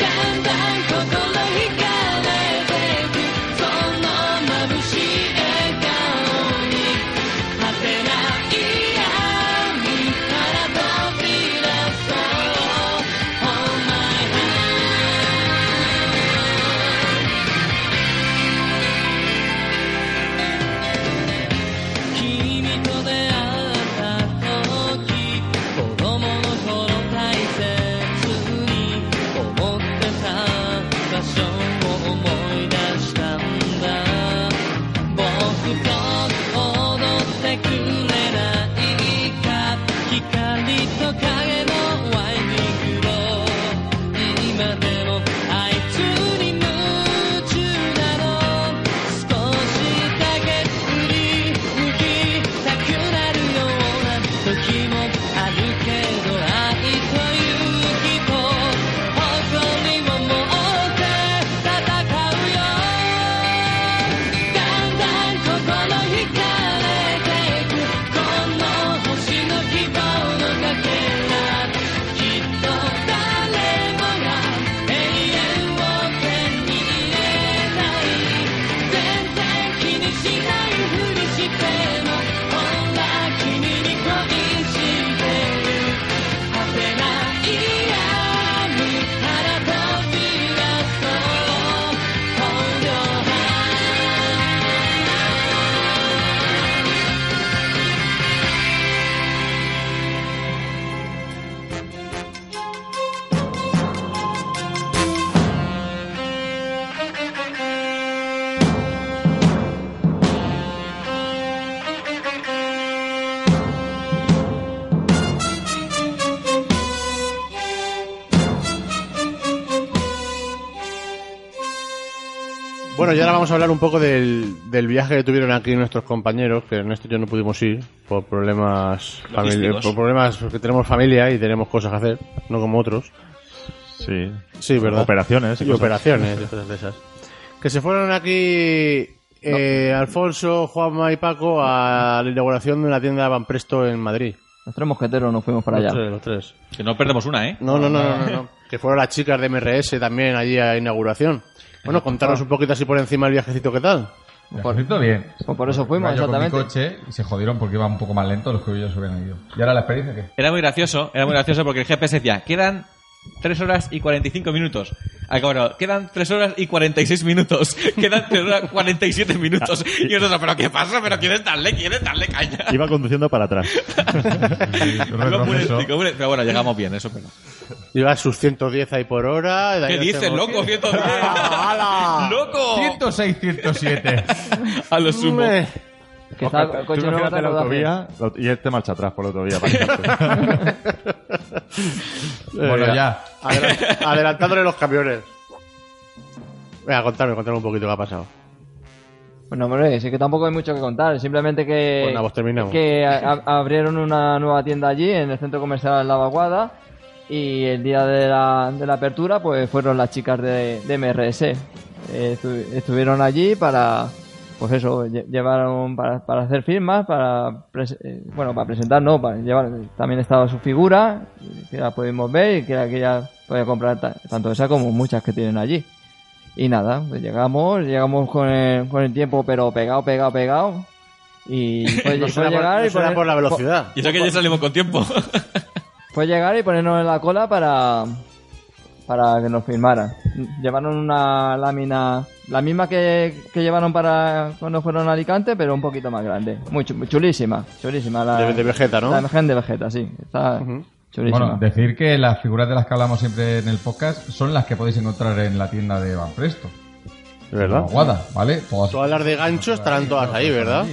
だんだん心惹かれてく」「その眩しい笑顔に」「果てない闇から飛び出そう」「Oh my hand」
Bueno, y ahora vamos a hablar un poco del, del viaje que tuvieron aquí nuestros compañeros, que en este yo no pudimos ir por problemas famili-
Logísticos.
por problemas que tenemos familia y tenemos cosas que hacer, no como otros.
Sí.
Sí, verdad.
Operaciones. y
Y
cosas.
operaciones, y cosas de esas. Que se fueron aquí eh, Alfonso, Juanma y Paco a la inauguración de una tienda Van Presto en Madrid.
Los tres mosqueteros nos fuimos para
Los
allá.
tres, los tres.
Que no perdemos una, ¿eh?
No, no, no, no, no, no. Que fueron las chicas de MRS también allí a inauguración. Bueno, contaros un poquito así por encima el viajecito que tal.
Por-
Por cierto, bien.
Pues por eso fuimos,
Iba yo con mi
exactamente.
coche y se jodieron porque iba un poco más lento los que ellos hubieran ido. ¿Y ahora la experiencia qué?
Era muy gracioso, era muy gracioso porque el GPS decía, quedan 3 horas y 45 minutos. Ah, cabrón, quedan 3 horas y 46 minutos. Quedan 3 horas y 47 minutos. Y nosotros, ¿pero qué pasa? ¿Pero quieres darle? ¿Quieres darle caña?
Iba conduciendo para atrás.
Lo
Retroceso.
purístico, hombre. Pero bueno, llegamos bien, eso es verdad.
Iba a sus 110 ahí por hora. de ahí
¿Qué
nos
dices,
hemos-
loco? 110.
¡Hala, hala!
¡Loco!
106, 107.
A lo sumo.
Me-
Que estaba el
Tú
coche nuevo
imagínate
tan
la
rodaje.
autovía la aut- y este marcha atrás por la autovía. para quitarte.
bueno, ya.
Adela- eh, adelantándole los camiones. Venga, contadme, contadme un poquito qué ha pasado.
Bueno, hombre, sí que tampoco hay mucho que contar. Simplemente que,
Bueno, pues terminamos.
que a- a- abrieron una nueva tienda allí, en el centro comercial La Vaguada. Y el día de la, de la apertura, pues fueron las chicas de, de MRS. Eh, estu- estuvieron allí para, pues eso, lle- llevaron para, para hacer firmas, para, pres- eh, bueno, para presentar, no, para llevar, también estaba su figura, que la pudimos ver y que la que ella podía comprar ta- tanto esa como muchas que tienen allí. Y nada, pues llegamos, llegamos con el, con el tiempo, pero pegado, pegado, pegado. Y fue,
No
fue
será por,
llegar
no
y
será
poner-
por la
fue-
velocidad.
Y eso que ya salimos con tiempo.
Fue llegar y ponernos en la cola para, para que nos firmaran. Llevaron una lámina, la misma que, que llevaron para cuando fueron a Alicante, pero un poquito más grande. Muy chu- chulísima, chulísima. La,
De- de Vegeta, ¿no?
La imagen de Vegeta, sí. Está chulísima.
Bueno, decir que las figuras de las que hablamos siempre en el podcast son las que podéis encontrar en la tienda de Van Presto.
¿De ¿Verdad?
Aguada, ¿vale? Todas,
Todas las de gancho estarán todas ahí, ¿verdad?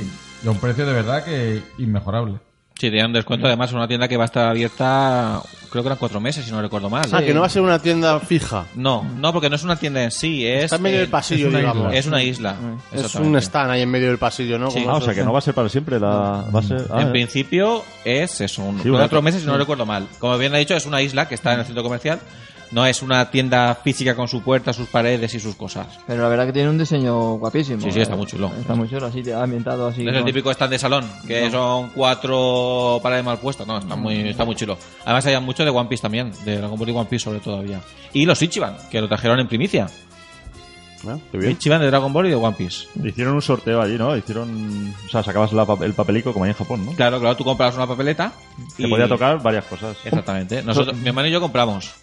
Y a un precio de verdad que inmejorable.
Sí, tenía un descuento además en una tienda que va a estar abierta, creo que eran cuatro meses, si no recuerdo mal.
Ah, que no va a ser una tienda fija.
No, no, porque no es una tienda en sí, es.
Está en medio
eh,
del pasillo,
es una
digamos.
isla.
Es una isla.
Es un
exactamente.
stand ahí en medio del pasillo, ¿no?
Sí. Mm,
Como
Ah, o
esos-
sea que no va a ser para siempre la... Va a ser... ah,
en
eh.
principio es eso, un,
Sí,
cuatro
bueno,
meses, si no recuerdo mal. Como bien ha dicho, es una isla que está en el centro comercial. No es una tienda física con su puerta, sus paredes y sus cosas.
Pero la verdad que tiene un diseño guapísimo. eh.
Sí, sí, está muy chulo.
Está muy chulo, así ambientado así.
No es el
con-
típico stand de salón, que son cuatro paredes mal puestas. No, está muy, está muy chulo. Además, hay mucho de One Piece también, de Dragon Ball y One Piece sobre todo había. Y los Ichiban, que lo trajeron en primicia.
Ah, qué bien.
Ichiban de Dragon Ball y de One Piece.
Hicieron un sorteo allí, ¿no? Hicieron... O sea, sacabas la pa- el papelico como ahí en Japón, ¿no?
Claro, claro, tú comprabas una papeleta.
Te podía tocar varias cosas.
Exactamente. Nosotros, mi hermano y yo compramos.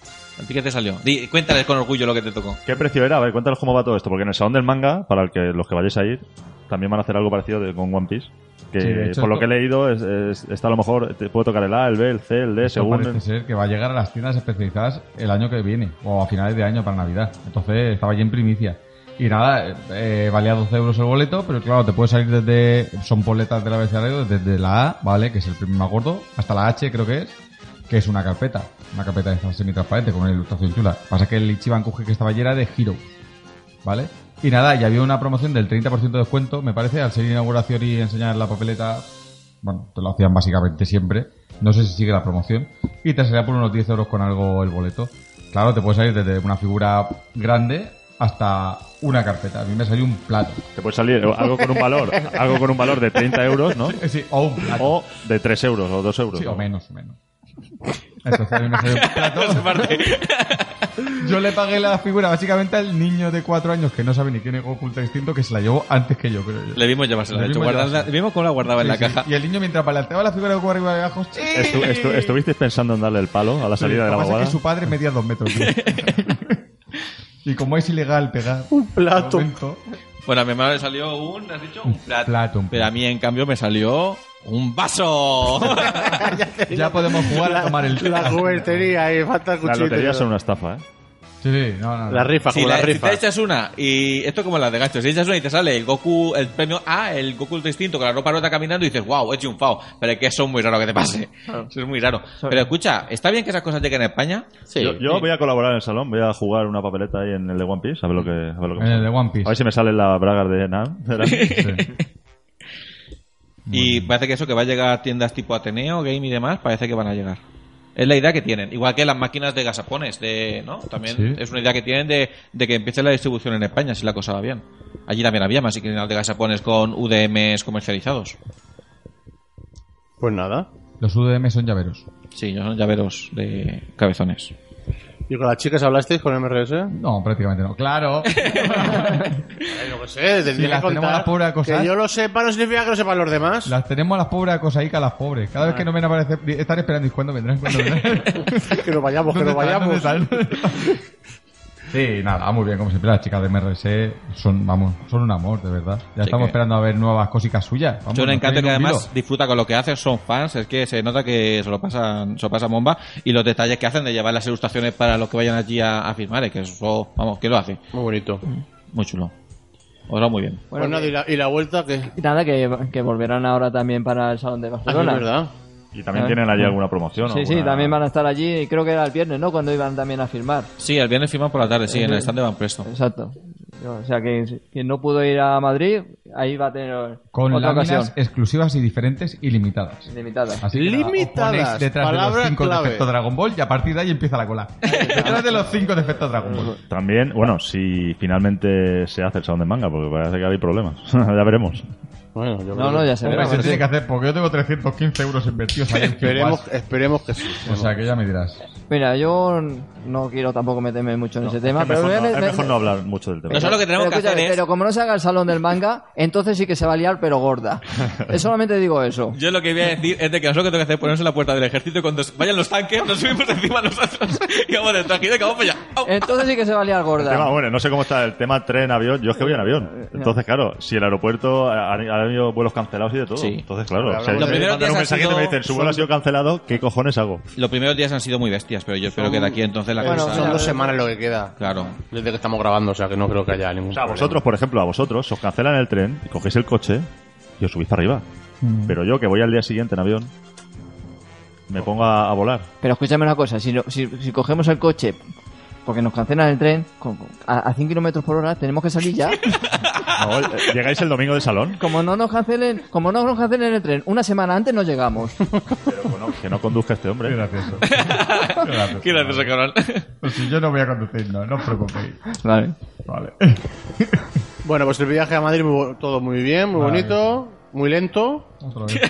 ¿A ti qué te salió? Di- cuéntales con orgullo lo que te tocó.
¿Qué precio era? A ver, cuéntanos cómo va todo esto, porque en el salón del manga, para el que los que vayáis a ir, también van a hacer algo parecido de- con One Piece. Que
Sí, de hecho,
por lo
esto-
que he leído, es- es- está a lo mejor, te puede tocar el A, el B, el C, el D,
Eso
según.
parece ser que va a llegar a las tiendas especializadas el año que viene, o a finales de año para Navidad. Entonces estaba allí en primicia. Y nada, eh, eh, valía 12 euros el boleto, pero claro, te puede salir desde. Son boletas del abecedario, desde la A, ¿vale? Que es el primer más gordo, hasta la H, creo que es, que es una carpeta. Una carpeta de estas semitransparente con una ilustración chula. Pasa que el Ichiban Kuge que estaba allí era de Hero, ¿vale? Y nada, y había una promoción del 30% de descuento, me parece, al ser inauguración y enseñar la papeleta bueno, te lo hacían básicamente siempre. No sé si sigue la promoción. Y te salía por unos 10 euros con algo el boleto. Claro, te puede salir desde una figura grande hasta una carpeta. A mí me salió un plato.
Te puede salir algo con un valor, algo con un valor de 30 euros, ¿no?
Eh, Sí, o un plato.
O de 3 euros o 2 euros.
sí,
¿no?
o menos, o menos. Entonces a mí me salió un plato. Yo le pagué la figura básicamente al niño de 4 años que no sabe ni quién es Goku Ultra Instinto que se la llevó antes que yo, creo yo.
Le vimos llevársela,
Le
de hecho,
vimos
guardarla-
llevársela.
vimos cómo la guardaba en la
Sí, sí.
caja.
Y el niño mientras balanceaba la figura de Goku arriba y abajo, ¡sí!
Estu- estu- ¿Estuvisteis pensando en darle el palo a la salida
Lo
de la
que pasa es
vaguada?
que su padre medía dos metros. tío. y como es ilegal pegar
Un plato.
de momento,
Bueno, a mi hermano le salió un, ¿has dicho? Un plato.
plato, un
Pero a mí, en cambio, me salió un vaso.
ya podemos jugar a tomar el
La juguetería ahí, falta el
Las
cuchillo.
loterías son una estafa, ¿eh?
Sí, sí, no, no. no.
La rifa,
Si,
como la,
la- si
rifa.
te echas una y esto es como las de gancho, si echas una y te sale el Goku, el premio A, el Goku ultra instinto con la ropa rota caminando y dices, wow, he triunfado. Pero es que eso es muy raro que te pase. Eso es muy raro. Pero escucha, ¿está bien que esas cosas lleguen a España?
Sí.
Yo, yo voy a colaborar en el salón, voy a jugar una papeleta ahí en el de One Piece, a ver lo que, a ver lo que
En
me
el de
sale.
One
A ver
Piece.
si me salen las bragas de Nam.
Sí.
Y parece que eso que va a llegar a tiendas tipo Ateneo, Game y demás, parece que van a llegar. Es la idea que tienen. Igual que las máquinas de gasapones, de, ¿no? También
Sí.
es una idea que tienen de, de que empiece la distribución en España, si la cosa va bien. Allí también había más máquinas de gasapones con UDMs comercializados.
Pues nada.
Los UDM son llaveros.
Sí, son llaveros de cabezones.
¿Y con las chicas hablasteis con MRS?
No, prácticamente no. Claro.
No lo sé, tendría
las
que contar.
tenemos las pobres cosas.
Que yo lo sepa no significa que lo sepan los demás.
Las tenemos a las pobres acosaica, a las pobres. Cada vez que no ven a aparecer, di- están esperando y cuándo vendrán, cuándo vendrán.
que nos vayamos, Pues que
¿Dónde
nos vayamos.
están? ¿Dónde están? sí, nada, muy bien, como siempre, las chicas de MRC son, vamos, son un amor, de verdad. Ya
Sí
estamos
que-
esperando a ver nuevas cositas suyas. Vamos,
Yo
nos
le encanto que
tienen un
además
hilo.
disfruta con lo que hacen, son fans, es que se nota que se lo pasan, se lo pasan bomba y los detalles que hacen de llevar las ilustraciones para los que vayan allí a, a firmar, es que eso, vamos, que lo hace,
Muy bonito.
muy chulo. Os va muy bien.
Pues
eh,
nada, ¿y la, y la vuelta que
Nada, que, que volverán ahora también para el Salón de
Ah, sí, es
Barcelona.
verdad.
Y también
Ah.
tienen allí alguna promoción.
Sí, sí, también van a estar allí, creo que era el viernes, ¿no? Cuando iban también a firmar.
Sí, el viernes firman por la tarde, sí, en el stand de Van Presto.
Exacto. O sea, que quien no pudo ir a Madrid, ahí va a tener
Con
otra
láminas
ocasión.
exclusivas y diferentes y limitadas.
Limitada.
Ah,
Así que nada, os
Limitadas,
ponéis detrás de los
palabra
5 de
clave.
efecto Dragon Ball y a partir de ahí empieza la cola. detrás de los 5 de efecto Dragon
Pues,
Ball.
También, bueno, si finalmente se hace el salón de manga, porque parece que hay problemas. ya veremos.
Bueno, yo
No, no, ya se
Hombre,
verá.
se tiene que hacer porque yo tengo 315 euros invertidos ahí en
Esperemos,
Figuas.
esperemos que sí.
O sea que ya me dirás.
Mira, yo no quiero tampoco meterme mucho en ese tema,
es mejor,
pero
no,
me-
es
me-
mejor no hablar mucho del tema.
Nosotros lo que tenemos
pero
que hacer
escúchame,
es...
pero como no se haga el salón del manga, entonces sí que se va a liar, pero gorda. Eh, Solamente digo eso.
Yo lo que voy a decir es de que nosotros lo que tenemos que hacer es ponernos en la puerta del ejército y cuando vayan los tanques nos subimos encima nosotros y vamos detrás y de que vamos para allá. ¡Au!
Entonces sí que se va a liar
El tema,
gorda.
bueno, no sé cómo está el tema tren-avión. Yo es que voy en avión. Entonces, claro, si el aeropuerto ha, ha habido vuelos cancelados y de todo.
Sí.
Entonces, claro, si hay
Lo
que
primero que
mandar un
ha
mensaje que
sido-
me dicen, su vuelo ha sido cancelado, ¿qué cojones hago?
Los primeros días han sido muy bestias, pero yo espero que de aquí entonces la
Bueno,
cosa...
son dos semanas lo que queda.
Claro.
Desde que estamos grabando, o sea que no creo que haya ningún.
O sea, a
problema.
vosotros, por ejemplo, a vosotros, os cancelan el tren, cogéis el coche y os subís para arriba. Pero yo, que voy al día siguiente en avión, me pongo a, a volar.
Pero escúchame una cosa, si, no- si, si cogemos el coche porque nos cancelan el tren con- con- a, a 100 kilómetros por hora, tenemos que salir ya.
No, eh, llegáis el domingo del salón,
Como no nos cancelen, como no nos cancelen el tren, una semana antes no llegamos.
pero bueno, que no conduzca este
Qué
hombre.
gracioso. Qué gracioso.
¿Qué haces, cabrón?
Pues si yo no voy a conducir, no, no os preocupéis.
Vale.
Vale.
Bueno, pues el viaje a Madrid, muy bo- todo muy bien, muy
Vale.
bonito, muy lento.
Otra vez.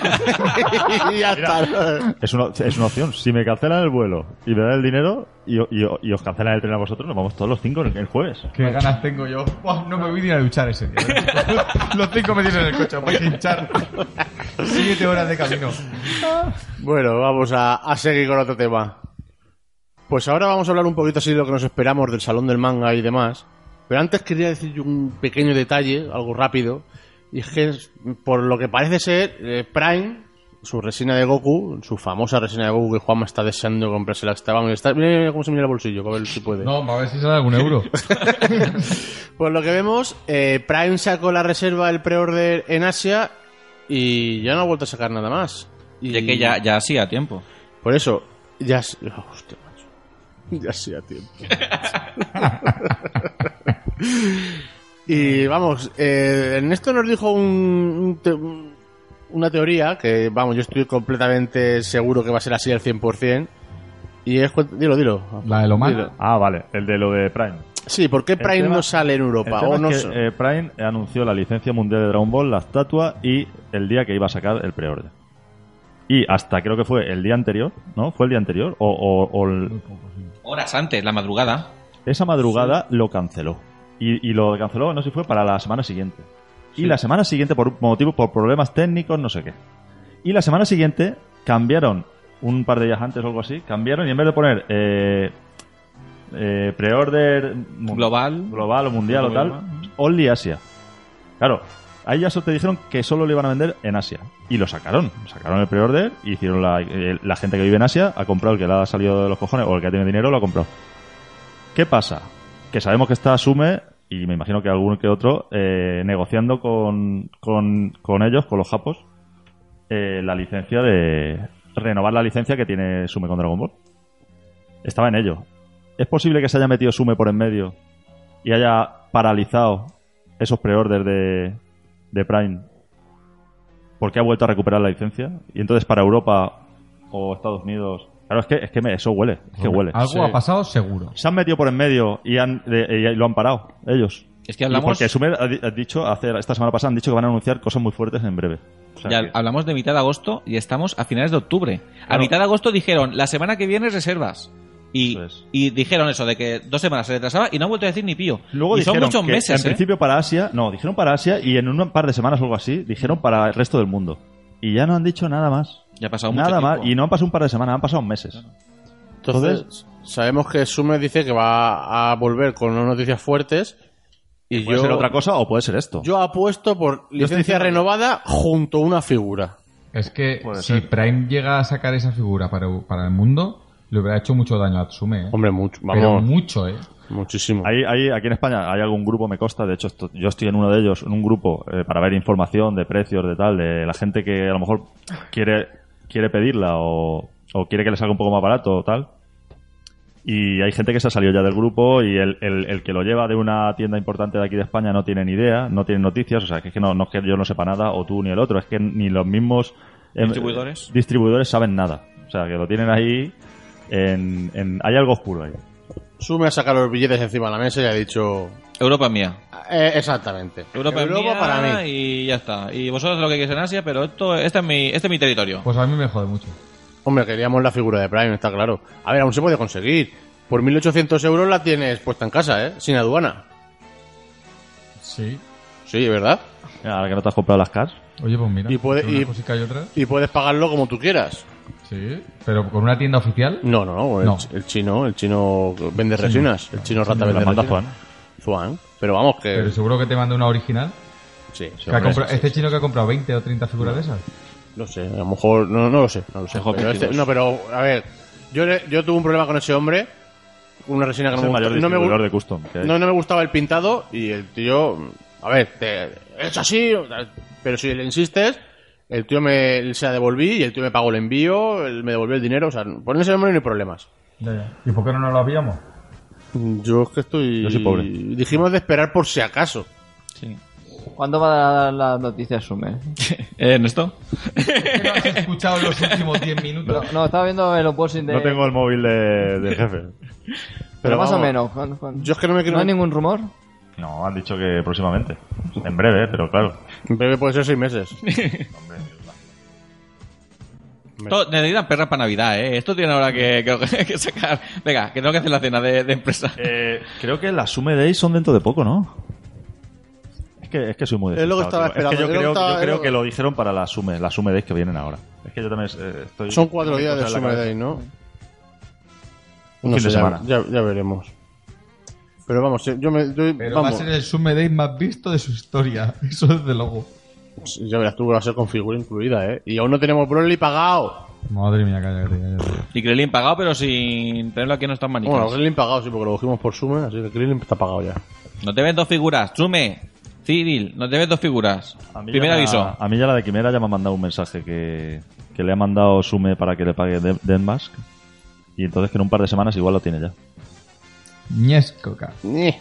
y ya está.
Es una, es una opción. Si me cancelan el vuelo y me dan el dinero y, y- y os cancelan el tren a vosotros, nos vamos todos los cinco el, el jueves.
Qué ganas tengo yo. Buah, no me voy ni a duchar ese día. ¿eh? Los cinco me dicen en el coche, voy a hinchar. Siete horas de camino.
Bueno, vamos a, a seguir con otro tema. Pues ahora vamos a hablar un poquito así de lo que nos esperamos del salón del manga y demás. Pero antes quería decir yo un pequeño detalle, algo rápido. Y es que, es- por lo que parece ser, eh, Prime, su resina de Goku, su famosa resina de Goku que Juanma está deseando comprarse la estaba. Mira, está- mira, mira cómo se mira el bolsillo, a ver si puede.
No, a ver si sale algún euro.
Pues lo que vemos, eh, Prime sacó la reserva, el pre-order en Asia y ya no ha vuelto a sacar nada más.
Y es que ya, ya sí, a tiempo.
Por eso, ya... s- Hostia, macho. Ya sí a tiempo. y vamos, eh, Ernesto nos dijo un- un te- un- una teoría que, vamos, yo estoy completamente seguro que va a ser así al 100%. Y es... cu- Dilo, dilo.
La de lo
Dilo.
malo.
Ah, vale, el de lo de Prime.
Sí, ¿por qué
El
Prime
tema-
no sale en
El
Europa?
tema
O
es
no
que,
sa-
eh, Prime anunció la licencia mundial de Dragon Ball, la estatua y el día que iba a sacar el preorden. Y hasta creo que fue el día anterior, ¿no? ¿Fue el día anterior? O, o- o el-
Horas antes, la madrugada.
esa madrugada lo canceló. Y, y lo canceló, no sé si fue para la semana siguiente. Y la semana siguiente, por un motivo, por problemas técnicos, no sé qué. Y la semana siguiente cambiaron, un par de días antes o algo así, cambiaron y en vez de poner eh, eh, preorder mun-
Global.
global o mundial o tal, Only Asia. Claro, ahí ya solo te dijeron que solo lo iban a vender en Asia. Y lo sacaron. Sacaron el pre-order y hicieron la, eh, la gente que vive en Asia ha comprado el que le ha salido de los cojones o el que ha tenido dinero lo ha comprado. ¿Qué pasa? Que sabemos que está Sume y me imagino que alguno que otro eh, negociando con, con, con ellos, con los japos, eh, la licencia de. renovar la licencia que tiene Sume con Dragon Ball. Estaba en ello. ¿Es posible que se haya metido Sume por en medio y haya paralizado esos preorders de, de Prime porque ha vuelto a recuperar la licencia? Y entonces para Europa o Estados Unidos. Claro, es que, es que me- eso huele, es que huele.
Algo ha pasado seguro.
Se han metido por en medio y, han, de- y lo han parado, ellos.
Es que hablamos-
Y Porque Sumer ha, di- ha dicho, hace, esta semana pasada han dicho que van a anunciar cosas muy fuertes en breve. O sea,
Ya
que-
hablamos de mitad de agosto y estamos a finales de octubre. A
Claro.
mitad de agosto dijeron, la semana que viene reservas. Y,
Eso es.
y dijeron eso, de que dos semanas se retrasaba y no han vuelto a decir ni pío.
Luego
y son
dijeron
muchos
que
meses.
En
¿eh?
principio para Asia, no, dijeron para Asia y en un par de semanas o algo así, dijeron para el resto del mundo. Y ya no han dicho nada más.
Ya ha pasado mucho
Nada más.
tiempo.
Y no han pasado un par de semanas, han pasado meses.
Entonces, sabemos que Sume dice que va a volver con unas noticias fuertes. Y
Puede
yo,
ser otra cosa o puede ser esto.
yo apuesto por licencia renovada junto a una figura.
Es que
Puede
si
ser.
Prime llega a sacar esa figura para, para el mundo, le hubiera hecho mucho daño a Tsume. ¿eh?
Hombre, mucho,
Pero
vamos,
mucho, ¿eh?
muchísimo.
Hay, hay- aquí en España hay algún grupo, me consta, de hecho esto- yo estoy en uno de ellos, en un grupo eh, para ver información de precios, de tal, de la gente que a lo mejor quiere, quiere pedirla o, o quiere que le salga un poco más barato o tal. Y hay gente que se ha salido ya del grupo y el, el- el que lo lleva de una tienda importante de aquí de España no tiene ni idea, no tiene noticias, o sea, que es que no, no es que yo no sepa nada o tú ni el otro, es que ni los mismos eh,
Distribuidores.
distribuidores saben nada, o sea, que lo tienen ahí en... en- hay algo oscuro ahí.
Sume ha sacado los billetes encima de la mesa y ha dicho...
Europa es mía.
"Eh, exactamente.
Europa, es mía
para mí.
Y ya está. Y vosotros lo que queréis en Asia, pero esto, este es mi, este es mi territorio.
Pues a mí me jode mucho.
Hombre, queríamos la figura de Prime, está claro. A ver, aún se puede conseguir. Por 1.800 euros la tienes puesta en casa, ¿eh? Sin aduana.
Sí.
Sí, ¿verdad?
Ahora que no te has comprado las cars.
Oye, pues mira.
Y puede-
entre una
y-
cosica y otra.
Y puedes pagarlo como tú quieras.
Sí. Pero con una tienda oficial.
No, no, no. El,
No.
el chino, el chino vende resinas. El chino rata
Las
vende
manda
resinas.
Juan.
Juan. Pero vamos, que...
Pero seguro que te manda una original.
sí,
Que ha comprado- este chino que ha comprado 20 o 30 figuras de esas.
No sé, a lo mejor... No, no lo sé, no lo sé.
Mejor
Pero
que
este-
Chivos.
no, pero, a ver... Yo, le- yo tuve un problema con ese hombre. Una resina que
Es
no
el
me,
mayor
gusta- no me gu-
distribuidor de custom. que hay.
No, no me gustaba el pintado y el tío, a ver, te, es así, pero si le insistes, el tío me se la devolví y el tío me pagó el envío, él me devolvió el dinero, o sea, por ese nombre no hay problemas.
¿Y por qué no nos lo habíamos?
Yo es que estoy...
Yo soy pobre.
Dijimos de esperar por si acaso.
¿Cuándo va a dar las noticias Sumer?
¿Eh, Ernesto?
¿Qué no has escuchado en los últimos 10 minutos?
No, estaba viendo el opposing de...
No tengo el móvil de- del jefe.
Pero más
vamos,
o menos. ¿cuándo- cuándo?
Yo es que no me quiero...
¿No hay ningún rumor?
No, han dicho que próximamente. En breve, pero claro.
En breve puede ser seis meses.
Todo- necesitan perras para Navidad, ¿eh? Esto tiene ahora que, que- que sacar. Venga, que tengo que hacer la cena de, de empresa.
Eh. creo que las Sume Days son dentro de poco, ¿no? Es que, es que soy muy
Es lo que
despistado,
estaba
tío. Es que
esperando, es
yo, creo,
lo que estaba-
yo creo
es lo-
que lo dijeron para las Sume, las Sume Days que vienen ahora. Es que yo también eh, estoy...
Son cuatro
tengo
días de
cosas en la
Summer
cabeza.
Day, ¿no?
Un
No
fin de
sé, ya-
semana.
Ya, ya veremos. Pero vamos, eh, yo me... yo-
Pero va a
vamos,
ser el Summe Day más visto de su historia. Eso desde luego.
pues, ya verás tú, va a ser con figura incluida, ¿eh? Y aún no tenemos Broly pagado.
Madre mía, cállate, cállate.
Y Krelin pagado, pero sin tenerlo aquí no están manicas.
Bueno, Krillin pagado, sí, porque lo cogimos por Sume, así que Krillin está pagado ya.
No te ves dos figuras, Chume. Cyril, no te ves dos figuras.
A mí
Primer
ya la-
aviso.
A mí ya la de Quimera ya me ha mandado un mensaje que, que le ha mandado Sume para que le pague Den- Denmask. Y entonces que en un par de semanas igual lo tiene ya.
Ñescoca.
Eh.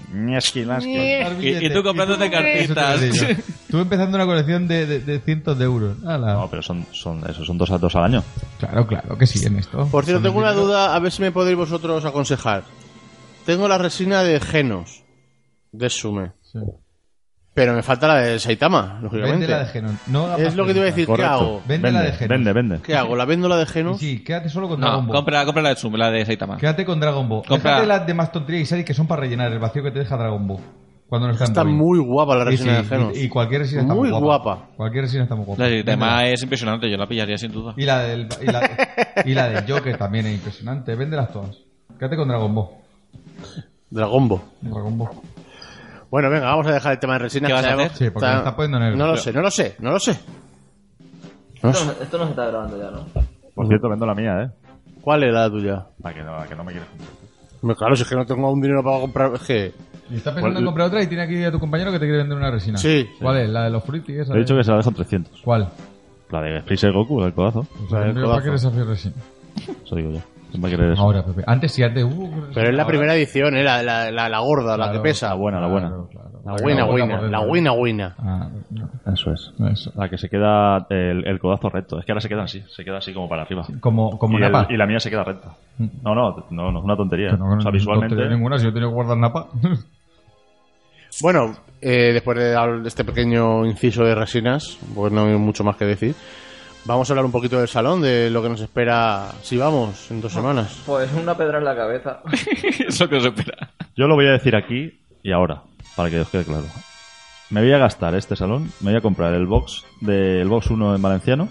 Y, y tú comprándote cartitas.
Eso te lo digo. Tú empezando una colección de, de- de cientos de euros. Ala.
No, pero son, son, eso, son dos, a- dos al año.
Claro, claro que sí, en esto.
Por cierto,
Son
tengo una
dinero.
duda, a ver si me podéis vosotros aconsejar. Tengo la resina de Genos, de Sume,
Sí.
pero me falta la de Saitama, lógicamente.
Vende la de Genon. No hagas
Es lo que te iba a decir, ¿qué
Correcto.
hago?
Vende la de Genos.
Vende, vende.
¿Qué hago? ¿La vendo la de Genos?
Sí, quédate solo con
No,
Dragon Ball.
compra, compra la de Chume, la de Saitama.
Quédate con Dragon Ball.
Compra-
Déjate las demás tonterías y series que son para rellenar el vacío que te deja Dragon Ball. Cuando no están
Está
bien.
muy guapa la
Sí,
resina
sí,
de Genos.
Y, y cualquier resina está
Muy
muy guapa.
guapa.
Cualquier resina está muy guapa.
La de Saitama
Véndela.
es impresionante, yo la pillaría sin duda.
Y la del y la, y la del Joker también es impresionante. Véndelas todas. Quédate con Dragon Ball.
Dragombo.
Dragon Ball.
Bueno, venga, vamos a dejar el tema de resina.
¿Qué vas a hacer?
Sí, porque me está poniendo nervioso.
No lo sé, no lo sé, no lo sé.
Esto, esto no se está grabando ya, ¿no?
Por cierto, vendo la mía, ¿eh?
¿Cuál es la tuya?
Para que no, a que no me quieres.
Me- Claro, si es que no tengo un dinero para comprar. Es que.
Y estás pensando en
Bueno,
comprar otra y tiene aquí a tu compañero que te quiere vender una resina.
Sí, sí.
¿Cuál es? ¿La de los frutis? esa
He dicho
de-
que se la dejo en 300.
¿Cuál?
La de Freezer Goku, el codazo.
Pues
La del
hombre, ¿Para
codazo.
qué desafío resina?
Eso digo yo. ¿Quién va a querer eso?
Ahora, Pepe. Antes sí, antes hubo.
Pero es la
Ahora-
primera edición, ¿eh? La, la, la, la gorda, la que
Claro,
pesa.
La buena, la buena.
Claro, claro.
La
Para que
buena,
vuelva
buena.
por
La
dentro.
buena, buena.
Ah, no,
Eso es.
eso.
La que se queda el, el codazo recto. Es que ahora se quedan así, se queda así como para arriba.
Como, como
y, el-
napa. Mm.
y la mía se queda recta. No, no, no, no es una tontería.
Pero no,
o
no
sea, visualmente.
tenía ninguna, si yo tenía que guardar napa.
Bueno, eh, después de dar este pequeño inciso de resinas, pues no hay mucho más que decir. Vamos a hablar un poquito del salón, de lo que nos espera si vamos en
Ah.
dos semanas.
Pues una pedra en la cabeza.
Eso que os espera.
Yo lo voy a decir aquí y ahora, para que os quede claro. Me voy a gastar este salón, me voy a comprar el box del box 1 en valenciano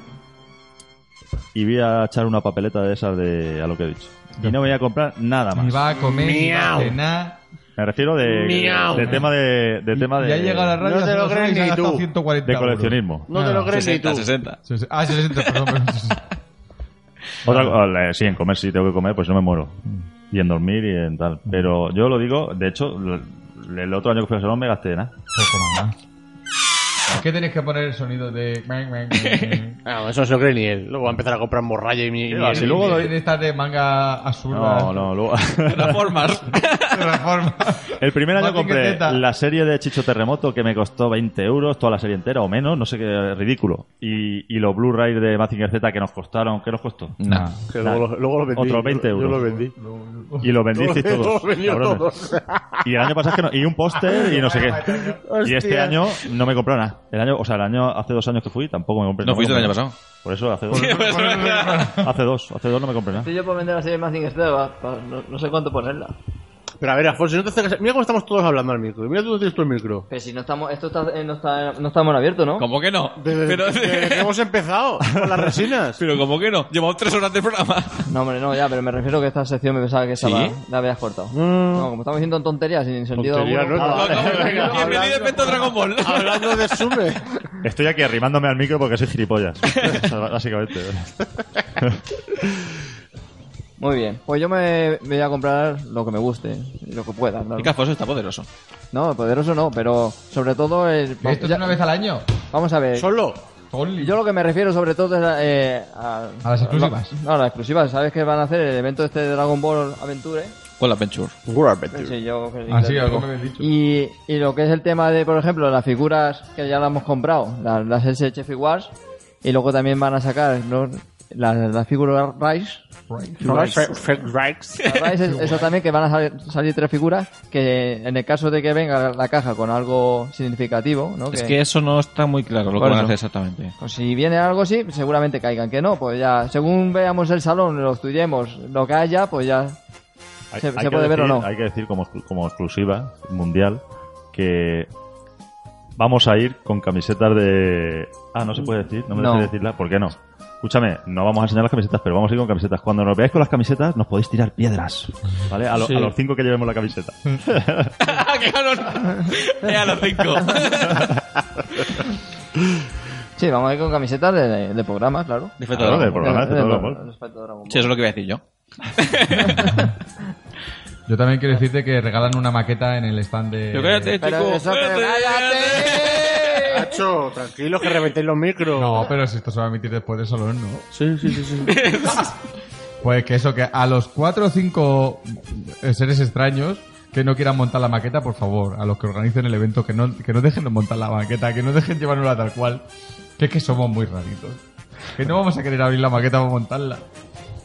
y voy a echar una papeleta de esas de a lo que he dicho. Y no voy a comprar nada
Ni
más.
va a comer, ni va a
Miau.
cenar.
Me refiero de, de,
Miau.
tema de, de tema de,
Ya llega la
No
radio
te
hace
lo
dos horas
crees
y se ha
ni
gastado
tú.
140
de
euros.
coleccionismo.
No te lo crees ni tú.
60, 60.
Sí, sí. Ah, 60, perdón. perdón.
Otra, co- eh, sí, en comer sí tengo que comer, pues no me muero. Y en dormir y en tal.
Mm.
Pero yo lo digo, de hecho, l- el otro año que fui al salón me gasté nada.
Poco más. ¿Por qué tenéis que poner el sonido de...
Ah, eso no se lo cree ni él. Luego va a empezar a comprar morralla y mi.
Sí,
y-
va, si luego lo-
de estas de manga absurda.
No, no, luego.
Las formas.
De la forma.
El primer año
Más
compré
etiqueteta.
la serie de Chicho Terremoto que me costó 20 euros, toda la serie entera o menos, no sé qué, ridículo. Y, y los Blu-ray de Mazinger Z que nos costaron, ¿qué nos costó?
Nah.
que luego, lo, luego lo vendí.
Otros 20
Yo- Yo
euros.
lo vendí.
Y los vendisteis
Todos-
todos.
todos vendió
cabrones.
todos.
Y el año pasado es que no, y un póster y no sé qué. Y este
Hostia.
año no me compró nada. El año, o sea, el año hace dos años que fui tampoco me compré
No fuiste el
compré
año
nada.
pasado. pues.
Por eso hace dos. hace dos, hace dos no me compré nada.
Estoy yo por vender la serie Mazing Esteba, no, no sé cuánto ponerla.
Pero a ver, Alfonso, no te acerques- Mira cómo estamos todos hablando al micro. Mira tú tienes tu micro.
Pero si no estamos, esto está, eh, no está, no estamos abiertos, ¿no?
¿Cómo que no?
Desde,
pero,
desde que hemos empezado con las resinas.
pero ¿cómo que no? Llevamos tres horas de programa.
No, hombre, no, ya, pero me refiero que esta sección me pensaba que estaba,
¿Sí?
la habías cortado. No, como estamos diciendo tonterías sin sentido
Tontería,
alguno.
no,
Ah,
no,
vale.
no, no, no, no,
Bienvenido
hablando-
a Efecto Dragon Ball.
Hablando de Sume.
Estoy aquí arrimándome al micro porque soy gilipollas. O sea, Básicamente.
Muy bien, pues yo me, me voy a comprar lo que me guste, y lo que pueda. claro.
Y Cafoso está poderoso.
No, poderoso no, pero sobre todo el...
¿Esto es
ya-
una vez al año?
Vamos a ver.
Solo.
Only.
Yo lo que me refiero sobre todo es a, eh, a-
A las exclusivas.
No, a las exclusivas. ¿Sabes que van a hacer el evento este de Dragon Ball Aventure?
Con la Adventure.
Sí, yo que-
Ah, sí, algo me habéis dicho.
Y, y lo que es el tema de, por ejemplo, las figuras que ya las hemos comprado, las, las SH Figuarts, y luego también van a sacar ¿no? las, las figuras Rice. Rice. Las Rice, es- eso también, que van a sal- salir tres figuras, que en el caso de que venga la caja con algo significativo, ¿no?
Es que eso no está muy claro lo que
Por
van a
eso.
hacer exactamente.
Pues si viene algo así, seguramente caigan. Que no, pues ya, según veamos el salón, lo estudiemos, lo que haya, pues ya. Se- se
que
puede ver o
decir-
no.
Hay que decir como, exclu- como exclusiva mundial que vamos a ir con camisetas de... Ah, no se puede decir, no me
No.
dejes decirla. ¿Por qué no? Escúchame, no vamos a enseñar las camisetas, pero vamos a ir con camisetas. Cuando nos veáis con las camisetas, nos podéis tirar piedras, ¿vale? A, lo- a los cinco que llevemos la camiseta.
¡Qué cabrón! Eh, a los cinco.
Sí, vamos a ir con camisetas de, de programa, claro.
De Efecto
Claro, de
Dragon Ball.
programa,
De-
hace
de-
todo
de-
el gol.
respecto a Dragon Ball.
Sí, eso es lo que iba a decir yo.
Yo también quiero decirte que regalan una maqueta en el stand de...
Pero cállate,
Pero
chico.
eso que-
Cállate, cállate.
Hacho, tranquilo que reventéis los micros.
No, pero si esto se va a emitir después del salón, ¿no?
Sí, sí, sí, sí.
Pues que eso, que a los cuatro o cinco eh, seres extraños que no quieran montar la maqueta, por favor, a los que organicen el evento, que no, que no dejen de montar la maqueta, que no dejen llevárnosla tal cual, que es que somos muy raritos. Que no vamos a querer abrir la maqueta para montarla.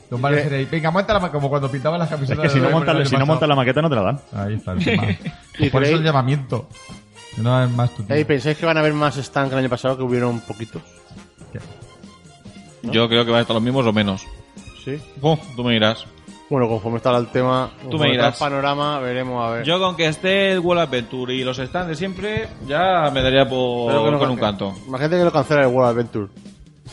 Nos van a decir ahí, venga, monta la ma-", como cuando pintaban las
Es
camisetas.
que si no, montas, si no montas la maqueta, no te la dan.
Ahí está el tema.
¿Y
por eso el
creéis-
llamamiento. Que No es más tu tío.
Ey, ¿Pensáis que van a haber más stands que el año pasado que hubieron poquitos?
Yo creo que van a estar los mismos o menos.
Sí.
Uf, tú me dirás.
Bueno, conforme está el tema, conforme está
dirás.
el panorama, veremos a ver.
Yo con que esté el World Adventure y los stands de siempre, ya me daría por
Espero que no
con un
cancelen.
canto.
Imagínate que lo cancela el World Adventure.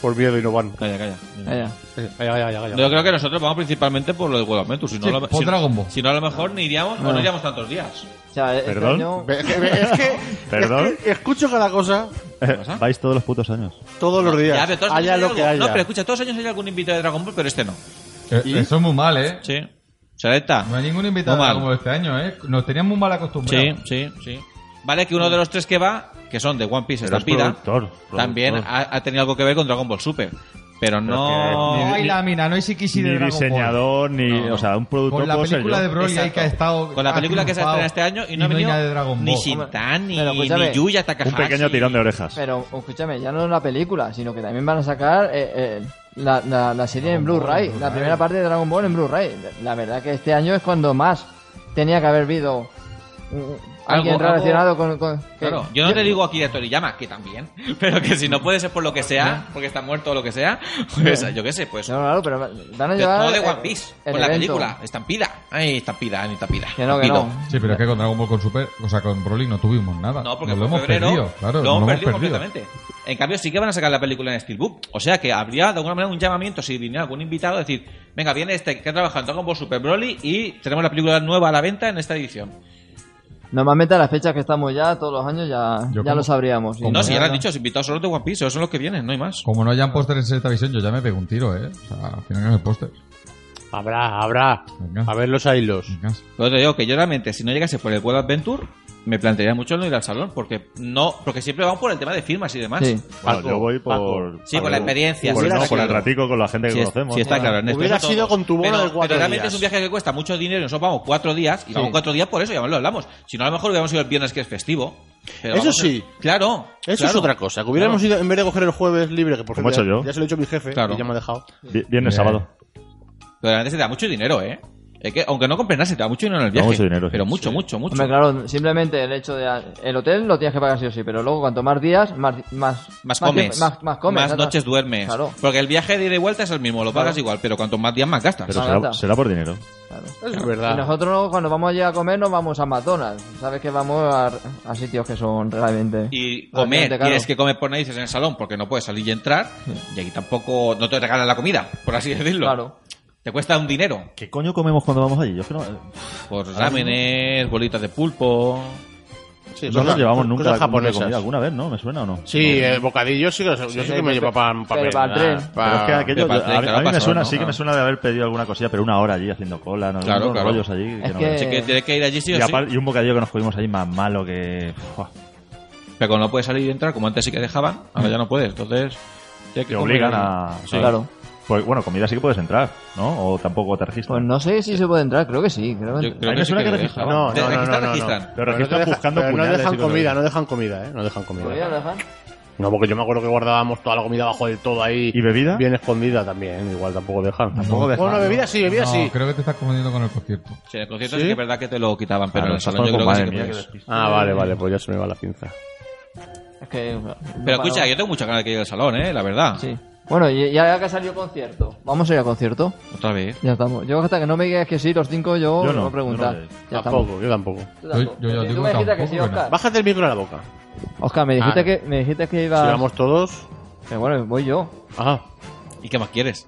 Por miedo y no van.
Calla, calla.
Vaya.
Vaya, vaya, vaya.
Yo creo que nosotros vamos principalmente por lo de World Adventure. Si no,
Sí,
lo-
por
si,
Dragon Ball.
si no, a lo mejor ni iríamos, o no iríamos tantos días.
O sea, este
¿Perdón?
año-
Es que, es que-
¿Perdón?
es que escucho cada cosa
pasa?
Eh, Vais todos los putos años.
todos los días.
Ya, pero todos los
haya
años hay
lo que
algo-
haya.
No, pero escucha, todos los años hay algún invitado de Dragon Ball, pero este no.
Eh, Eso es muy mal, ¿eh?
Sí.
Sareta.
No hay ningún
Muy
invitado
mal.
como este año, ¿eh? Nos tenían muy mal
Sí,
acostumbrados.
sí, sí. Vale que uno de los tres que va, que son de One Piece,
Pero es
Estampida,
productor, productor.
también ha, ha tenido algo que ver con Dragon Ball Super. Pero
que
no...
ni-
No hay lámina, no hay Sikishi de
Ni
Dragon Ball.
diseñador, ni.
No.
O sea, un productor
Con la
puedo ser
película
yo.
de Broly ahí
Exacto.
que ha estado.
Con la
ha
película que se
triunfado
estrena este año y no ha
hay
venido
nada de Dragon Ball.
ni Shintan, ni,
Pero
pues
escúchame,
ni Yuya
Un
Takahashi.
pequeño tirón de orejas.
Pero escúchame, ya no es la película, sino que también van a sacar eh, eh, la, la- la serie en Blu-ray, la primera parte de Dragon Ball en Blu-ray. La verdad que este año es cuando más tenía que haber habido mm, alguien
Algo-
relacionado con... con- que-
Claro, yo no te digo Akira Toriyama, que también, pero que si no puede ser por lo que sea, porque está muerto o lo que sea, pues yo qué sé, pues...
No, no, claro, pero van a
de-
llevar...
no de One
el-
Piece,
eh, el
con la
evento.
película, Estampida. Ay, Estampida, ni Estampida.
Que no, que no.
Estampido.
Sí, pero es que con Dragon Ball con Super, o sea, con Broly no tuvimos nada.
No, porque
Nos lo
en
hemos
febrero
perdido, claro.
lo
nos
hemos
lo
perdido
hemos perdido.
completamente. En cambio, sí que van a sacar la película en Steelbook. O sea que habría de alguna manera un llamamiento, si viniera algún invitado, decir, venga, viene este que ha trabajado en Dragon Ball Super Broly y tenemos la película nueva a la venta en esta edición.
Normalmente a las fechas que estamos ya, todos los años, ya,
Yo
ya
como-
lo sabríamos.
como-
No, si ya lo han
no.
dicho, los invitados solo de One Piece, esos son los que vienen, no hay más.
Como no hayan póster en esta visión, yo ya me pego un tiro, ¿eh? O sea, al final no hay póster.
Habrá, habrá.
Venga.
A ver los ailos.
Venga.
Pero te digo que yo realmente, si no llegase por el Web Adventure, me plantearía mucho no ir al salón, porque no, porque siempre van por el tema de firmas y demás.
Sí.
Bueno,
Paco,
yo voy
Paco.
por.
Sí, por la experiencia,
Por,
sí, la
no, por el
experiencia.
ratico con la gente que
Si, es-
conocemos.
si está claro. en esto
Hubiera
no
sido
todo.
con tu bono
pero,
de cuatro
pero realmente
días.
es un viaje que cuesta mucho dinero y nosotros vamos cuatro días. Y vamos cuatro días por eso, ya lo hablamos. Si no, a lo mejor hubiéramos ido el viernes que es festivo. Pero
Eso
vamos a-
sí.
Claro.
Eso
claro.
es otra cosa. Que hubiéramos ido, en vez de coger el jueves libre, que por
Como he
cierto,
hecho
ya-
yo.
Ya se lo he dicho a mi jefe,
Claro.
y ya me ha dejado.
Vi- Viernes,
Eh,
Bien.
sábado.
pues
Pero realmente se te da mucho dinero, ¿eh? Es que, aunque no compres nada, se te da mucho dinero en el viaje.
mucho dinero, sí.
Pero mucho, mucho, mucho.
Hombre, claro, simplemente el hecho de... El hotel lo tienes que pagar sí o sí, pero luego cuanto más días, más... Más,
Más
tiempo-
comes,
Más, más comes. ¿no?
noches duermes.
Claro.
Porque el viaje de ida y vuelta es el mismo, lo pagas
Claro.
igual, pero cuanto más días más gastas.
Pero
Ah,
será,
anda.
será por dinero.
claro.
Es
Y
verdad.
nosotros cuando vamos allí a comer nos vamos a McDonald's. Sabes que vamos a, a sitios que son realmente...
y
Obviamente,
comer,
claro.
tienes que comer por narices en el salón porque no puedes salir y entrar, y aquí tampoco no te regalan la comida, por así decirlo.
Claro.
Te cuesta un dinero
¿Qué coño comemos cuando vamos allí? Yo es que no.
por ramenes, Pues bolitas de pulpo.
Sí,
no nos
cosas-
llevamos nunca
cosas
japonés
japonesas.
comida alguna vez, ¿no? ¿Me suena o no?
Sí, eh, bocadillos sí que los- yo sé que me
pero-
lleva pan
pero para el tren.
Pero es que aquello,
de
yo- a, mí-
claro,
a mí me
pasó,
suena,
¿no?
sí que me
Ah.
suena de haber pedido alguna cosilla, pero una hora allí haciendo cola, ¿no?
Claro,
Unos
claro.
rollos allí que
Es
no
que-
veas.
Así que tienes que ir allí sí o
y,
sí.
aparte- y un bocadillo que nos comimos ahí más malo que. Buah,
Pero como no puedes salir y entrar, como antes sí que dejaban, ahora ya no puedes. Entonces, tienes
Te
comer
obligan
allí.
a.
Mm. Sí.
Claro.
Pues, bueno, comida sí que puedes entrar, ¿no? O tampoco te registran.
Pues no sé si se puede entrar, creo que sí. Creo que
Yo creo
A mí
que sí
me suena
que lo
que
dejan.
registraban.
No,
Te
no, no,
registran,
no, no.
registran.
Pero
Pero no, te
registran
deja-
buscando
pero no
puñales y
dejan
cosas
comida,
así.
no dejan comida, ¿eh? No dejan comida.
Pues
¿Podría dejar?
No, porque yo me acuerdo que guardábamos toda la comida abajo del todo ahí.
¿Y bebida?
Bien escondida también, igual tampoco dejan.
Tampoco dejan,
Bueno, bebida sí, bebida
No,
sí.
creo que te estás confundiendo con el concierto.
Sí, en el concierto
¿Sí?
sí que es verdad que te lo quitaban, pero
Claro,
en el
eso
salón
fue
yo creo
como,
que sí
madre
que
mía,
puedes.
que
Ah, vale, vale, pues ya se me va la pinza.
Es que...
Pero escucha, yo tengo mucha ganas de que llegue al salón, ¿eh? La verdad.
Sí. Bueno, y ya que ha salido concierto. Vamos a ir a concierto.
Otra vez.
Ya estamos. Yo hasta que no me digas que sí, los cinco, yo,
Yo
no,
no,
voy a preguntar.
yo no voy a ir.
ya estamos.
Tampoco, yo tampoco.
Tú
Yo- yo
tampoco.
ya
Tú
digo
me dijiste que
tampoco,
sí,
que no.
Oscar.
Bájate el micro a la boca.
Oscar, me dijiste,
Ah.
que, me dijiste que
Si
ibas...
vamos todos.
Pero Eh, bueno, voy yo.
Ajá.
¿Y qué más quieres?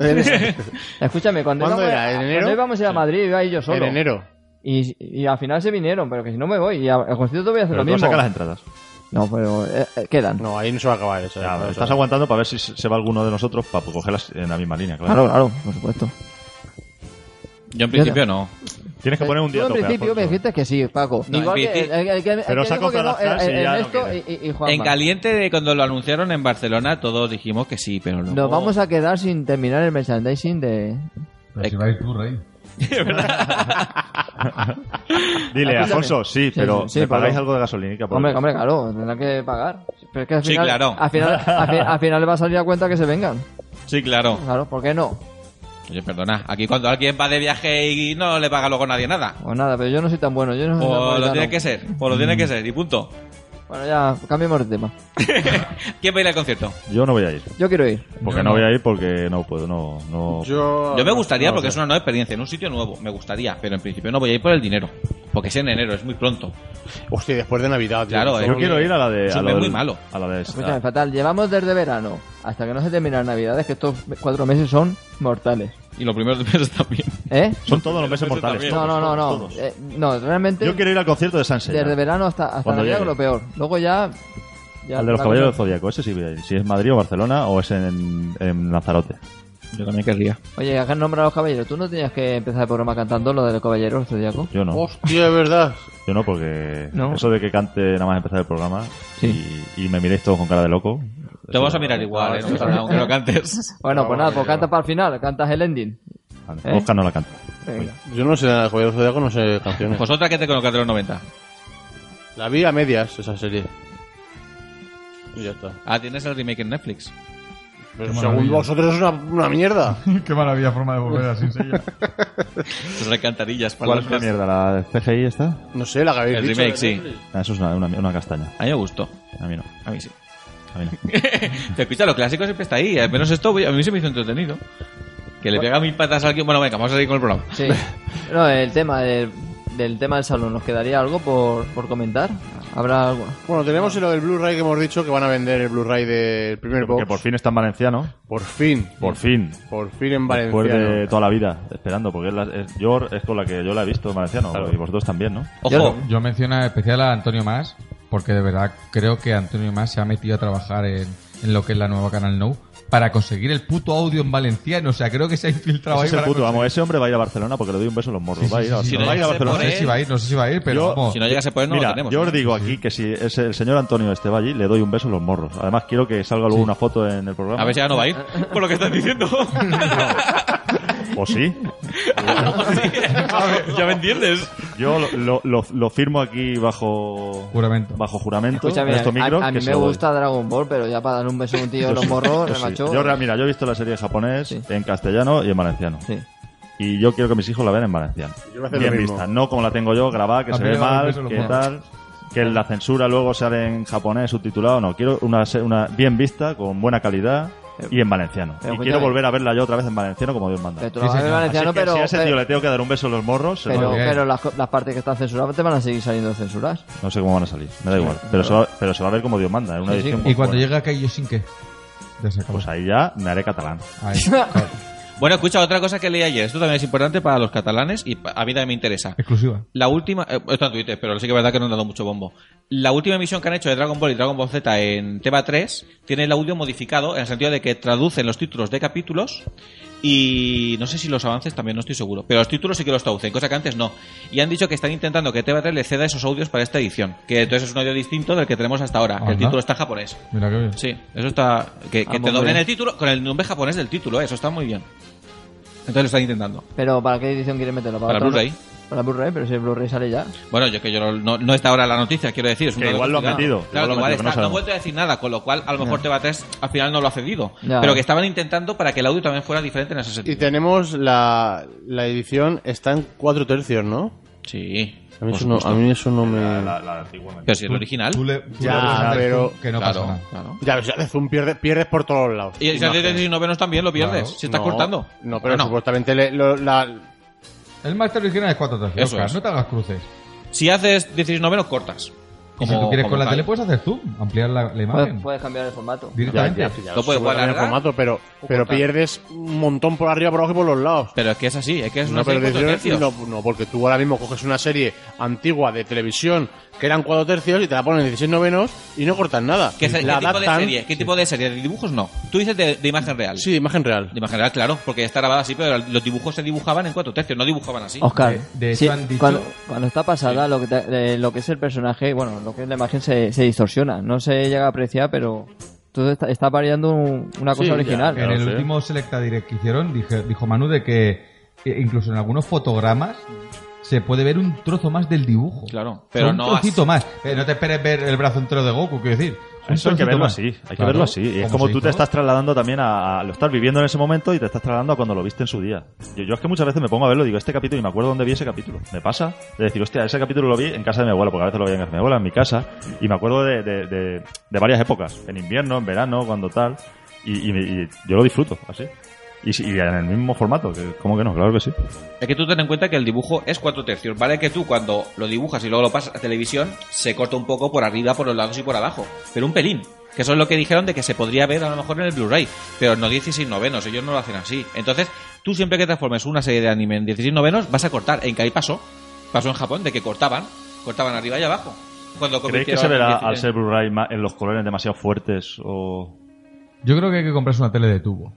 Escúchame, cuando
¿Cuándo
íbamos,
era? ¿En
cuando
enero?
íbamos a ir a Madrid, iba a ir yo solo.
En enero.
Y, y al final se vinieron, pero que si no me voy, y a- al concierto voy a hacer
Pero
lo
tú
mismo.
sacas las entradas.
No, pero eh, eh, quedan.
No, ahí no se va a acabar eso.
Ya,
Eso,
Eh, estás
eso.
aguantando para ver si se va alguno de nosotros para pues, cogerlas en la misma línea, claro.
Claro, claro, por supuesto.
Yo en principio no.
Tienes que poner un día
Tú
tope,
en principio
Alfonso.
me dijiste que sí, Paco.
No,
Igual
en
que,
principio-
el- el- el- el
Pero
que
se ha
dijo que no,
contrarrestado
el-
si
el-
ya no
Ernesto
quiere.
y, y, y
En
Juanma.
caliente, de cuando lo anunciaron en Barcelona, todos dijimos que sí, pero luego...
Nos vamos a quedar sin terminar el merchandising de...
Eh,
Pero si vais tú, Rey.
Dile,
Escúchame.
Alfonso, sí,
Sí,
pero
sí,
me
Pablo.
pagáis algo de gasolinica. por
Hombre,
favor.
hombre, claro, tendrán que pagar. Pero es que al
Sí,
final,
claro.
al, final, al, fi- al final va a salir a cuenta que se vengan.
Sí, claro.
Claro, ¿por qué no?
Oye, perdona. Aquí cuando alguien va de viaje y no le paga luego nadie nada.
Pues nada, pero yo no soy tan bueno. Yo Ah, no soy tan
O
bueno,
lo
ya
tiene
no.
que ser. O lo tiene que ser. Y punto.
Bueno, ya cambiemos de tema.
¿Quién va a ir al concierto?
Yo no voy a ir.
Yo quiero ir.
Porque no voy a ir porque no puedo, no. no...
Yo...
Yo me gustaría porque es una nueva experiencia en un sitio nuevo. Me gustaría, pero en principio no voy a ir por el dinero. Porque es en enero, es muy pronto.
Hostia, después de Navidad. tío.
Claro,
Eso-
eh.
Yo quiero ir a la de.
Es
a
un
la
mes
del-
muy malo.
A la de esta.
Escúchame, fatal. Llevamos desde verano hasta que no se terminan navidades, que estos cuatro meses son mortales.
Y los primeros meses también.
¿Eh?
Son todos los meses mortales.
No, no, no, no.
Todos.
Eh, no, realmente
Yo quiero ir al concierto de Sánchez.
desde verano hasta, hasta
Cuando
Navidad
llegue.
lo peor. Luego ya... ya
Al de los
la
caballeros
cosa-
del Zodíaco, ese sí voy a ir. Si es Madrid o Barcelona o es en, en Lanzarote.
Yo también querría.
Oye, has nombrado a los caballeros. ¿Tú no tenías que empezar el programa cantando lo del caballero del zodiaco?
Yo no.
Hostia, es verdad.
Yo no, porque
No.
eso de que cante nada más empezar el programa
Sí.
y, y me miréis todos con cara de loco.
Te vamos a mirar igual, eh, no pasa nada, aunque lo cantes.
Bueno, pues nada, pues canta para el final, cantas el ending.
Vale,
¿Eh?
Oscar no la canta.
Venga.
Yo no sé nada de Caballero del Zodiaco, no sé canciones.
Pues otra que te conozcas de los 90.
La vi a medias, esa serie. Y ya está.
Ah, tienes el remake en Netflix.
Pero
Qué
según
maravilla.
vosotros es una, una mierda.
Qué maravilla forma de volver así enseguida.
Tus alcantarillas. para
¿Cuál es
los
la
más.
mierda? ¿La de CGI esta?
No sé, la que habéis
El
dicho.
remake, sí.
Ah, Eso es una, una, una castaña.
A mí me gustó.
A mí no.
A mí sí.
A mí no.
Te escucha, lo clásico siempre está ahí. Al menos esto voy- a mí se me hizo entretenido. Que le pega mil patas a alguien. Bueno, venga, vamos a seguir con el programa.
Sí. No, el tema del, del tema del salón, ¿nos quedaría algo por, por comentar? ¿Habrá algo?
Bueno, tenemos lo del Blu-ray que hemos dicho que van a vender el Blu-ray del primer box.
Que por fin está en valenciano.
Por fin.
Por fin.
Por fin en
Después
Valenciano.
de toda la vida esperando, porque es la, es, yo es con la que yo la he visto en valenciano. Y vosotros también, ¿no?
Ojo,
Yo menciono en especial a Antonio Más, porque de verdad creo que Antonio Más se ha metido a trabajar en, en lo que es la nueva Canal Now para conseguir el puto audio en valenciano. O sea, creo que se ha infiltrado
Ese
ahí.
es el
para
puto,
conseguir-
vamos, ese hombre va a ir a Barcelona porque le doy un beso en los morros.
Sí, sí,
va a ir a
sí, sí,
Barcelona.
no
va a ir
No sé si va
llegase por
a Barcelona.
a ir, no sé si va a ir, pero
Yo-
vamos.
si no llegase a poner, no
Mira,
lo tenemos.
yo
¿no?
os digo aquí que si es el señor Antonio este va allí, le doy un beso en los morros. Además, quiero que salga luego una foto en el programa.
A ver si ya no va a ir. Por lo que estás diciendo.
¿O sí?
ya me entiendes.
Yo lo, lo- lo- lo firmo aquí bajo
Juramento.
bajo juramento
Escúchame,
en
a-
estos micros.
a,
que
mí
se
me
lo doy.
gusta Dragon Ball, pero ya para dar un beso a un tío en los morros,
Yo
me
sí.
macho.
Yo, re- mira, yo he visto la serie en japonés,
Sí.
en castellano y en valenciano.
Sí.
Y yo quiero que mis hijos la vean en valenciano.
Yo voy a hacer
Bien
lo mismo.
vista, no como la tengo yo, grabada, que
A
se
mí
ve
me da un
mal,
beso en los
que
morros.
tal. Que la censura luego sale en japonés subtitulado, no. Quiero una, se- una bien vista, con buena calidad y en valenciano.
pero
y quiero
escúchame.
volver a verla yo otra vez en valenciano como Dios manda.
Que tú
Sí,
lo haces en
señor.
valenciano,
Así que
pero,
si a ese tío
pero,
le tengo que dar un beso en los morros, se lo
pero-
doy.
Muy
pero
bien.
las, co- las partes que están censuradas te van a seguir saliendo censuradas.
no sé cómo van a salir, me da igual. Pero se va, pero se va a ver como Dios manda, es una
Sí, sí.
edición muy
Y cuando
buena.
llega Kaiyo sin qué. Ya se acabó.
Pues ahí ya me haré catalán.
Ahí.
Bueno, escucha, otra cosa que leí ayer. Esto también es importante para los catalanes y pa- a mí también me interesa.
Exclusiva.
La última, eh, está en Twitter, pero sí que es verdad que no han dado mucho bombo. La última emisión que han hecho de Dragon Ball y Dragon Ball Z en Teba 3 tiene el audio modificado en el sentido de que traducen los títulos de capítulos y no sé si los avances también, no estoy seguro, pero los títulos sí que los traducen, cosa que antes no. Y han dicho que están intentando que Teba 3 le ceda esos audios para esta edición, que entonces es un audio distinto del que tenemos hasta ahora. que El
Ajá.
título está en japonés.
Mira qué bien.
Sí, eso está. Que, que
Ah,
te
muy
doblen
bien.
el título con el nombre japonés del título, eh, eso está muy bien. Entonces lo están intentando.
Pero ¿para qué edición quieres meterlo?
Para
otra-
Blu-ray.
Para Blu-ray, pero si el Blu-ray sale ya.
Bueno, yo que yo no, no- no está ahora la noticia, quiero decir. Es un
Que
dato
igual lo han
complicado.
metido,
Claro,
igual lo
que
han
igual
metido,
está,
no
no, han
sabemos.
vuelto a decir nada, con lo cual a lo mejor te bates al final no lo ha cedido.
Ya.
Pero que estaban intentando para que el audio también fuera diferente en ese
Y
sentido.
tenemos la, la edición, está en cuatro tercios, ¿no?
Sí.
A mí,
por
eso no,
supuesto.
a mí eso no me...
Pero si el original.
Tú le- tú
Ya,
le pones al
pero-
Zoom Que no
claro,
pasa nada.
claro.
Ya, ves, ya de Zoom pierdes, pierdes por todos lados.
Y si haces
Imagen.
19 menos también lo pierdes,
Claro.
si estás
No,
cortando. Ah,
No, pero
Bueno,
supuestamente le- lo- la...
El máster original es 4 tercios.
Eso
Oscar,
es.
No te hagas cruces.
si haces 19 menos cortas.
Y si tú quieres
como
con la
tal.
tele, pues- puedes hacer tú. Ampliar la, la
Puedes,
imagen.
puedes cambiar el formato.
Directamente.
Pues, ya
Lo puedes
sube también el
alargar
formato, pero, pero
cortar.
pierdes un montón por arriba, por abajo y por los lados.
Pero es que es así, es que es una
No, pero
serie de cuatro
decisiones-
tercios.
no, no, porque tú ahora mismo coges una serie antigua de televisión que eran cuatro tercios y te la ponen en 16 novenos y no cortan nada.
¿Qué, se-
la
qué tipo de serie? ¿Qué tipo de serie? ¿De dibujos? No. Tú dices de, de imagen real.
Sí, imagen real.
De imagen real, claro, porque ya está grabada así, pero los dibujos se dibujaban en cuatro tercios, no dibujaban así.
Oh.
Oscar,
De- de hecho han dicho-
cuando, cuando está pasada, lo, que te- eh, lo que es el personaje, bueno, lo que es la imagen se, se distorsiona. No se llega a apreciar, pero tú está, está variando un- una cosa
Sí, ya,
original.
En
Claro,
el
sí.
último Selecta Direct que hicieron, dije- dijo Manu de que eh, incluso en algunos fotogramas se puede ver un trozo más del dibujo.
Claro,
O sea,
pero
un
no
trocito más. Eh, no te esperes ver el brazo entero de Goku, quiero decir. un
Eso hay que
trocito
verlo
más.
así, hay que
Claro,
verlo así. Y es como
se
tú te
hizo.
estás trasladando también a, a- Lo estás viviendo en ese momento y te estás trasladando a cuando lo viste en su día. Yo, yo es que muchas veces me pongo a verlo y digo, este capítulo, y me acuerdo dónde vi ese capítulo. Me pasa de decir, hostia, ese capítulo lo vi en casa de mi abuela, porque a veces lo veía en casa de mi abuela, en mi casa, y me acuerdo de, de- de- de varias épocas, en invierno, en verano, cuando tal, y, y me- y yo lo disfruto así. Y, si- y en el mismo formato, que, ¿cómo que no? Claro que sí.
Es que tú ten en cuenta que el dibujo es cuatro tercios, ¿vale? Que tú cuando lo dibujas y luego lo pasas a televisión, se corta un poco por arriba, por los lados y por abajo, pero un pelín. Que eso es lo que dijeron de que se podría ver a lo mejor en el Blu-ray, pero no 16 novenos, ellos no lo hacen así. Entonces, tú siempre que transformes una serie de anime en 16 novenos, vas a cortar. En que ahí pasó, pasó en Japón, de que cortaban, cortaban arriba y abajo. Cuando
¿Creéis que
convirtieron
se verá
en
al
16
ser Blu-ray ma- en los colores demasiado fuertes o...?
Yo creo que hay que comprarse una tele de tubo.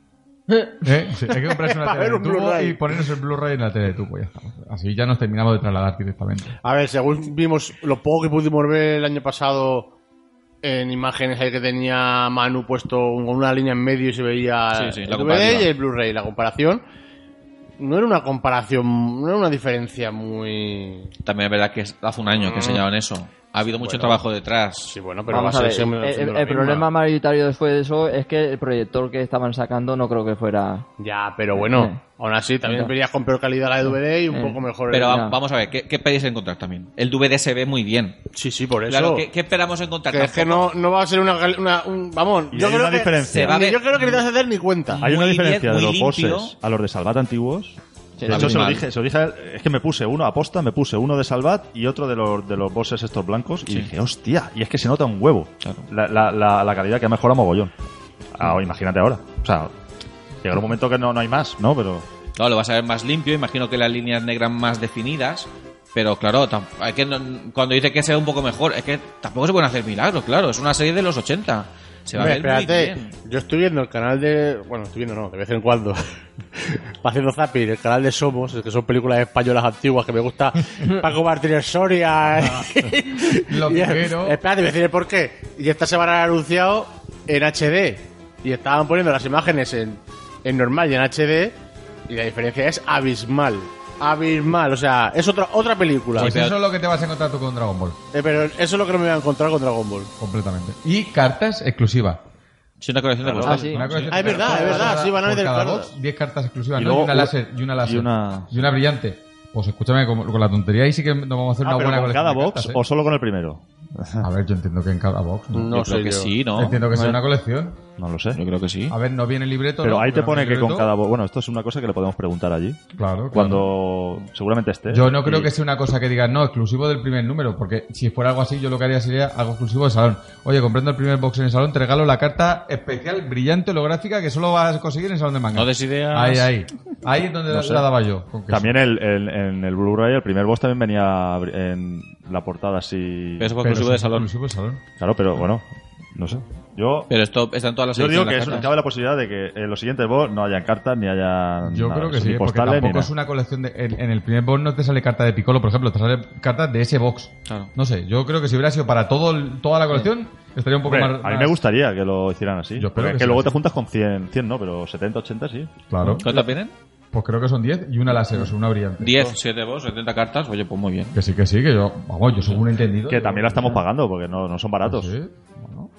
¿Eh? Sí, hay que comprarse una
Para ver
tele de
un
tubo
Blu-ray.
y ponernos el Blu-ray en la tele de tubo. Ya está. Así ya nos terminamos de trasladar
Pues
directamente.
A ver, según vimos lo poco que pudimos ver el año pasado en imágenes ahí que tenía Manu puesto un- una línea en medio y se veía
Sí, sí,
el
la
DVD
comparativa.
y el Blu-ray, la comparación. No era una comparación, no era una diferencia muy...
También es verdad que es- hace un año que enseñaron eso. Ha habido mucho
Mm. Bueno.
trabajo detrás.
Sí, bueno, pero
Vamos
va
a
a
ver,
ser siempre
el,
haciendo
el
la misma.
problema mayoritario después de eso es que el proyector que estaban sacando no creo que fuera...
Ya, pero
Eh,
bueno, aún así también
Venga.
verías con peor calidad la de DVD y un
Eh.
poco mejor... el-
Pero va-
Ya.
vamos a ver, ¿qué, qué pedís encontrar también? El DVD se ve muy bien.
Sí, sí, por eso.
Claro, ¿qué, qué esperamos encontrar?
que es que
Tampoco.
no, no va a ser una... gal- una- un, vamos,
Y
yo
hay
creo,
una
que,
diferencia.
se va a ver-
yo creo que no te vas a hacer ni cuenta.
Hay una
Muy
diferencia
bien,
de
muy
los
limpio.
bosses a los de Salvat antiguos.
Sí,
de hecho, se lo,
mal.
dije, se lo dije a él, Es que me puse uno, aposta, me puse uno de Salvat y otro de los, de los bosses estos blancos. Y dije, hostia, y es que se nota un huevo.
Claro.
La, la- la- la calidad que ha mejorado mogollón. Ah, imagínate ahora. O sea, llegará un momento que no, no hay más, ¿no? Pero. ah,
Claro, lo vas a ver más limpio, imagino que las líneas negras más definidas. Pero claro, tam- hay que no- cuando dice que se ve un poco mejor, es que tampoco se pueden hacer milagros, claro. Es una serie de los 80. Se va
Hombre,
a ver
espérate,
muy bien.
yo estoy viendo el canal de. Bueno, estoy viendo, no, de vez en cuando. haciendo zapping, el canal de Somos, que son películas españolas antiguas que me gusta Paco Martínez Soria.
Ah,
Lo
Y-
primero-
Espérate, voy a decir el porqué. Y esta semana han anunciado en HD. Y estaban poniendo las imágenes en, en normal y en HD. Y la diferencia es abismal. Abismal, o sea, es otra otra película.
Pues
Eh,
eso es lo que te vas a encontrar tú con Dragon Ball.
pero eso es lo que no me voy a encontrar con Dragon Ball.
Completamente. Y cartas exclusivas.
Es una colección de
Claro.
cosas.
Ah, sí.
Una colección
Ah, es
de
verdad,
cartas
es verdad,
por
sí, van a
cada-
vender
por cada
cartas.
box, 10 cartas exclusivas,
Y
y,
luego
y una
una-
láser, y una láser.
y una-
y una brillante. Pues escúchame, con, con la tontería ahí sí que nos vamos a hacer
Ah,
una
pero
buena
con
colección
cada
de
box
cartas, ¿eh?
o solo con el primero.
A ver, yo entiendo que en cada box. ¿no?
No
yo creo
sé
que
yo.
sí, ¿no?
Entiendo que sea una colección.
No lo sé.
Yo creo que sí.
A ver, no viene el libreto.
Pero
¿no?
ahí te
no
pone
viene
que
el
con
libreto.
cada box. Bueno, esto es una cosa que le podemos preguntar allí.
Claro, claro.
Cuando seguramente esté.
Yo no creo
Y-
que sea una cosa que digan, no, exclusivo del primer número, porque si fuera algo así, yo lo que haría sería algo exclusivo de salón. Oye, comprando el primer box en el salón, te regalo la carta especial, brillante, holográfica, que solo vas a conseguir en el salón de manga.
No des ideas.
Ahí, ahí. Ahí es donde la,
sé.
la daba yo. con queso.
También el, el- en el Blu-ray, el primer boss también venía en la portada así.
Pero eso fue
Pero
exclusivo
sí,
Pues de salón.
Exclusivo de salón.
Claro, pero bueno, no sé. Yo,
Pero esto está en todas las
yo digo
ediciones,
que
las
es-
cartas.
cabe la posibilidad de que en los siguientes boss no hayan cartas ni haya.
Yo
nada,
creo que
ni
sí, porque
postales, ni
tampoco
nada.
es una colección de... En, en el primer box no te sale carta de Piccolo, por ejemplo, te sale cartas de ese box.
Claro.
No sé, yo creo que si hubiera sido para todo el- toda la colección, estaría un poco
Hombre,
más...
a mí
más-
me gustaría que lo hicieran así.
Yo espero
porque
que
es que
sea
luego
así.
te juntas con 100, 100 no, pero 70, 80 sí.
Claro.
¿Cuántas vienen?
Pues creo que son 10 y una láser, o sea, una brillante.
10, 7 vos, 70 cartas. Oye, pues muy bien.
Que sí, que sí, que yo... Vamos, yo soy un entendido.
Que
yo-
también la estamos pagando porque no, no son baratos.
Sí.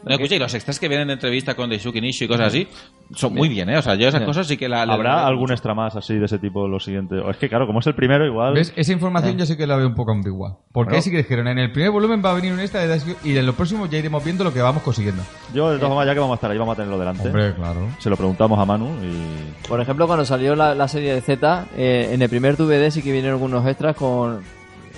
No, escucha, y los extras que vienen de entrevista con Daisuke Nishi y cosas así, son muy bien, ¿eh? O sea, yo esas cosas sí que la... la-
¿Habrá
la-
algún extra más así de ese tipo lo siguiente? O es que claro, como es el primero, igual.
¿Ves? Esa información
Eh.
yo sí que la veo un poco ambigua. Porque
Bueno.
sí que dijeron, en el primer volumen va a venir un esta de Daisuke y en los próximos ya iremos viendo lo que vamos consiguiendo.
Yo, de todas formas, ya que vamos a estar ahí, vamos a tenerlo delante.
Hombre, claro.
Se lo preguntamos a Manu y.
Por ejemplo, cuando salió la, la serie de Z, eh, en el primer DVD sí que vinieron algunos extras con...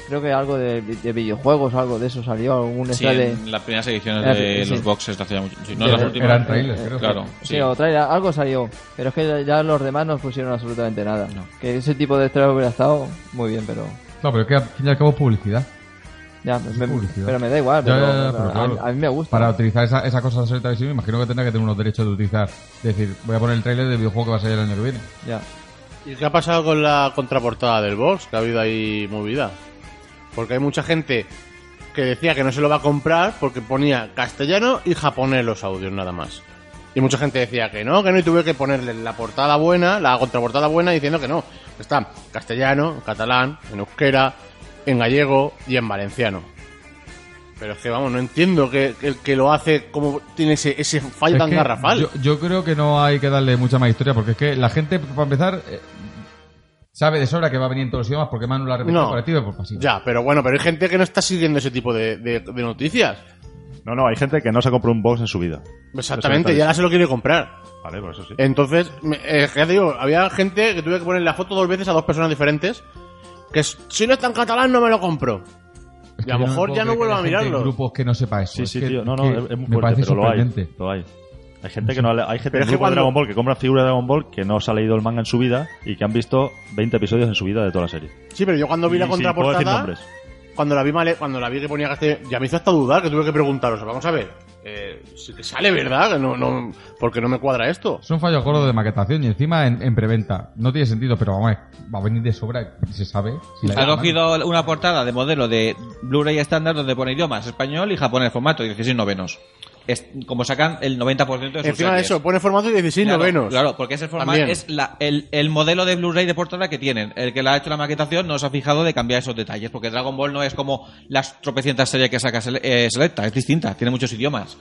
Creo que algo de, de videojuegos, algo de eso salió, algún
Sí,
extra de...
en las primeras ediciones
Ah,
de
sí.
los boxes de hacía mucho... sí, no,
De-
las últimas... eh,
Eran trailers, creo.
Claro,
Sí,
sí.
o trailer, algo salió, pero es que ya, ya los demás no pusieron absolutamente nada.
No.
Que ese tipo de extras hubiera estado muy bien, pero...
No, pero que al fin y al cabo es publicidad.
Ya, me- me-
publicidad.
pero me da igual,
Ya,
pero,
ya, ya, pero
a-
claro.
a, mí me gusta.
Para utilizar esa, esa cosa de ser televisivo, me imagino que tendrá que tener unos derechos de utilizar. Es decir, voy a poner el tráiler del videojuego que va a salir el año que viene.
Ya.
¿Y qué ha pasado con la contraportada del box? Que ha habido ahí movida. Porque hay mucha gente que decía que no se lo va a comprar porque ponía castellano y japonés los audios nada más. Y mucha gente decía que no, que no, y tuve que ponerle la portada buena, la contraportada buena, diciendo que no. Está castellano, en catalán, en euskera, en gallego y en valenciano. Pero es que, vamos, no entiendo que que el que lo hace, como tiene ese, ese fallo
Es
tan
que
garrafal.
Yo, yo creo que no hay que darle mucha más historia, porque es que la gente, para empezar, eh, sabe de sobra que va a venir en todos los idiomas porque Manu la repetido
No.
por pues, activa y por pasiva.
Ya, pero bueno, pero hay gente que no está siguiendo ese tipo de, de- de noticias.
No, no, hay gente que no se compró un box en su vida.
Exactamente, y ahora se lo quiere comprar.
Vale, pues eso sí.
Entonces, me- eh, ya te digo, había gente que tuve que poner la foto dos veces a dos personas diferentes. Que es, si no está en catalán, no me lo compro.
Es que
y a lo
yo
mejor
puedo
ya no
creer que
vuelvo
haya
a
gente en
mirarlo.
grupos que no sepa eso.
Sí,
Es
sí,
que-
tío. No, no,
que
es, es
Me
muy fuerte,
parece
pero lo hay.
sorprendente.
Lo hay. Hay gente que no le- hay gente
Pero es
en
que
grupo de
cuando-
Dragon Ball que compra figuras de Dragon Ball que no se ha leído el manga en su vida y que han visto 20 episodios en su vida de toda la serie.
Sí, pero yo cuando vi
Y
la
sí, puedo decir
contraportada,
nombres.
cuando la vi male- cuando la vi que ponía castellano, ya me hizo hasta dudar que tuve que preguntaros. Vamos a ver, eh, si te sale verdad, no, no, porque no me cuadra esto.
Son fallos gordos de maquetación y encima en, en preventa. No tiene sentido, pero vamos, a ver, va a venir de sobra, se sabe. Si la
Ha cogido una portada de modelo de Blu-ray estándar donde pone idiomas español y japonés formato 16 novenos. Es como sacan el 90% de sus
Encima de
series.
eso, pone formato 16
claro,
novenos.
Claro, porque ese formato
También.
es la- el, el modelo de Blu-ray de portada que tienen. El que le ha hecho la maquetación no se ha fijado de cambiar esos detalles, porque Dragon Ball no es como las tropecientas series que saca Sele- eh, Selecta, es distinta, tiene muchos idiomas.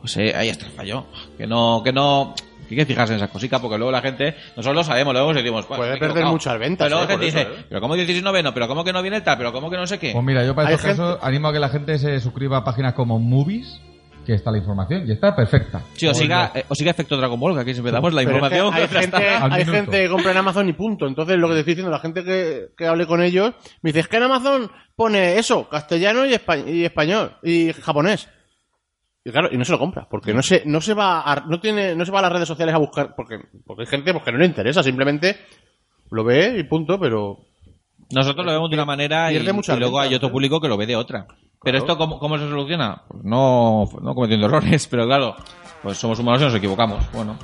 Pues eh, ahí está el fallo. Que no, que no. que Hay que fijarse en esas cositas porque luego la gente, nosotros lo sabemos, luego decimos, "Pues,
Puede
me he
perder
equivocado".
muchas ventas,
Pero luego
eh,
la gente
por
dice,
eso, eh.
pero ¿cómo 16 noveno? ¿Pero cómo que no viene el tal? ¿Pero cómo que no sé qué?
Pues mira, yo para
Hay
esos casos animo a que la gente se suscriba a páginas como Movies, que está la información y está perfecta. Pues
Sí, o
Como
siga, eh, o siga efecto Dragon Ball, que aquí siempre damos la
Pero es que
información.
hay gente,
Al
hay
minuto.
gente que compra en Amazon y punto. Entonces, lo que te estoy diciendo, la gente que, que hable con ellos, me dice, es que en Amazon pone eso, castellano y, espa- y español, y japonés. Y claro, y no se lo compra, porque no se, no se va a, no tiene, no se va a las redes sociales a buscar, porque, porque hay gente pues, que no le interesa, simplemente lo ve y punto, pero
Nosotros lo vemos de una manera y,
pierde mucha
y luego
venta,
hay otro
¿eh?
público que lo ve de otra.
Claro.
Pero esto, ¿cómo, cómo se soluciona? Pues no, no cometiendo errores, pero claro, pues somos humanos y nos equivocamos. Bueno,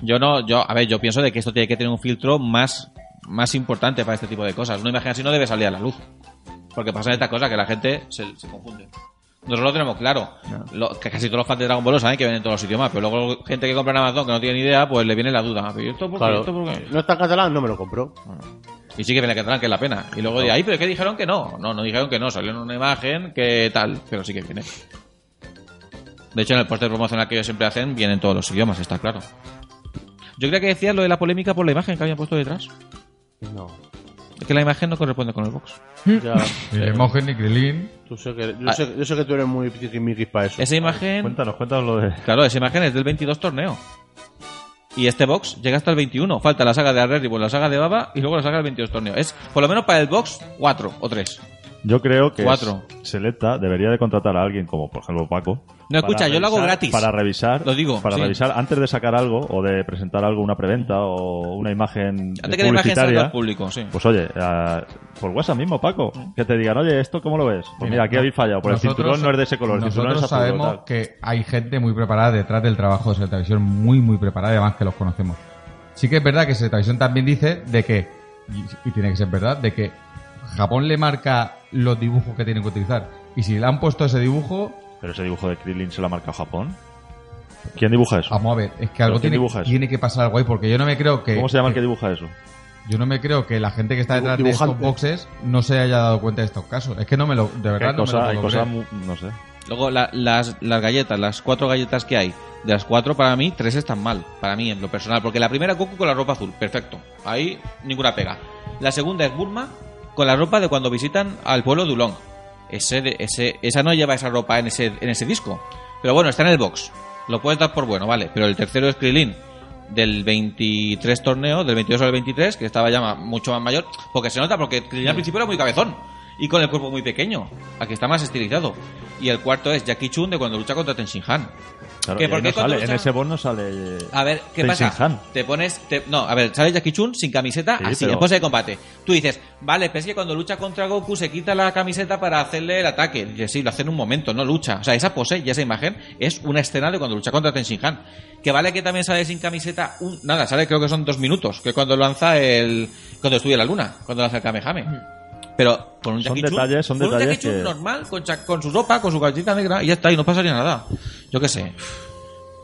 yo no, yo, a ver, yo pienso de que esto tiene que tener un filtro más, más importante para este tipo de cosas. Una imagen así no debe salir a la luz. Porque pasan estas cosas que la gente se, se confunde. Nosotros lo tenemos claro. Lo- que casi todos los fans de Dragon Ball lo saben que vienen todos los idiomas, pero luego gente que compra en Amazon que no tiene ni idea, pues le viene la duda. ¿Y esto por qué?
claro,
¿Esto por qué?
no está en catalán, no me lo compro.
Y sí que viene catalán, que es la pena. Y luego de ahí, pero ¿qué dijeron que no? No, no dijeron que no, salió en una imagen, que tal, pero sí que viene. De hecho, en el póster promocional que ellos siempre hacen, vienen todos los idiomas, está claro. Yo creía que decías lo de la polémica por la imagen que habían puesto detrás.
No.
Es que la imagen no corresponde con el box.
Ya,
el Mogen y Krilin.
tú sé que, yo, sé, yo sé que tú eres muy tiquismiquis para eso.
Esa imagen,
Cuéntanos, cuéntanos lo de.
claro, esa imagen es del 22 torneo. Y este box llega hasta el 21. Falta la saga de Arribus, la saga de Baba y luego la saga del 22 torneo. Es, por lo menos para el box, 4 o 3.
Yo creo que
Cuatro.
Selecta debería de contratar a alguien como, por ejemplo, Paco.
No,
para
escucha, yo lo hago
revisar-
gratis.
Para revisar.
Lo digo,
Para
sí.
revisar antes de sacar algo o de presentar algo, una preventa o una imagen.
Antes que la imagen salga al
publicitaria.
público, sí.
Pues oye, a- por WhatsApp mismo, Paco, que te digan, oye, ¿esto cómo lo ves? Pues mira, aquí
no-
habéis fallado, porque el
nosotros-
cinturón no es de ese color, el cinturón
Nosotros
es azul.
sabemos
tal.
que hay gente muy preparada detrás del trabajo de televisión, muy, muy preparada, y además que los conocemos. Sí que es verdad que televisión también dice de que, y, y tiene que ser verdad, de que Japón le marca los dibujos que tienen que utilizar. Y si le han puesto ese dibujo,
Pero ese dibujo de Krillin se lo ha marcado Japón. ¿Quién dibuja eso?
vamos a ver, es que
¿Pero
algo
quién
tiene,
dibuja eso?
tiene que pasar algo ahí, porque yo no me creo que...
¿Cómo se llama el
que-
que dibuja eso?
Yo no me creo que la gente que está detrás de estos
Dibujante.
boxes no se haya dado cuenta de estos casos. Es que no me lo... De verdad
Hay
Pues no me lo
cosas, hay
puedo creer.
cosas, mu- no sé.
Luego, la- las, las galletas, las cuatro galletas que hay. De las cuatro, para mí, tres están mal. Para mí, en lo personal. Porque la primera, Goku con la ropa azul. Perfecto. Ahí, ninguna pega. La segunda es Burma con la ropa de cuando visitan al pueblo de Ulong. Ese, de- ese, esa no lleva esa ropa en ese, en ese disco. Pero bueno, está en el box. Lo puedes dar por bueno, vale. Pero el tercero es Krilin. Del 23 torneo, del 22 al 23, que estaba ya ma- mucho más mayor. Porque se nota, porque Krilin al principio era muy cabezón y con el cuerpo muy pequeño. Aquí está más estilizado. Y el cuarto es Jackie Chun de cuando lucha contra Tenshin Han.
Claro,
¿Que
y
por
ahí
qué
no sale,
cuando Ah,
en
usa-
ese bono sale.
A ver, ¿qué
Tenzin
pasa?
Han.
Te pones. te- no, a ver, sale Jackie Chun sin camiseta,
Sí,
así,
pero-
en pose de combate. Tú dices, vale, pero es que cuando lucha contra Goku se quita la camiseta para hacerle el ataque. Dices, sí, lo hace en un momento, no lucha. O sea, esa pose y esa imagen es una escena de cuando lucha contra Tenshin Han. Que vale que también sale sin camiseta, un- nada, sale creo que son dos minutos, que es cuando lanza el. cuando estudia la luna, cuando lanza el Kamehame. Pero con un
Son
Jackie Chun-
detalles- son
con un
detalles
Jackie Chun
que-
normal, con, cha- con su ropa, con su camiseta negra, y ya está, y no pasaría nada. Yo qué sé.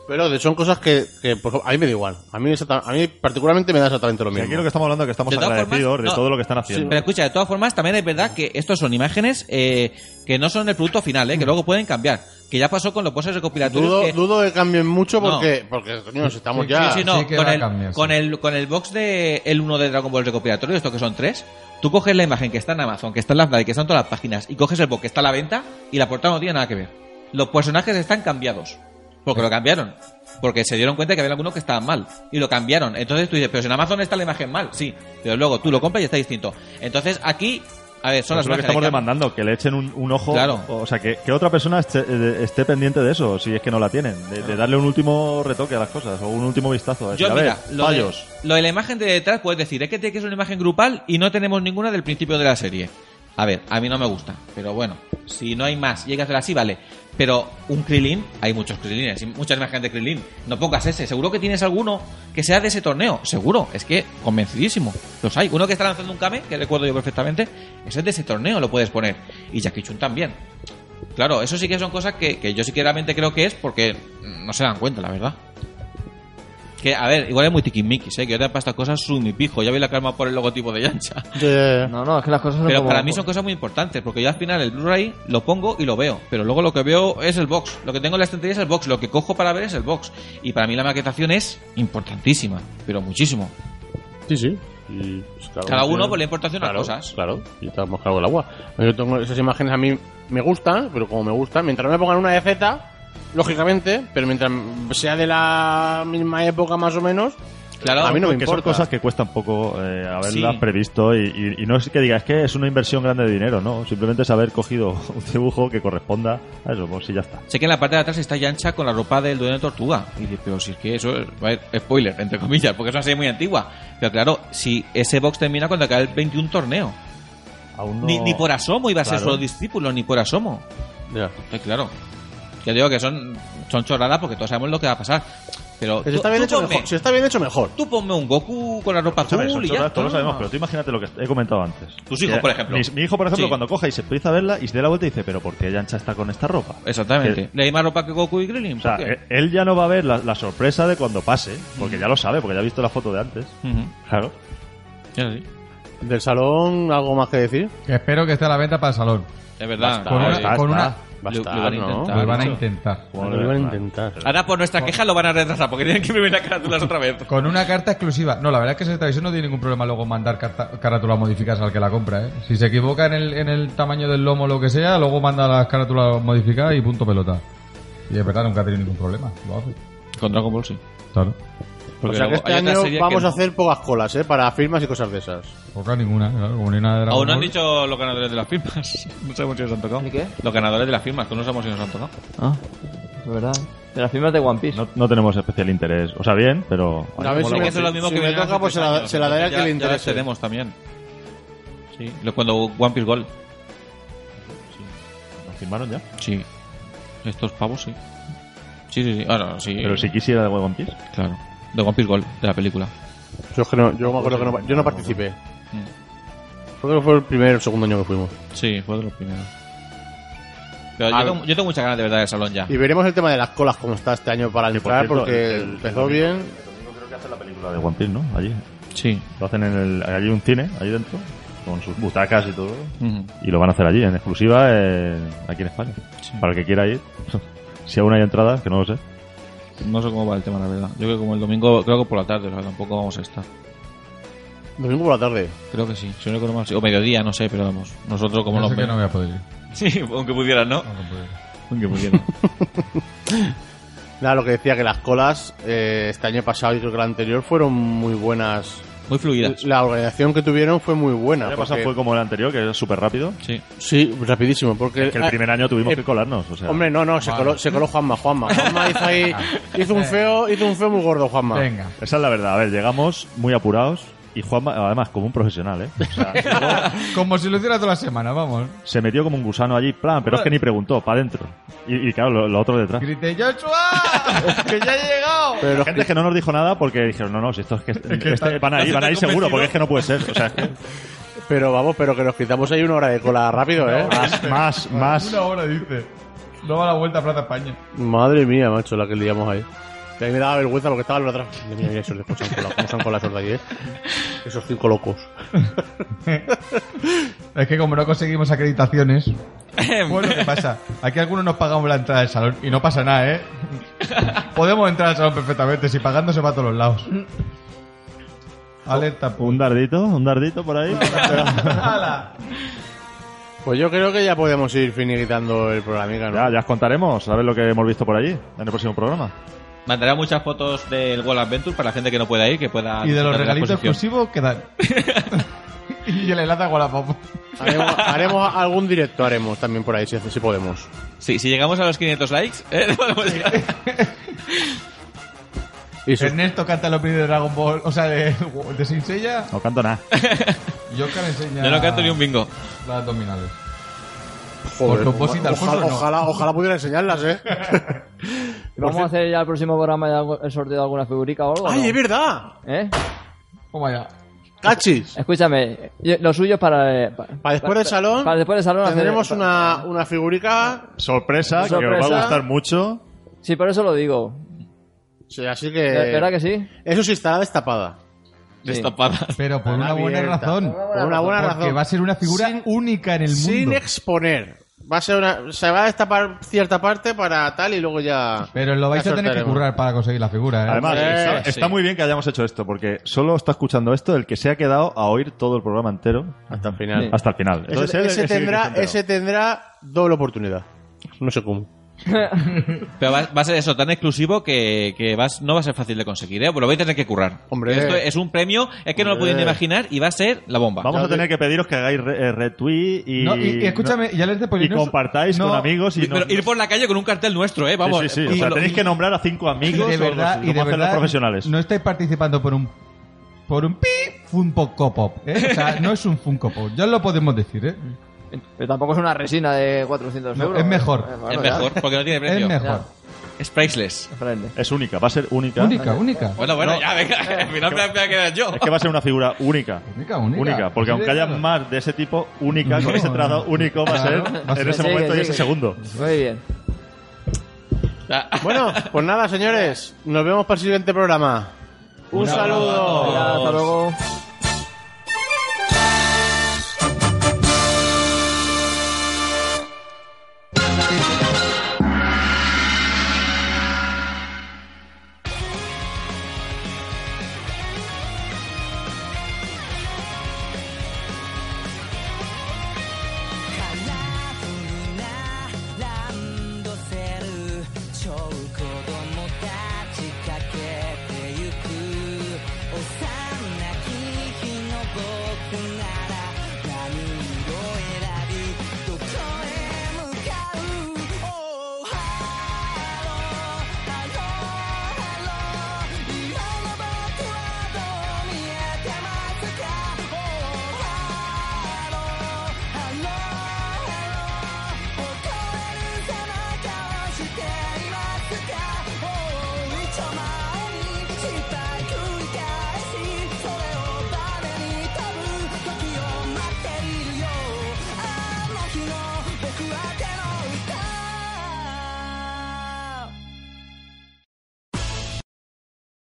Pero de- son cosas que, que, por ejemplo, a mí me da igual. A mí, exacta- a mí particularmente me da exactamente lo
eh, Y
mismo.
aquí lo que estamos hablando es que estamos
De todas
agradecidos
formas,
de
no.
todo lo que están haciendo.
Pero escucha, de todas formas, también es verdad que estos son imágenes eh, que no son el producto final,
Mm.
eh, que luego pueden cambiar. Que ya pasó con los poses recopilatorios.
Dudo,
que-
dudo que cambien mucho
No.
porque, porque coño, si estamos
Sí,
ya.
Sí, sí, no,
Sí que
con,
va a
el,
cambiar, sí.
con, el, con el box de el 1 de Dragon Ball recopilatorio, esto que son tres, tú coges la imagen que está en Amazon, que está en Lazada, que está en todas las páginas, y coges el box que está a la venta, y la portada no tiene nada que ver. Los personajes están cambiados, porque lo cambiaron. Porque se dieron cuenta que había algunos que estaban mal y lo cambiaron. Entonces tú dices, pero si en Amazon está la imagen mal, sí. Pero luego tú lo compras y está distinto. Entonces aquí, a ver, son las
Eso es Pues lo que
imágenes
estamos
que-
demandando, que le echen un, un ojo.
Claro.
O sea, que, que otra persona esté, eh, esté pendiente de eso, si es que no la tienen. De, de darle un último retoque a las cosas o un último vistazo. a decir,
Yo,
a
mira,
ver,
lo de,
fallos.
lo de la imagen de detrás puedes decir, es que tiene que ser una imagen grupal y no tenemos ninguna del principio de la serie. A ver, a mí no me gusta, pero bueno, si no hay más, llega a ser así, vale. Pero un Krilin, hay muchos Krilines, y muchas más gente Krilin. No pongas ese, seguro que tienes alguno que sea de ese torneo, seguro, es que convencidísimo. Los hay. Uno que está lanzando un Kame, que recuerdo yo perfectamente, ese es de ese torneo, lo puedes poner. Y Jackie Chun también. Claro, eso sí que son cosas que, que yo sí que realmente creo que es porque no se dan cuenta, la verdad. Que, a ver, igual es muy tiquismiquis, ¿eh? Que ahora para estas cosas soy mi pijo. Ya veis la calma por el logotipo de Yancha.
No, no, es que las cosas son
Pero
como-
para mí
pues.
son cosas muy importantes, porque yo al final el Blu-ray lo pongo y lo veo, pero luego lo que veo es el box, lo que tengo en la estantería es el box, lo que cojo para ver es el box, y para mí la maquetación es importantísima, pero muchísimo.
Sí, sí. Y, pues,
Cada uno
tiene-
por la importancia de unas
claro,
cosas.
Claro, y estamos claro el agua. Yo tengo esas imágenes a mí me gustan, pero como me gustan, mientras no me pongan una de Z, lógicamente, pero mientras sea de la misma época más o menos,
Claro,
a mí no me
porque
Que son
importa.
cosas que cuestan poco eh, haberlas
Sí.
previsto y, y- y no es que diga, es que es una inversión grande de dinero, no. Simplemente es haber cogido un dibujo que corresponda a eso, pues sí, ya está.
Sé que en la parte de atrás está Yancha con la ropa del dueño de Tortuga. Y dices, pero si es que eso es, a ver, spoiler, entre comillas, porque es una serie muy antigua. Pero claro, si ese box termina cuando acabe el 21 torneo,
Aún no-
ni, ni por asomo iba a ser
Claro.
solo discípulo, ni por asomo.
Ya.
Eh, claro. Yo digo que son, son chorradas porque todos sabemos lo que va a pasar. Pero
Que si está bien hecho
ponme,
mejor. Si está bien hecho mejor.
tú ponme un Goku con la ropa
A ver, son
azul y ya.
chorradas, todos lo sabemos,
toma.
pero tú imagínate lo que he comentado antes.
Tus hijos,
Que
por ejemplo.
Mi, mi hijo, por ejemplo,
Sí.
cuando coja y se empieza a verla y se da la vuelta y dice, pero ¿por qué Yancha está con esta ropa?
Exactamente.
Que-
¿Le hay más ropa que Goku y Krillin?
o sea,
¿Por qué?
e- él ya no va a ver la, la sorpresa de cuando pase, porque ya lo sabe, porque ya ha visto la foto de antes.
Ujú.
Claro.
Ya sí.
Del salón, algo más que decir.
Que espero que esté a la venta para el salón.
Es verdad.
Con una-
Sí.
con una-
Va a
Lo-
estar,
lo van a
¿no?
intentar.
Lo
Claro,
van a
eso.
intentar.
Bueno, lo iban a intentar.
Ahora por nuestra queja lo van a retrasar porque tienen que imprimir las carátulas otra vez.
Con una carta exclusiva. No, la verdad es que esa televisión no tiene ningún problema luego mandar carta, carátulas modificadas al que la compra, ¿eh? Si se equivoca en el, en el tamaño del lomo o lo que sea, luego manda las carátulas modificadas y punto pelota. Y es verdad, nunca ha tenido ningún problema. Lo hace.
Con Dragon Ball sí.
Claro.
o sea que este año vamos a hacer pocas colas, ¿eh? Para firmas y cosas de esas.
Poca ninguna, claro, como ni nada de Dragon
Aún no han
Ball.
dicho los ganadores de las firmas. No sabemos si nos han tocado.
¿El qué?
Los ganadores de las firmas, que no sabemos si nos han tocado.
Ah, es verdad. De las firmas de One Piece.
No, no tenemos especial interés. O sea, bien, pero...
A ver
Como
si
lo
me,
que eso es lo mismo
si
que
me
viene
toca,
hace
pues se
tres
la,
años,
se la daré al
ya-
que le
ya las
interese.
tenemos también. Sí. Lo- Cuando One Piece Gold.
¿Lo firmaron ya?
Sí. Estos pavos sí. Sí, sí, sí. Ah, no, sí.
Pero si quisiera de One Piece.
Claro. De One Piece Gold, de la película.
Yo, es que no- yo me acuerdo que no, yo no participé.
Mm.
Creo que fue el primer o segundo año que fuimos.
Sí, fue de los primeros. Pero yo
Al-
tengo, yo tengo muchas ganas de verdad del salón ya.
Y veremos el tema de las colas como está este año para
por
entrar,
cierto,
porque
el- el-
empezó bien.
Creo que hace la película de One Piece, ¿no? Allí.
Sí.
Lo hacen en el... Allí un cine, allí dentro, con sus butacas y todo.
Ujú.
Y lo van a hacer allí, en exclusiva, eh, aquí en España. Para el que quiera ir. si aún hay entradas, que no lo sé.
No sé cómo va el tema, la verdad. Yo creo que como el domingo, creo que por la tarde, o sea, tampoco vamos a estar.
Domingo por la tarde.
Creo que sí, si no recuerdo mal. sí. O mediodía, no sé, pero vamos. Nosotros como
Yo
los
sé que
ve-
no voy a poder ir.
Sí, aunque pudieran, ¿no?
No, no puedo ir.
Aunque pudieran.
Nada, lo que decía que las colas eh, este año pasado y creo que el anterior fueron muy buenas.
Muy fluidas.
La organización que tuvieron fue muy
El
buena.
año
porque-
pasado fue como el anterior, que era súper rápido.
Sí.
Sí, rapidísimo, porque...
Que el primer año tuvimos
eh,
que colarnos. O sea,
Hombre, no, no, se
Vale.
coló, se coló Juanma, Juanma. Juanma hizo ahí... Hizo un feo, hizo un feo muy gordo, Juanma.
Venga.
esa es la verdad. A ver, llegamos muy apurados. Y Juanma, además, como un profesional, ¿eh? O sea, llegó,
Como si lo hiciera toda la semana, vamos.
se metió como un gusano allí, plan, pero es que ni preguntó, para adentro. Y, y claro, lo, lo otro detrás.
Grité, ¡Joshua! ¡Que ya he llegado!
Pero
La
los
gente es que no nos dijo nada porque dijeron, no, no, si esto es que, este-
está-
van a ir, van a ir
está convencido.
seguro, porque es que no puede ser. O sea, es que
Pero vamos, pero que nos quitamos ahí una hora de cola rápido, ¿eh?
más, más, más.
Una hora, dice. No va la vuelta a Plaza España.
Madre mía, macho, la que liamos ahí. Que a mí me daba vergüenza porque estaba lo atrás. Mira, mira, mira, esos de se han colado, cómo se han colado esos de ahí, ¿eh? Esos cinco locos.
Es que como no conseguimos acreditaciones,
Em.
pues lo que pasa, aquí algunos nos pagamos la entrada al salón y no pasa nada, ¿eh? Podemos entrar al salón perfectamente, si pagando se va a todos los lados. Alerta,
Un
punta.
dardito, un dardito por ahí.
¡Hala!
Pues yo creo que ya podemos ir finiquitando el programa, ¿no?
Ya, ya os contaremos, a ver lo que hemos visto por allí, en el próximo programa.
Mandará muchas fotos del World Adventure para la gente que no pueda ir, que pueda.
Y de los
disfrutar la
regalitos pues
exposición.
exclusivos que dan. y el enlace a Guadalajara.
Haremos, haremos algún directo, haremos también por ahí, si, si podemos.
Sí, si llegamos a los 500 likes, ¿eh? Podemos llegar.
Y su-
Ernesto canta el opening de Dragon Ball, o sea, de, de Saint Seiya,
No canto nada.
y Oscar enseña
Yo no canto ni un bingo.
las abdominales.
Joder,
Por propósito, Alfonso,
ojalá,
no.
ojalá, ojalá pudiera enseñarlas, ¿eh?
¿Vamos a hacer ya el próximo programa ya algo- el sorteo de alguna figurica o algo? o
¡Ay,
no?
es verdad!
¿Eh?
¿Cómo allá?
¡Cachis!
Escúchame, yo- lo suyo es para, eh, pa- pa-
Para después del salón,
Para después del salón hacer-
tendremos
pa-
una, una figurica.
Sorpresa, que os va
Sorpresa.
a gustar mucho.
Sí, por eso lo digo.
Sí, así
¿De-
que.
¿Verdad que sí?
Eso sí estará destapada.
Destapada.
Pero por
Estará
una buena
abierta.
razón.
Por una buena
Porque
razón.
va a ser una figura
Sin-
única en el mundo.
Sin exponer. Va a ser una, se va a destapar cierta parte para tal y luego ya.
Pero lo vais
la
a tener que
soltaremos.
currar para conseguir la figura, ¿eh?
Además,
Sí,
está,
sí.
está muy bien que hayamos hecho esto, porque solo está escuchando esto el que se ha quedado a oír todo el programa entero
Hasta el final.
Sí.
hasta el final.
Ese,
Entonces, él
ese
es el que
tendrá,
se ha enterado.
ese tendrá doble oportunidad. No sé cómo.
Pero va, va a ser eso, tan exclusivo que, que vas- no va a ser fácil de conseguir, ¿eh? Pues lo vais a tener que currar.
Hombre.
Esto es un premio, es que no lo
Hombre.
podéis ni imaginar y va a ser la bomba.
Vamos
Ya
a tener que pediros que hagáis re- eh, retweet y,
No, y, y escúchame, ya les de
y
Polinos-
compartáis
no,
con amigos. Y
Pero
nos-
ir por la calle con un cartel nuestro, ¿eh? Vamos.
Sí, sí, sí.
eh,
O sea,
lo-
tenéis que nombrar a cinco
Y
amigos
de
o algo
verdad, y
así, como
de
hacen los
verdad,
profesionales.
no estáis participando por un por un pi, Funko Pop, ¿eh? O sea, no es un Funko Pop, ya lo podemos decir, ¿eh?
Pero tampoco es una resina de 400
No,
euros.
es mejor.
Eh, bueno,
Es
ya.
mejor, porque no tiene
Es
precio.
mejor,
Es priceless.
Diferente.
Es única, va a ser única.
única, única,
Bueno, bueno, ya, venga. Al final me voy a quedar yo.
Es que va a ser una figura única.
única, única,
porque aunque haya
Claro.
más de ese tipo, única,
No.
con ese trazado único va a ser
Claro, va a ser-
en ese
Sigue,
momento y
sigue.
ese segundo.
Muy bien.
Bueno, pues nada, señores. Nos vemos para el siguiente programa. Un saludo.
Venga, hasta luego.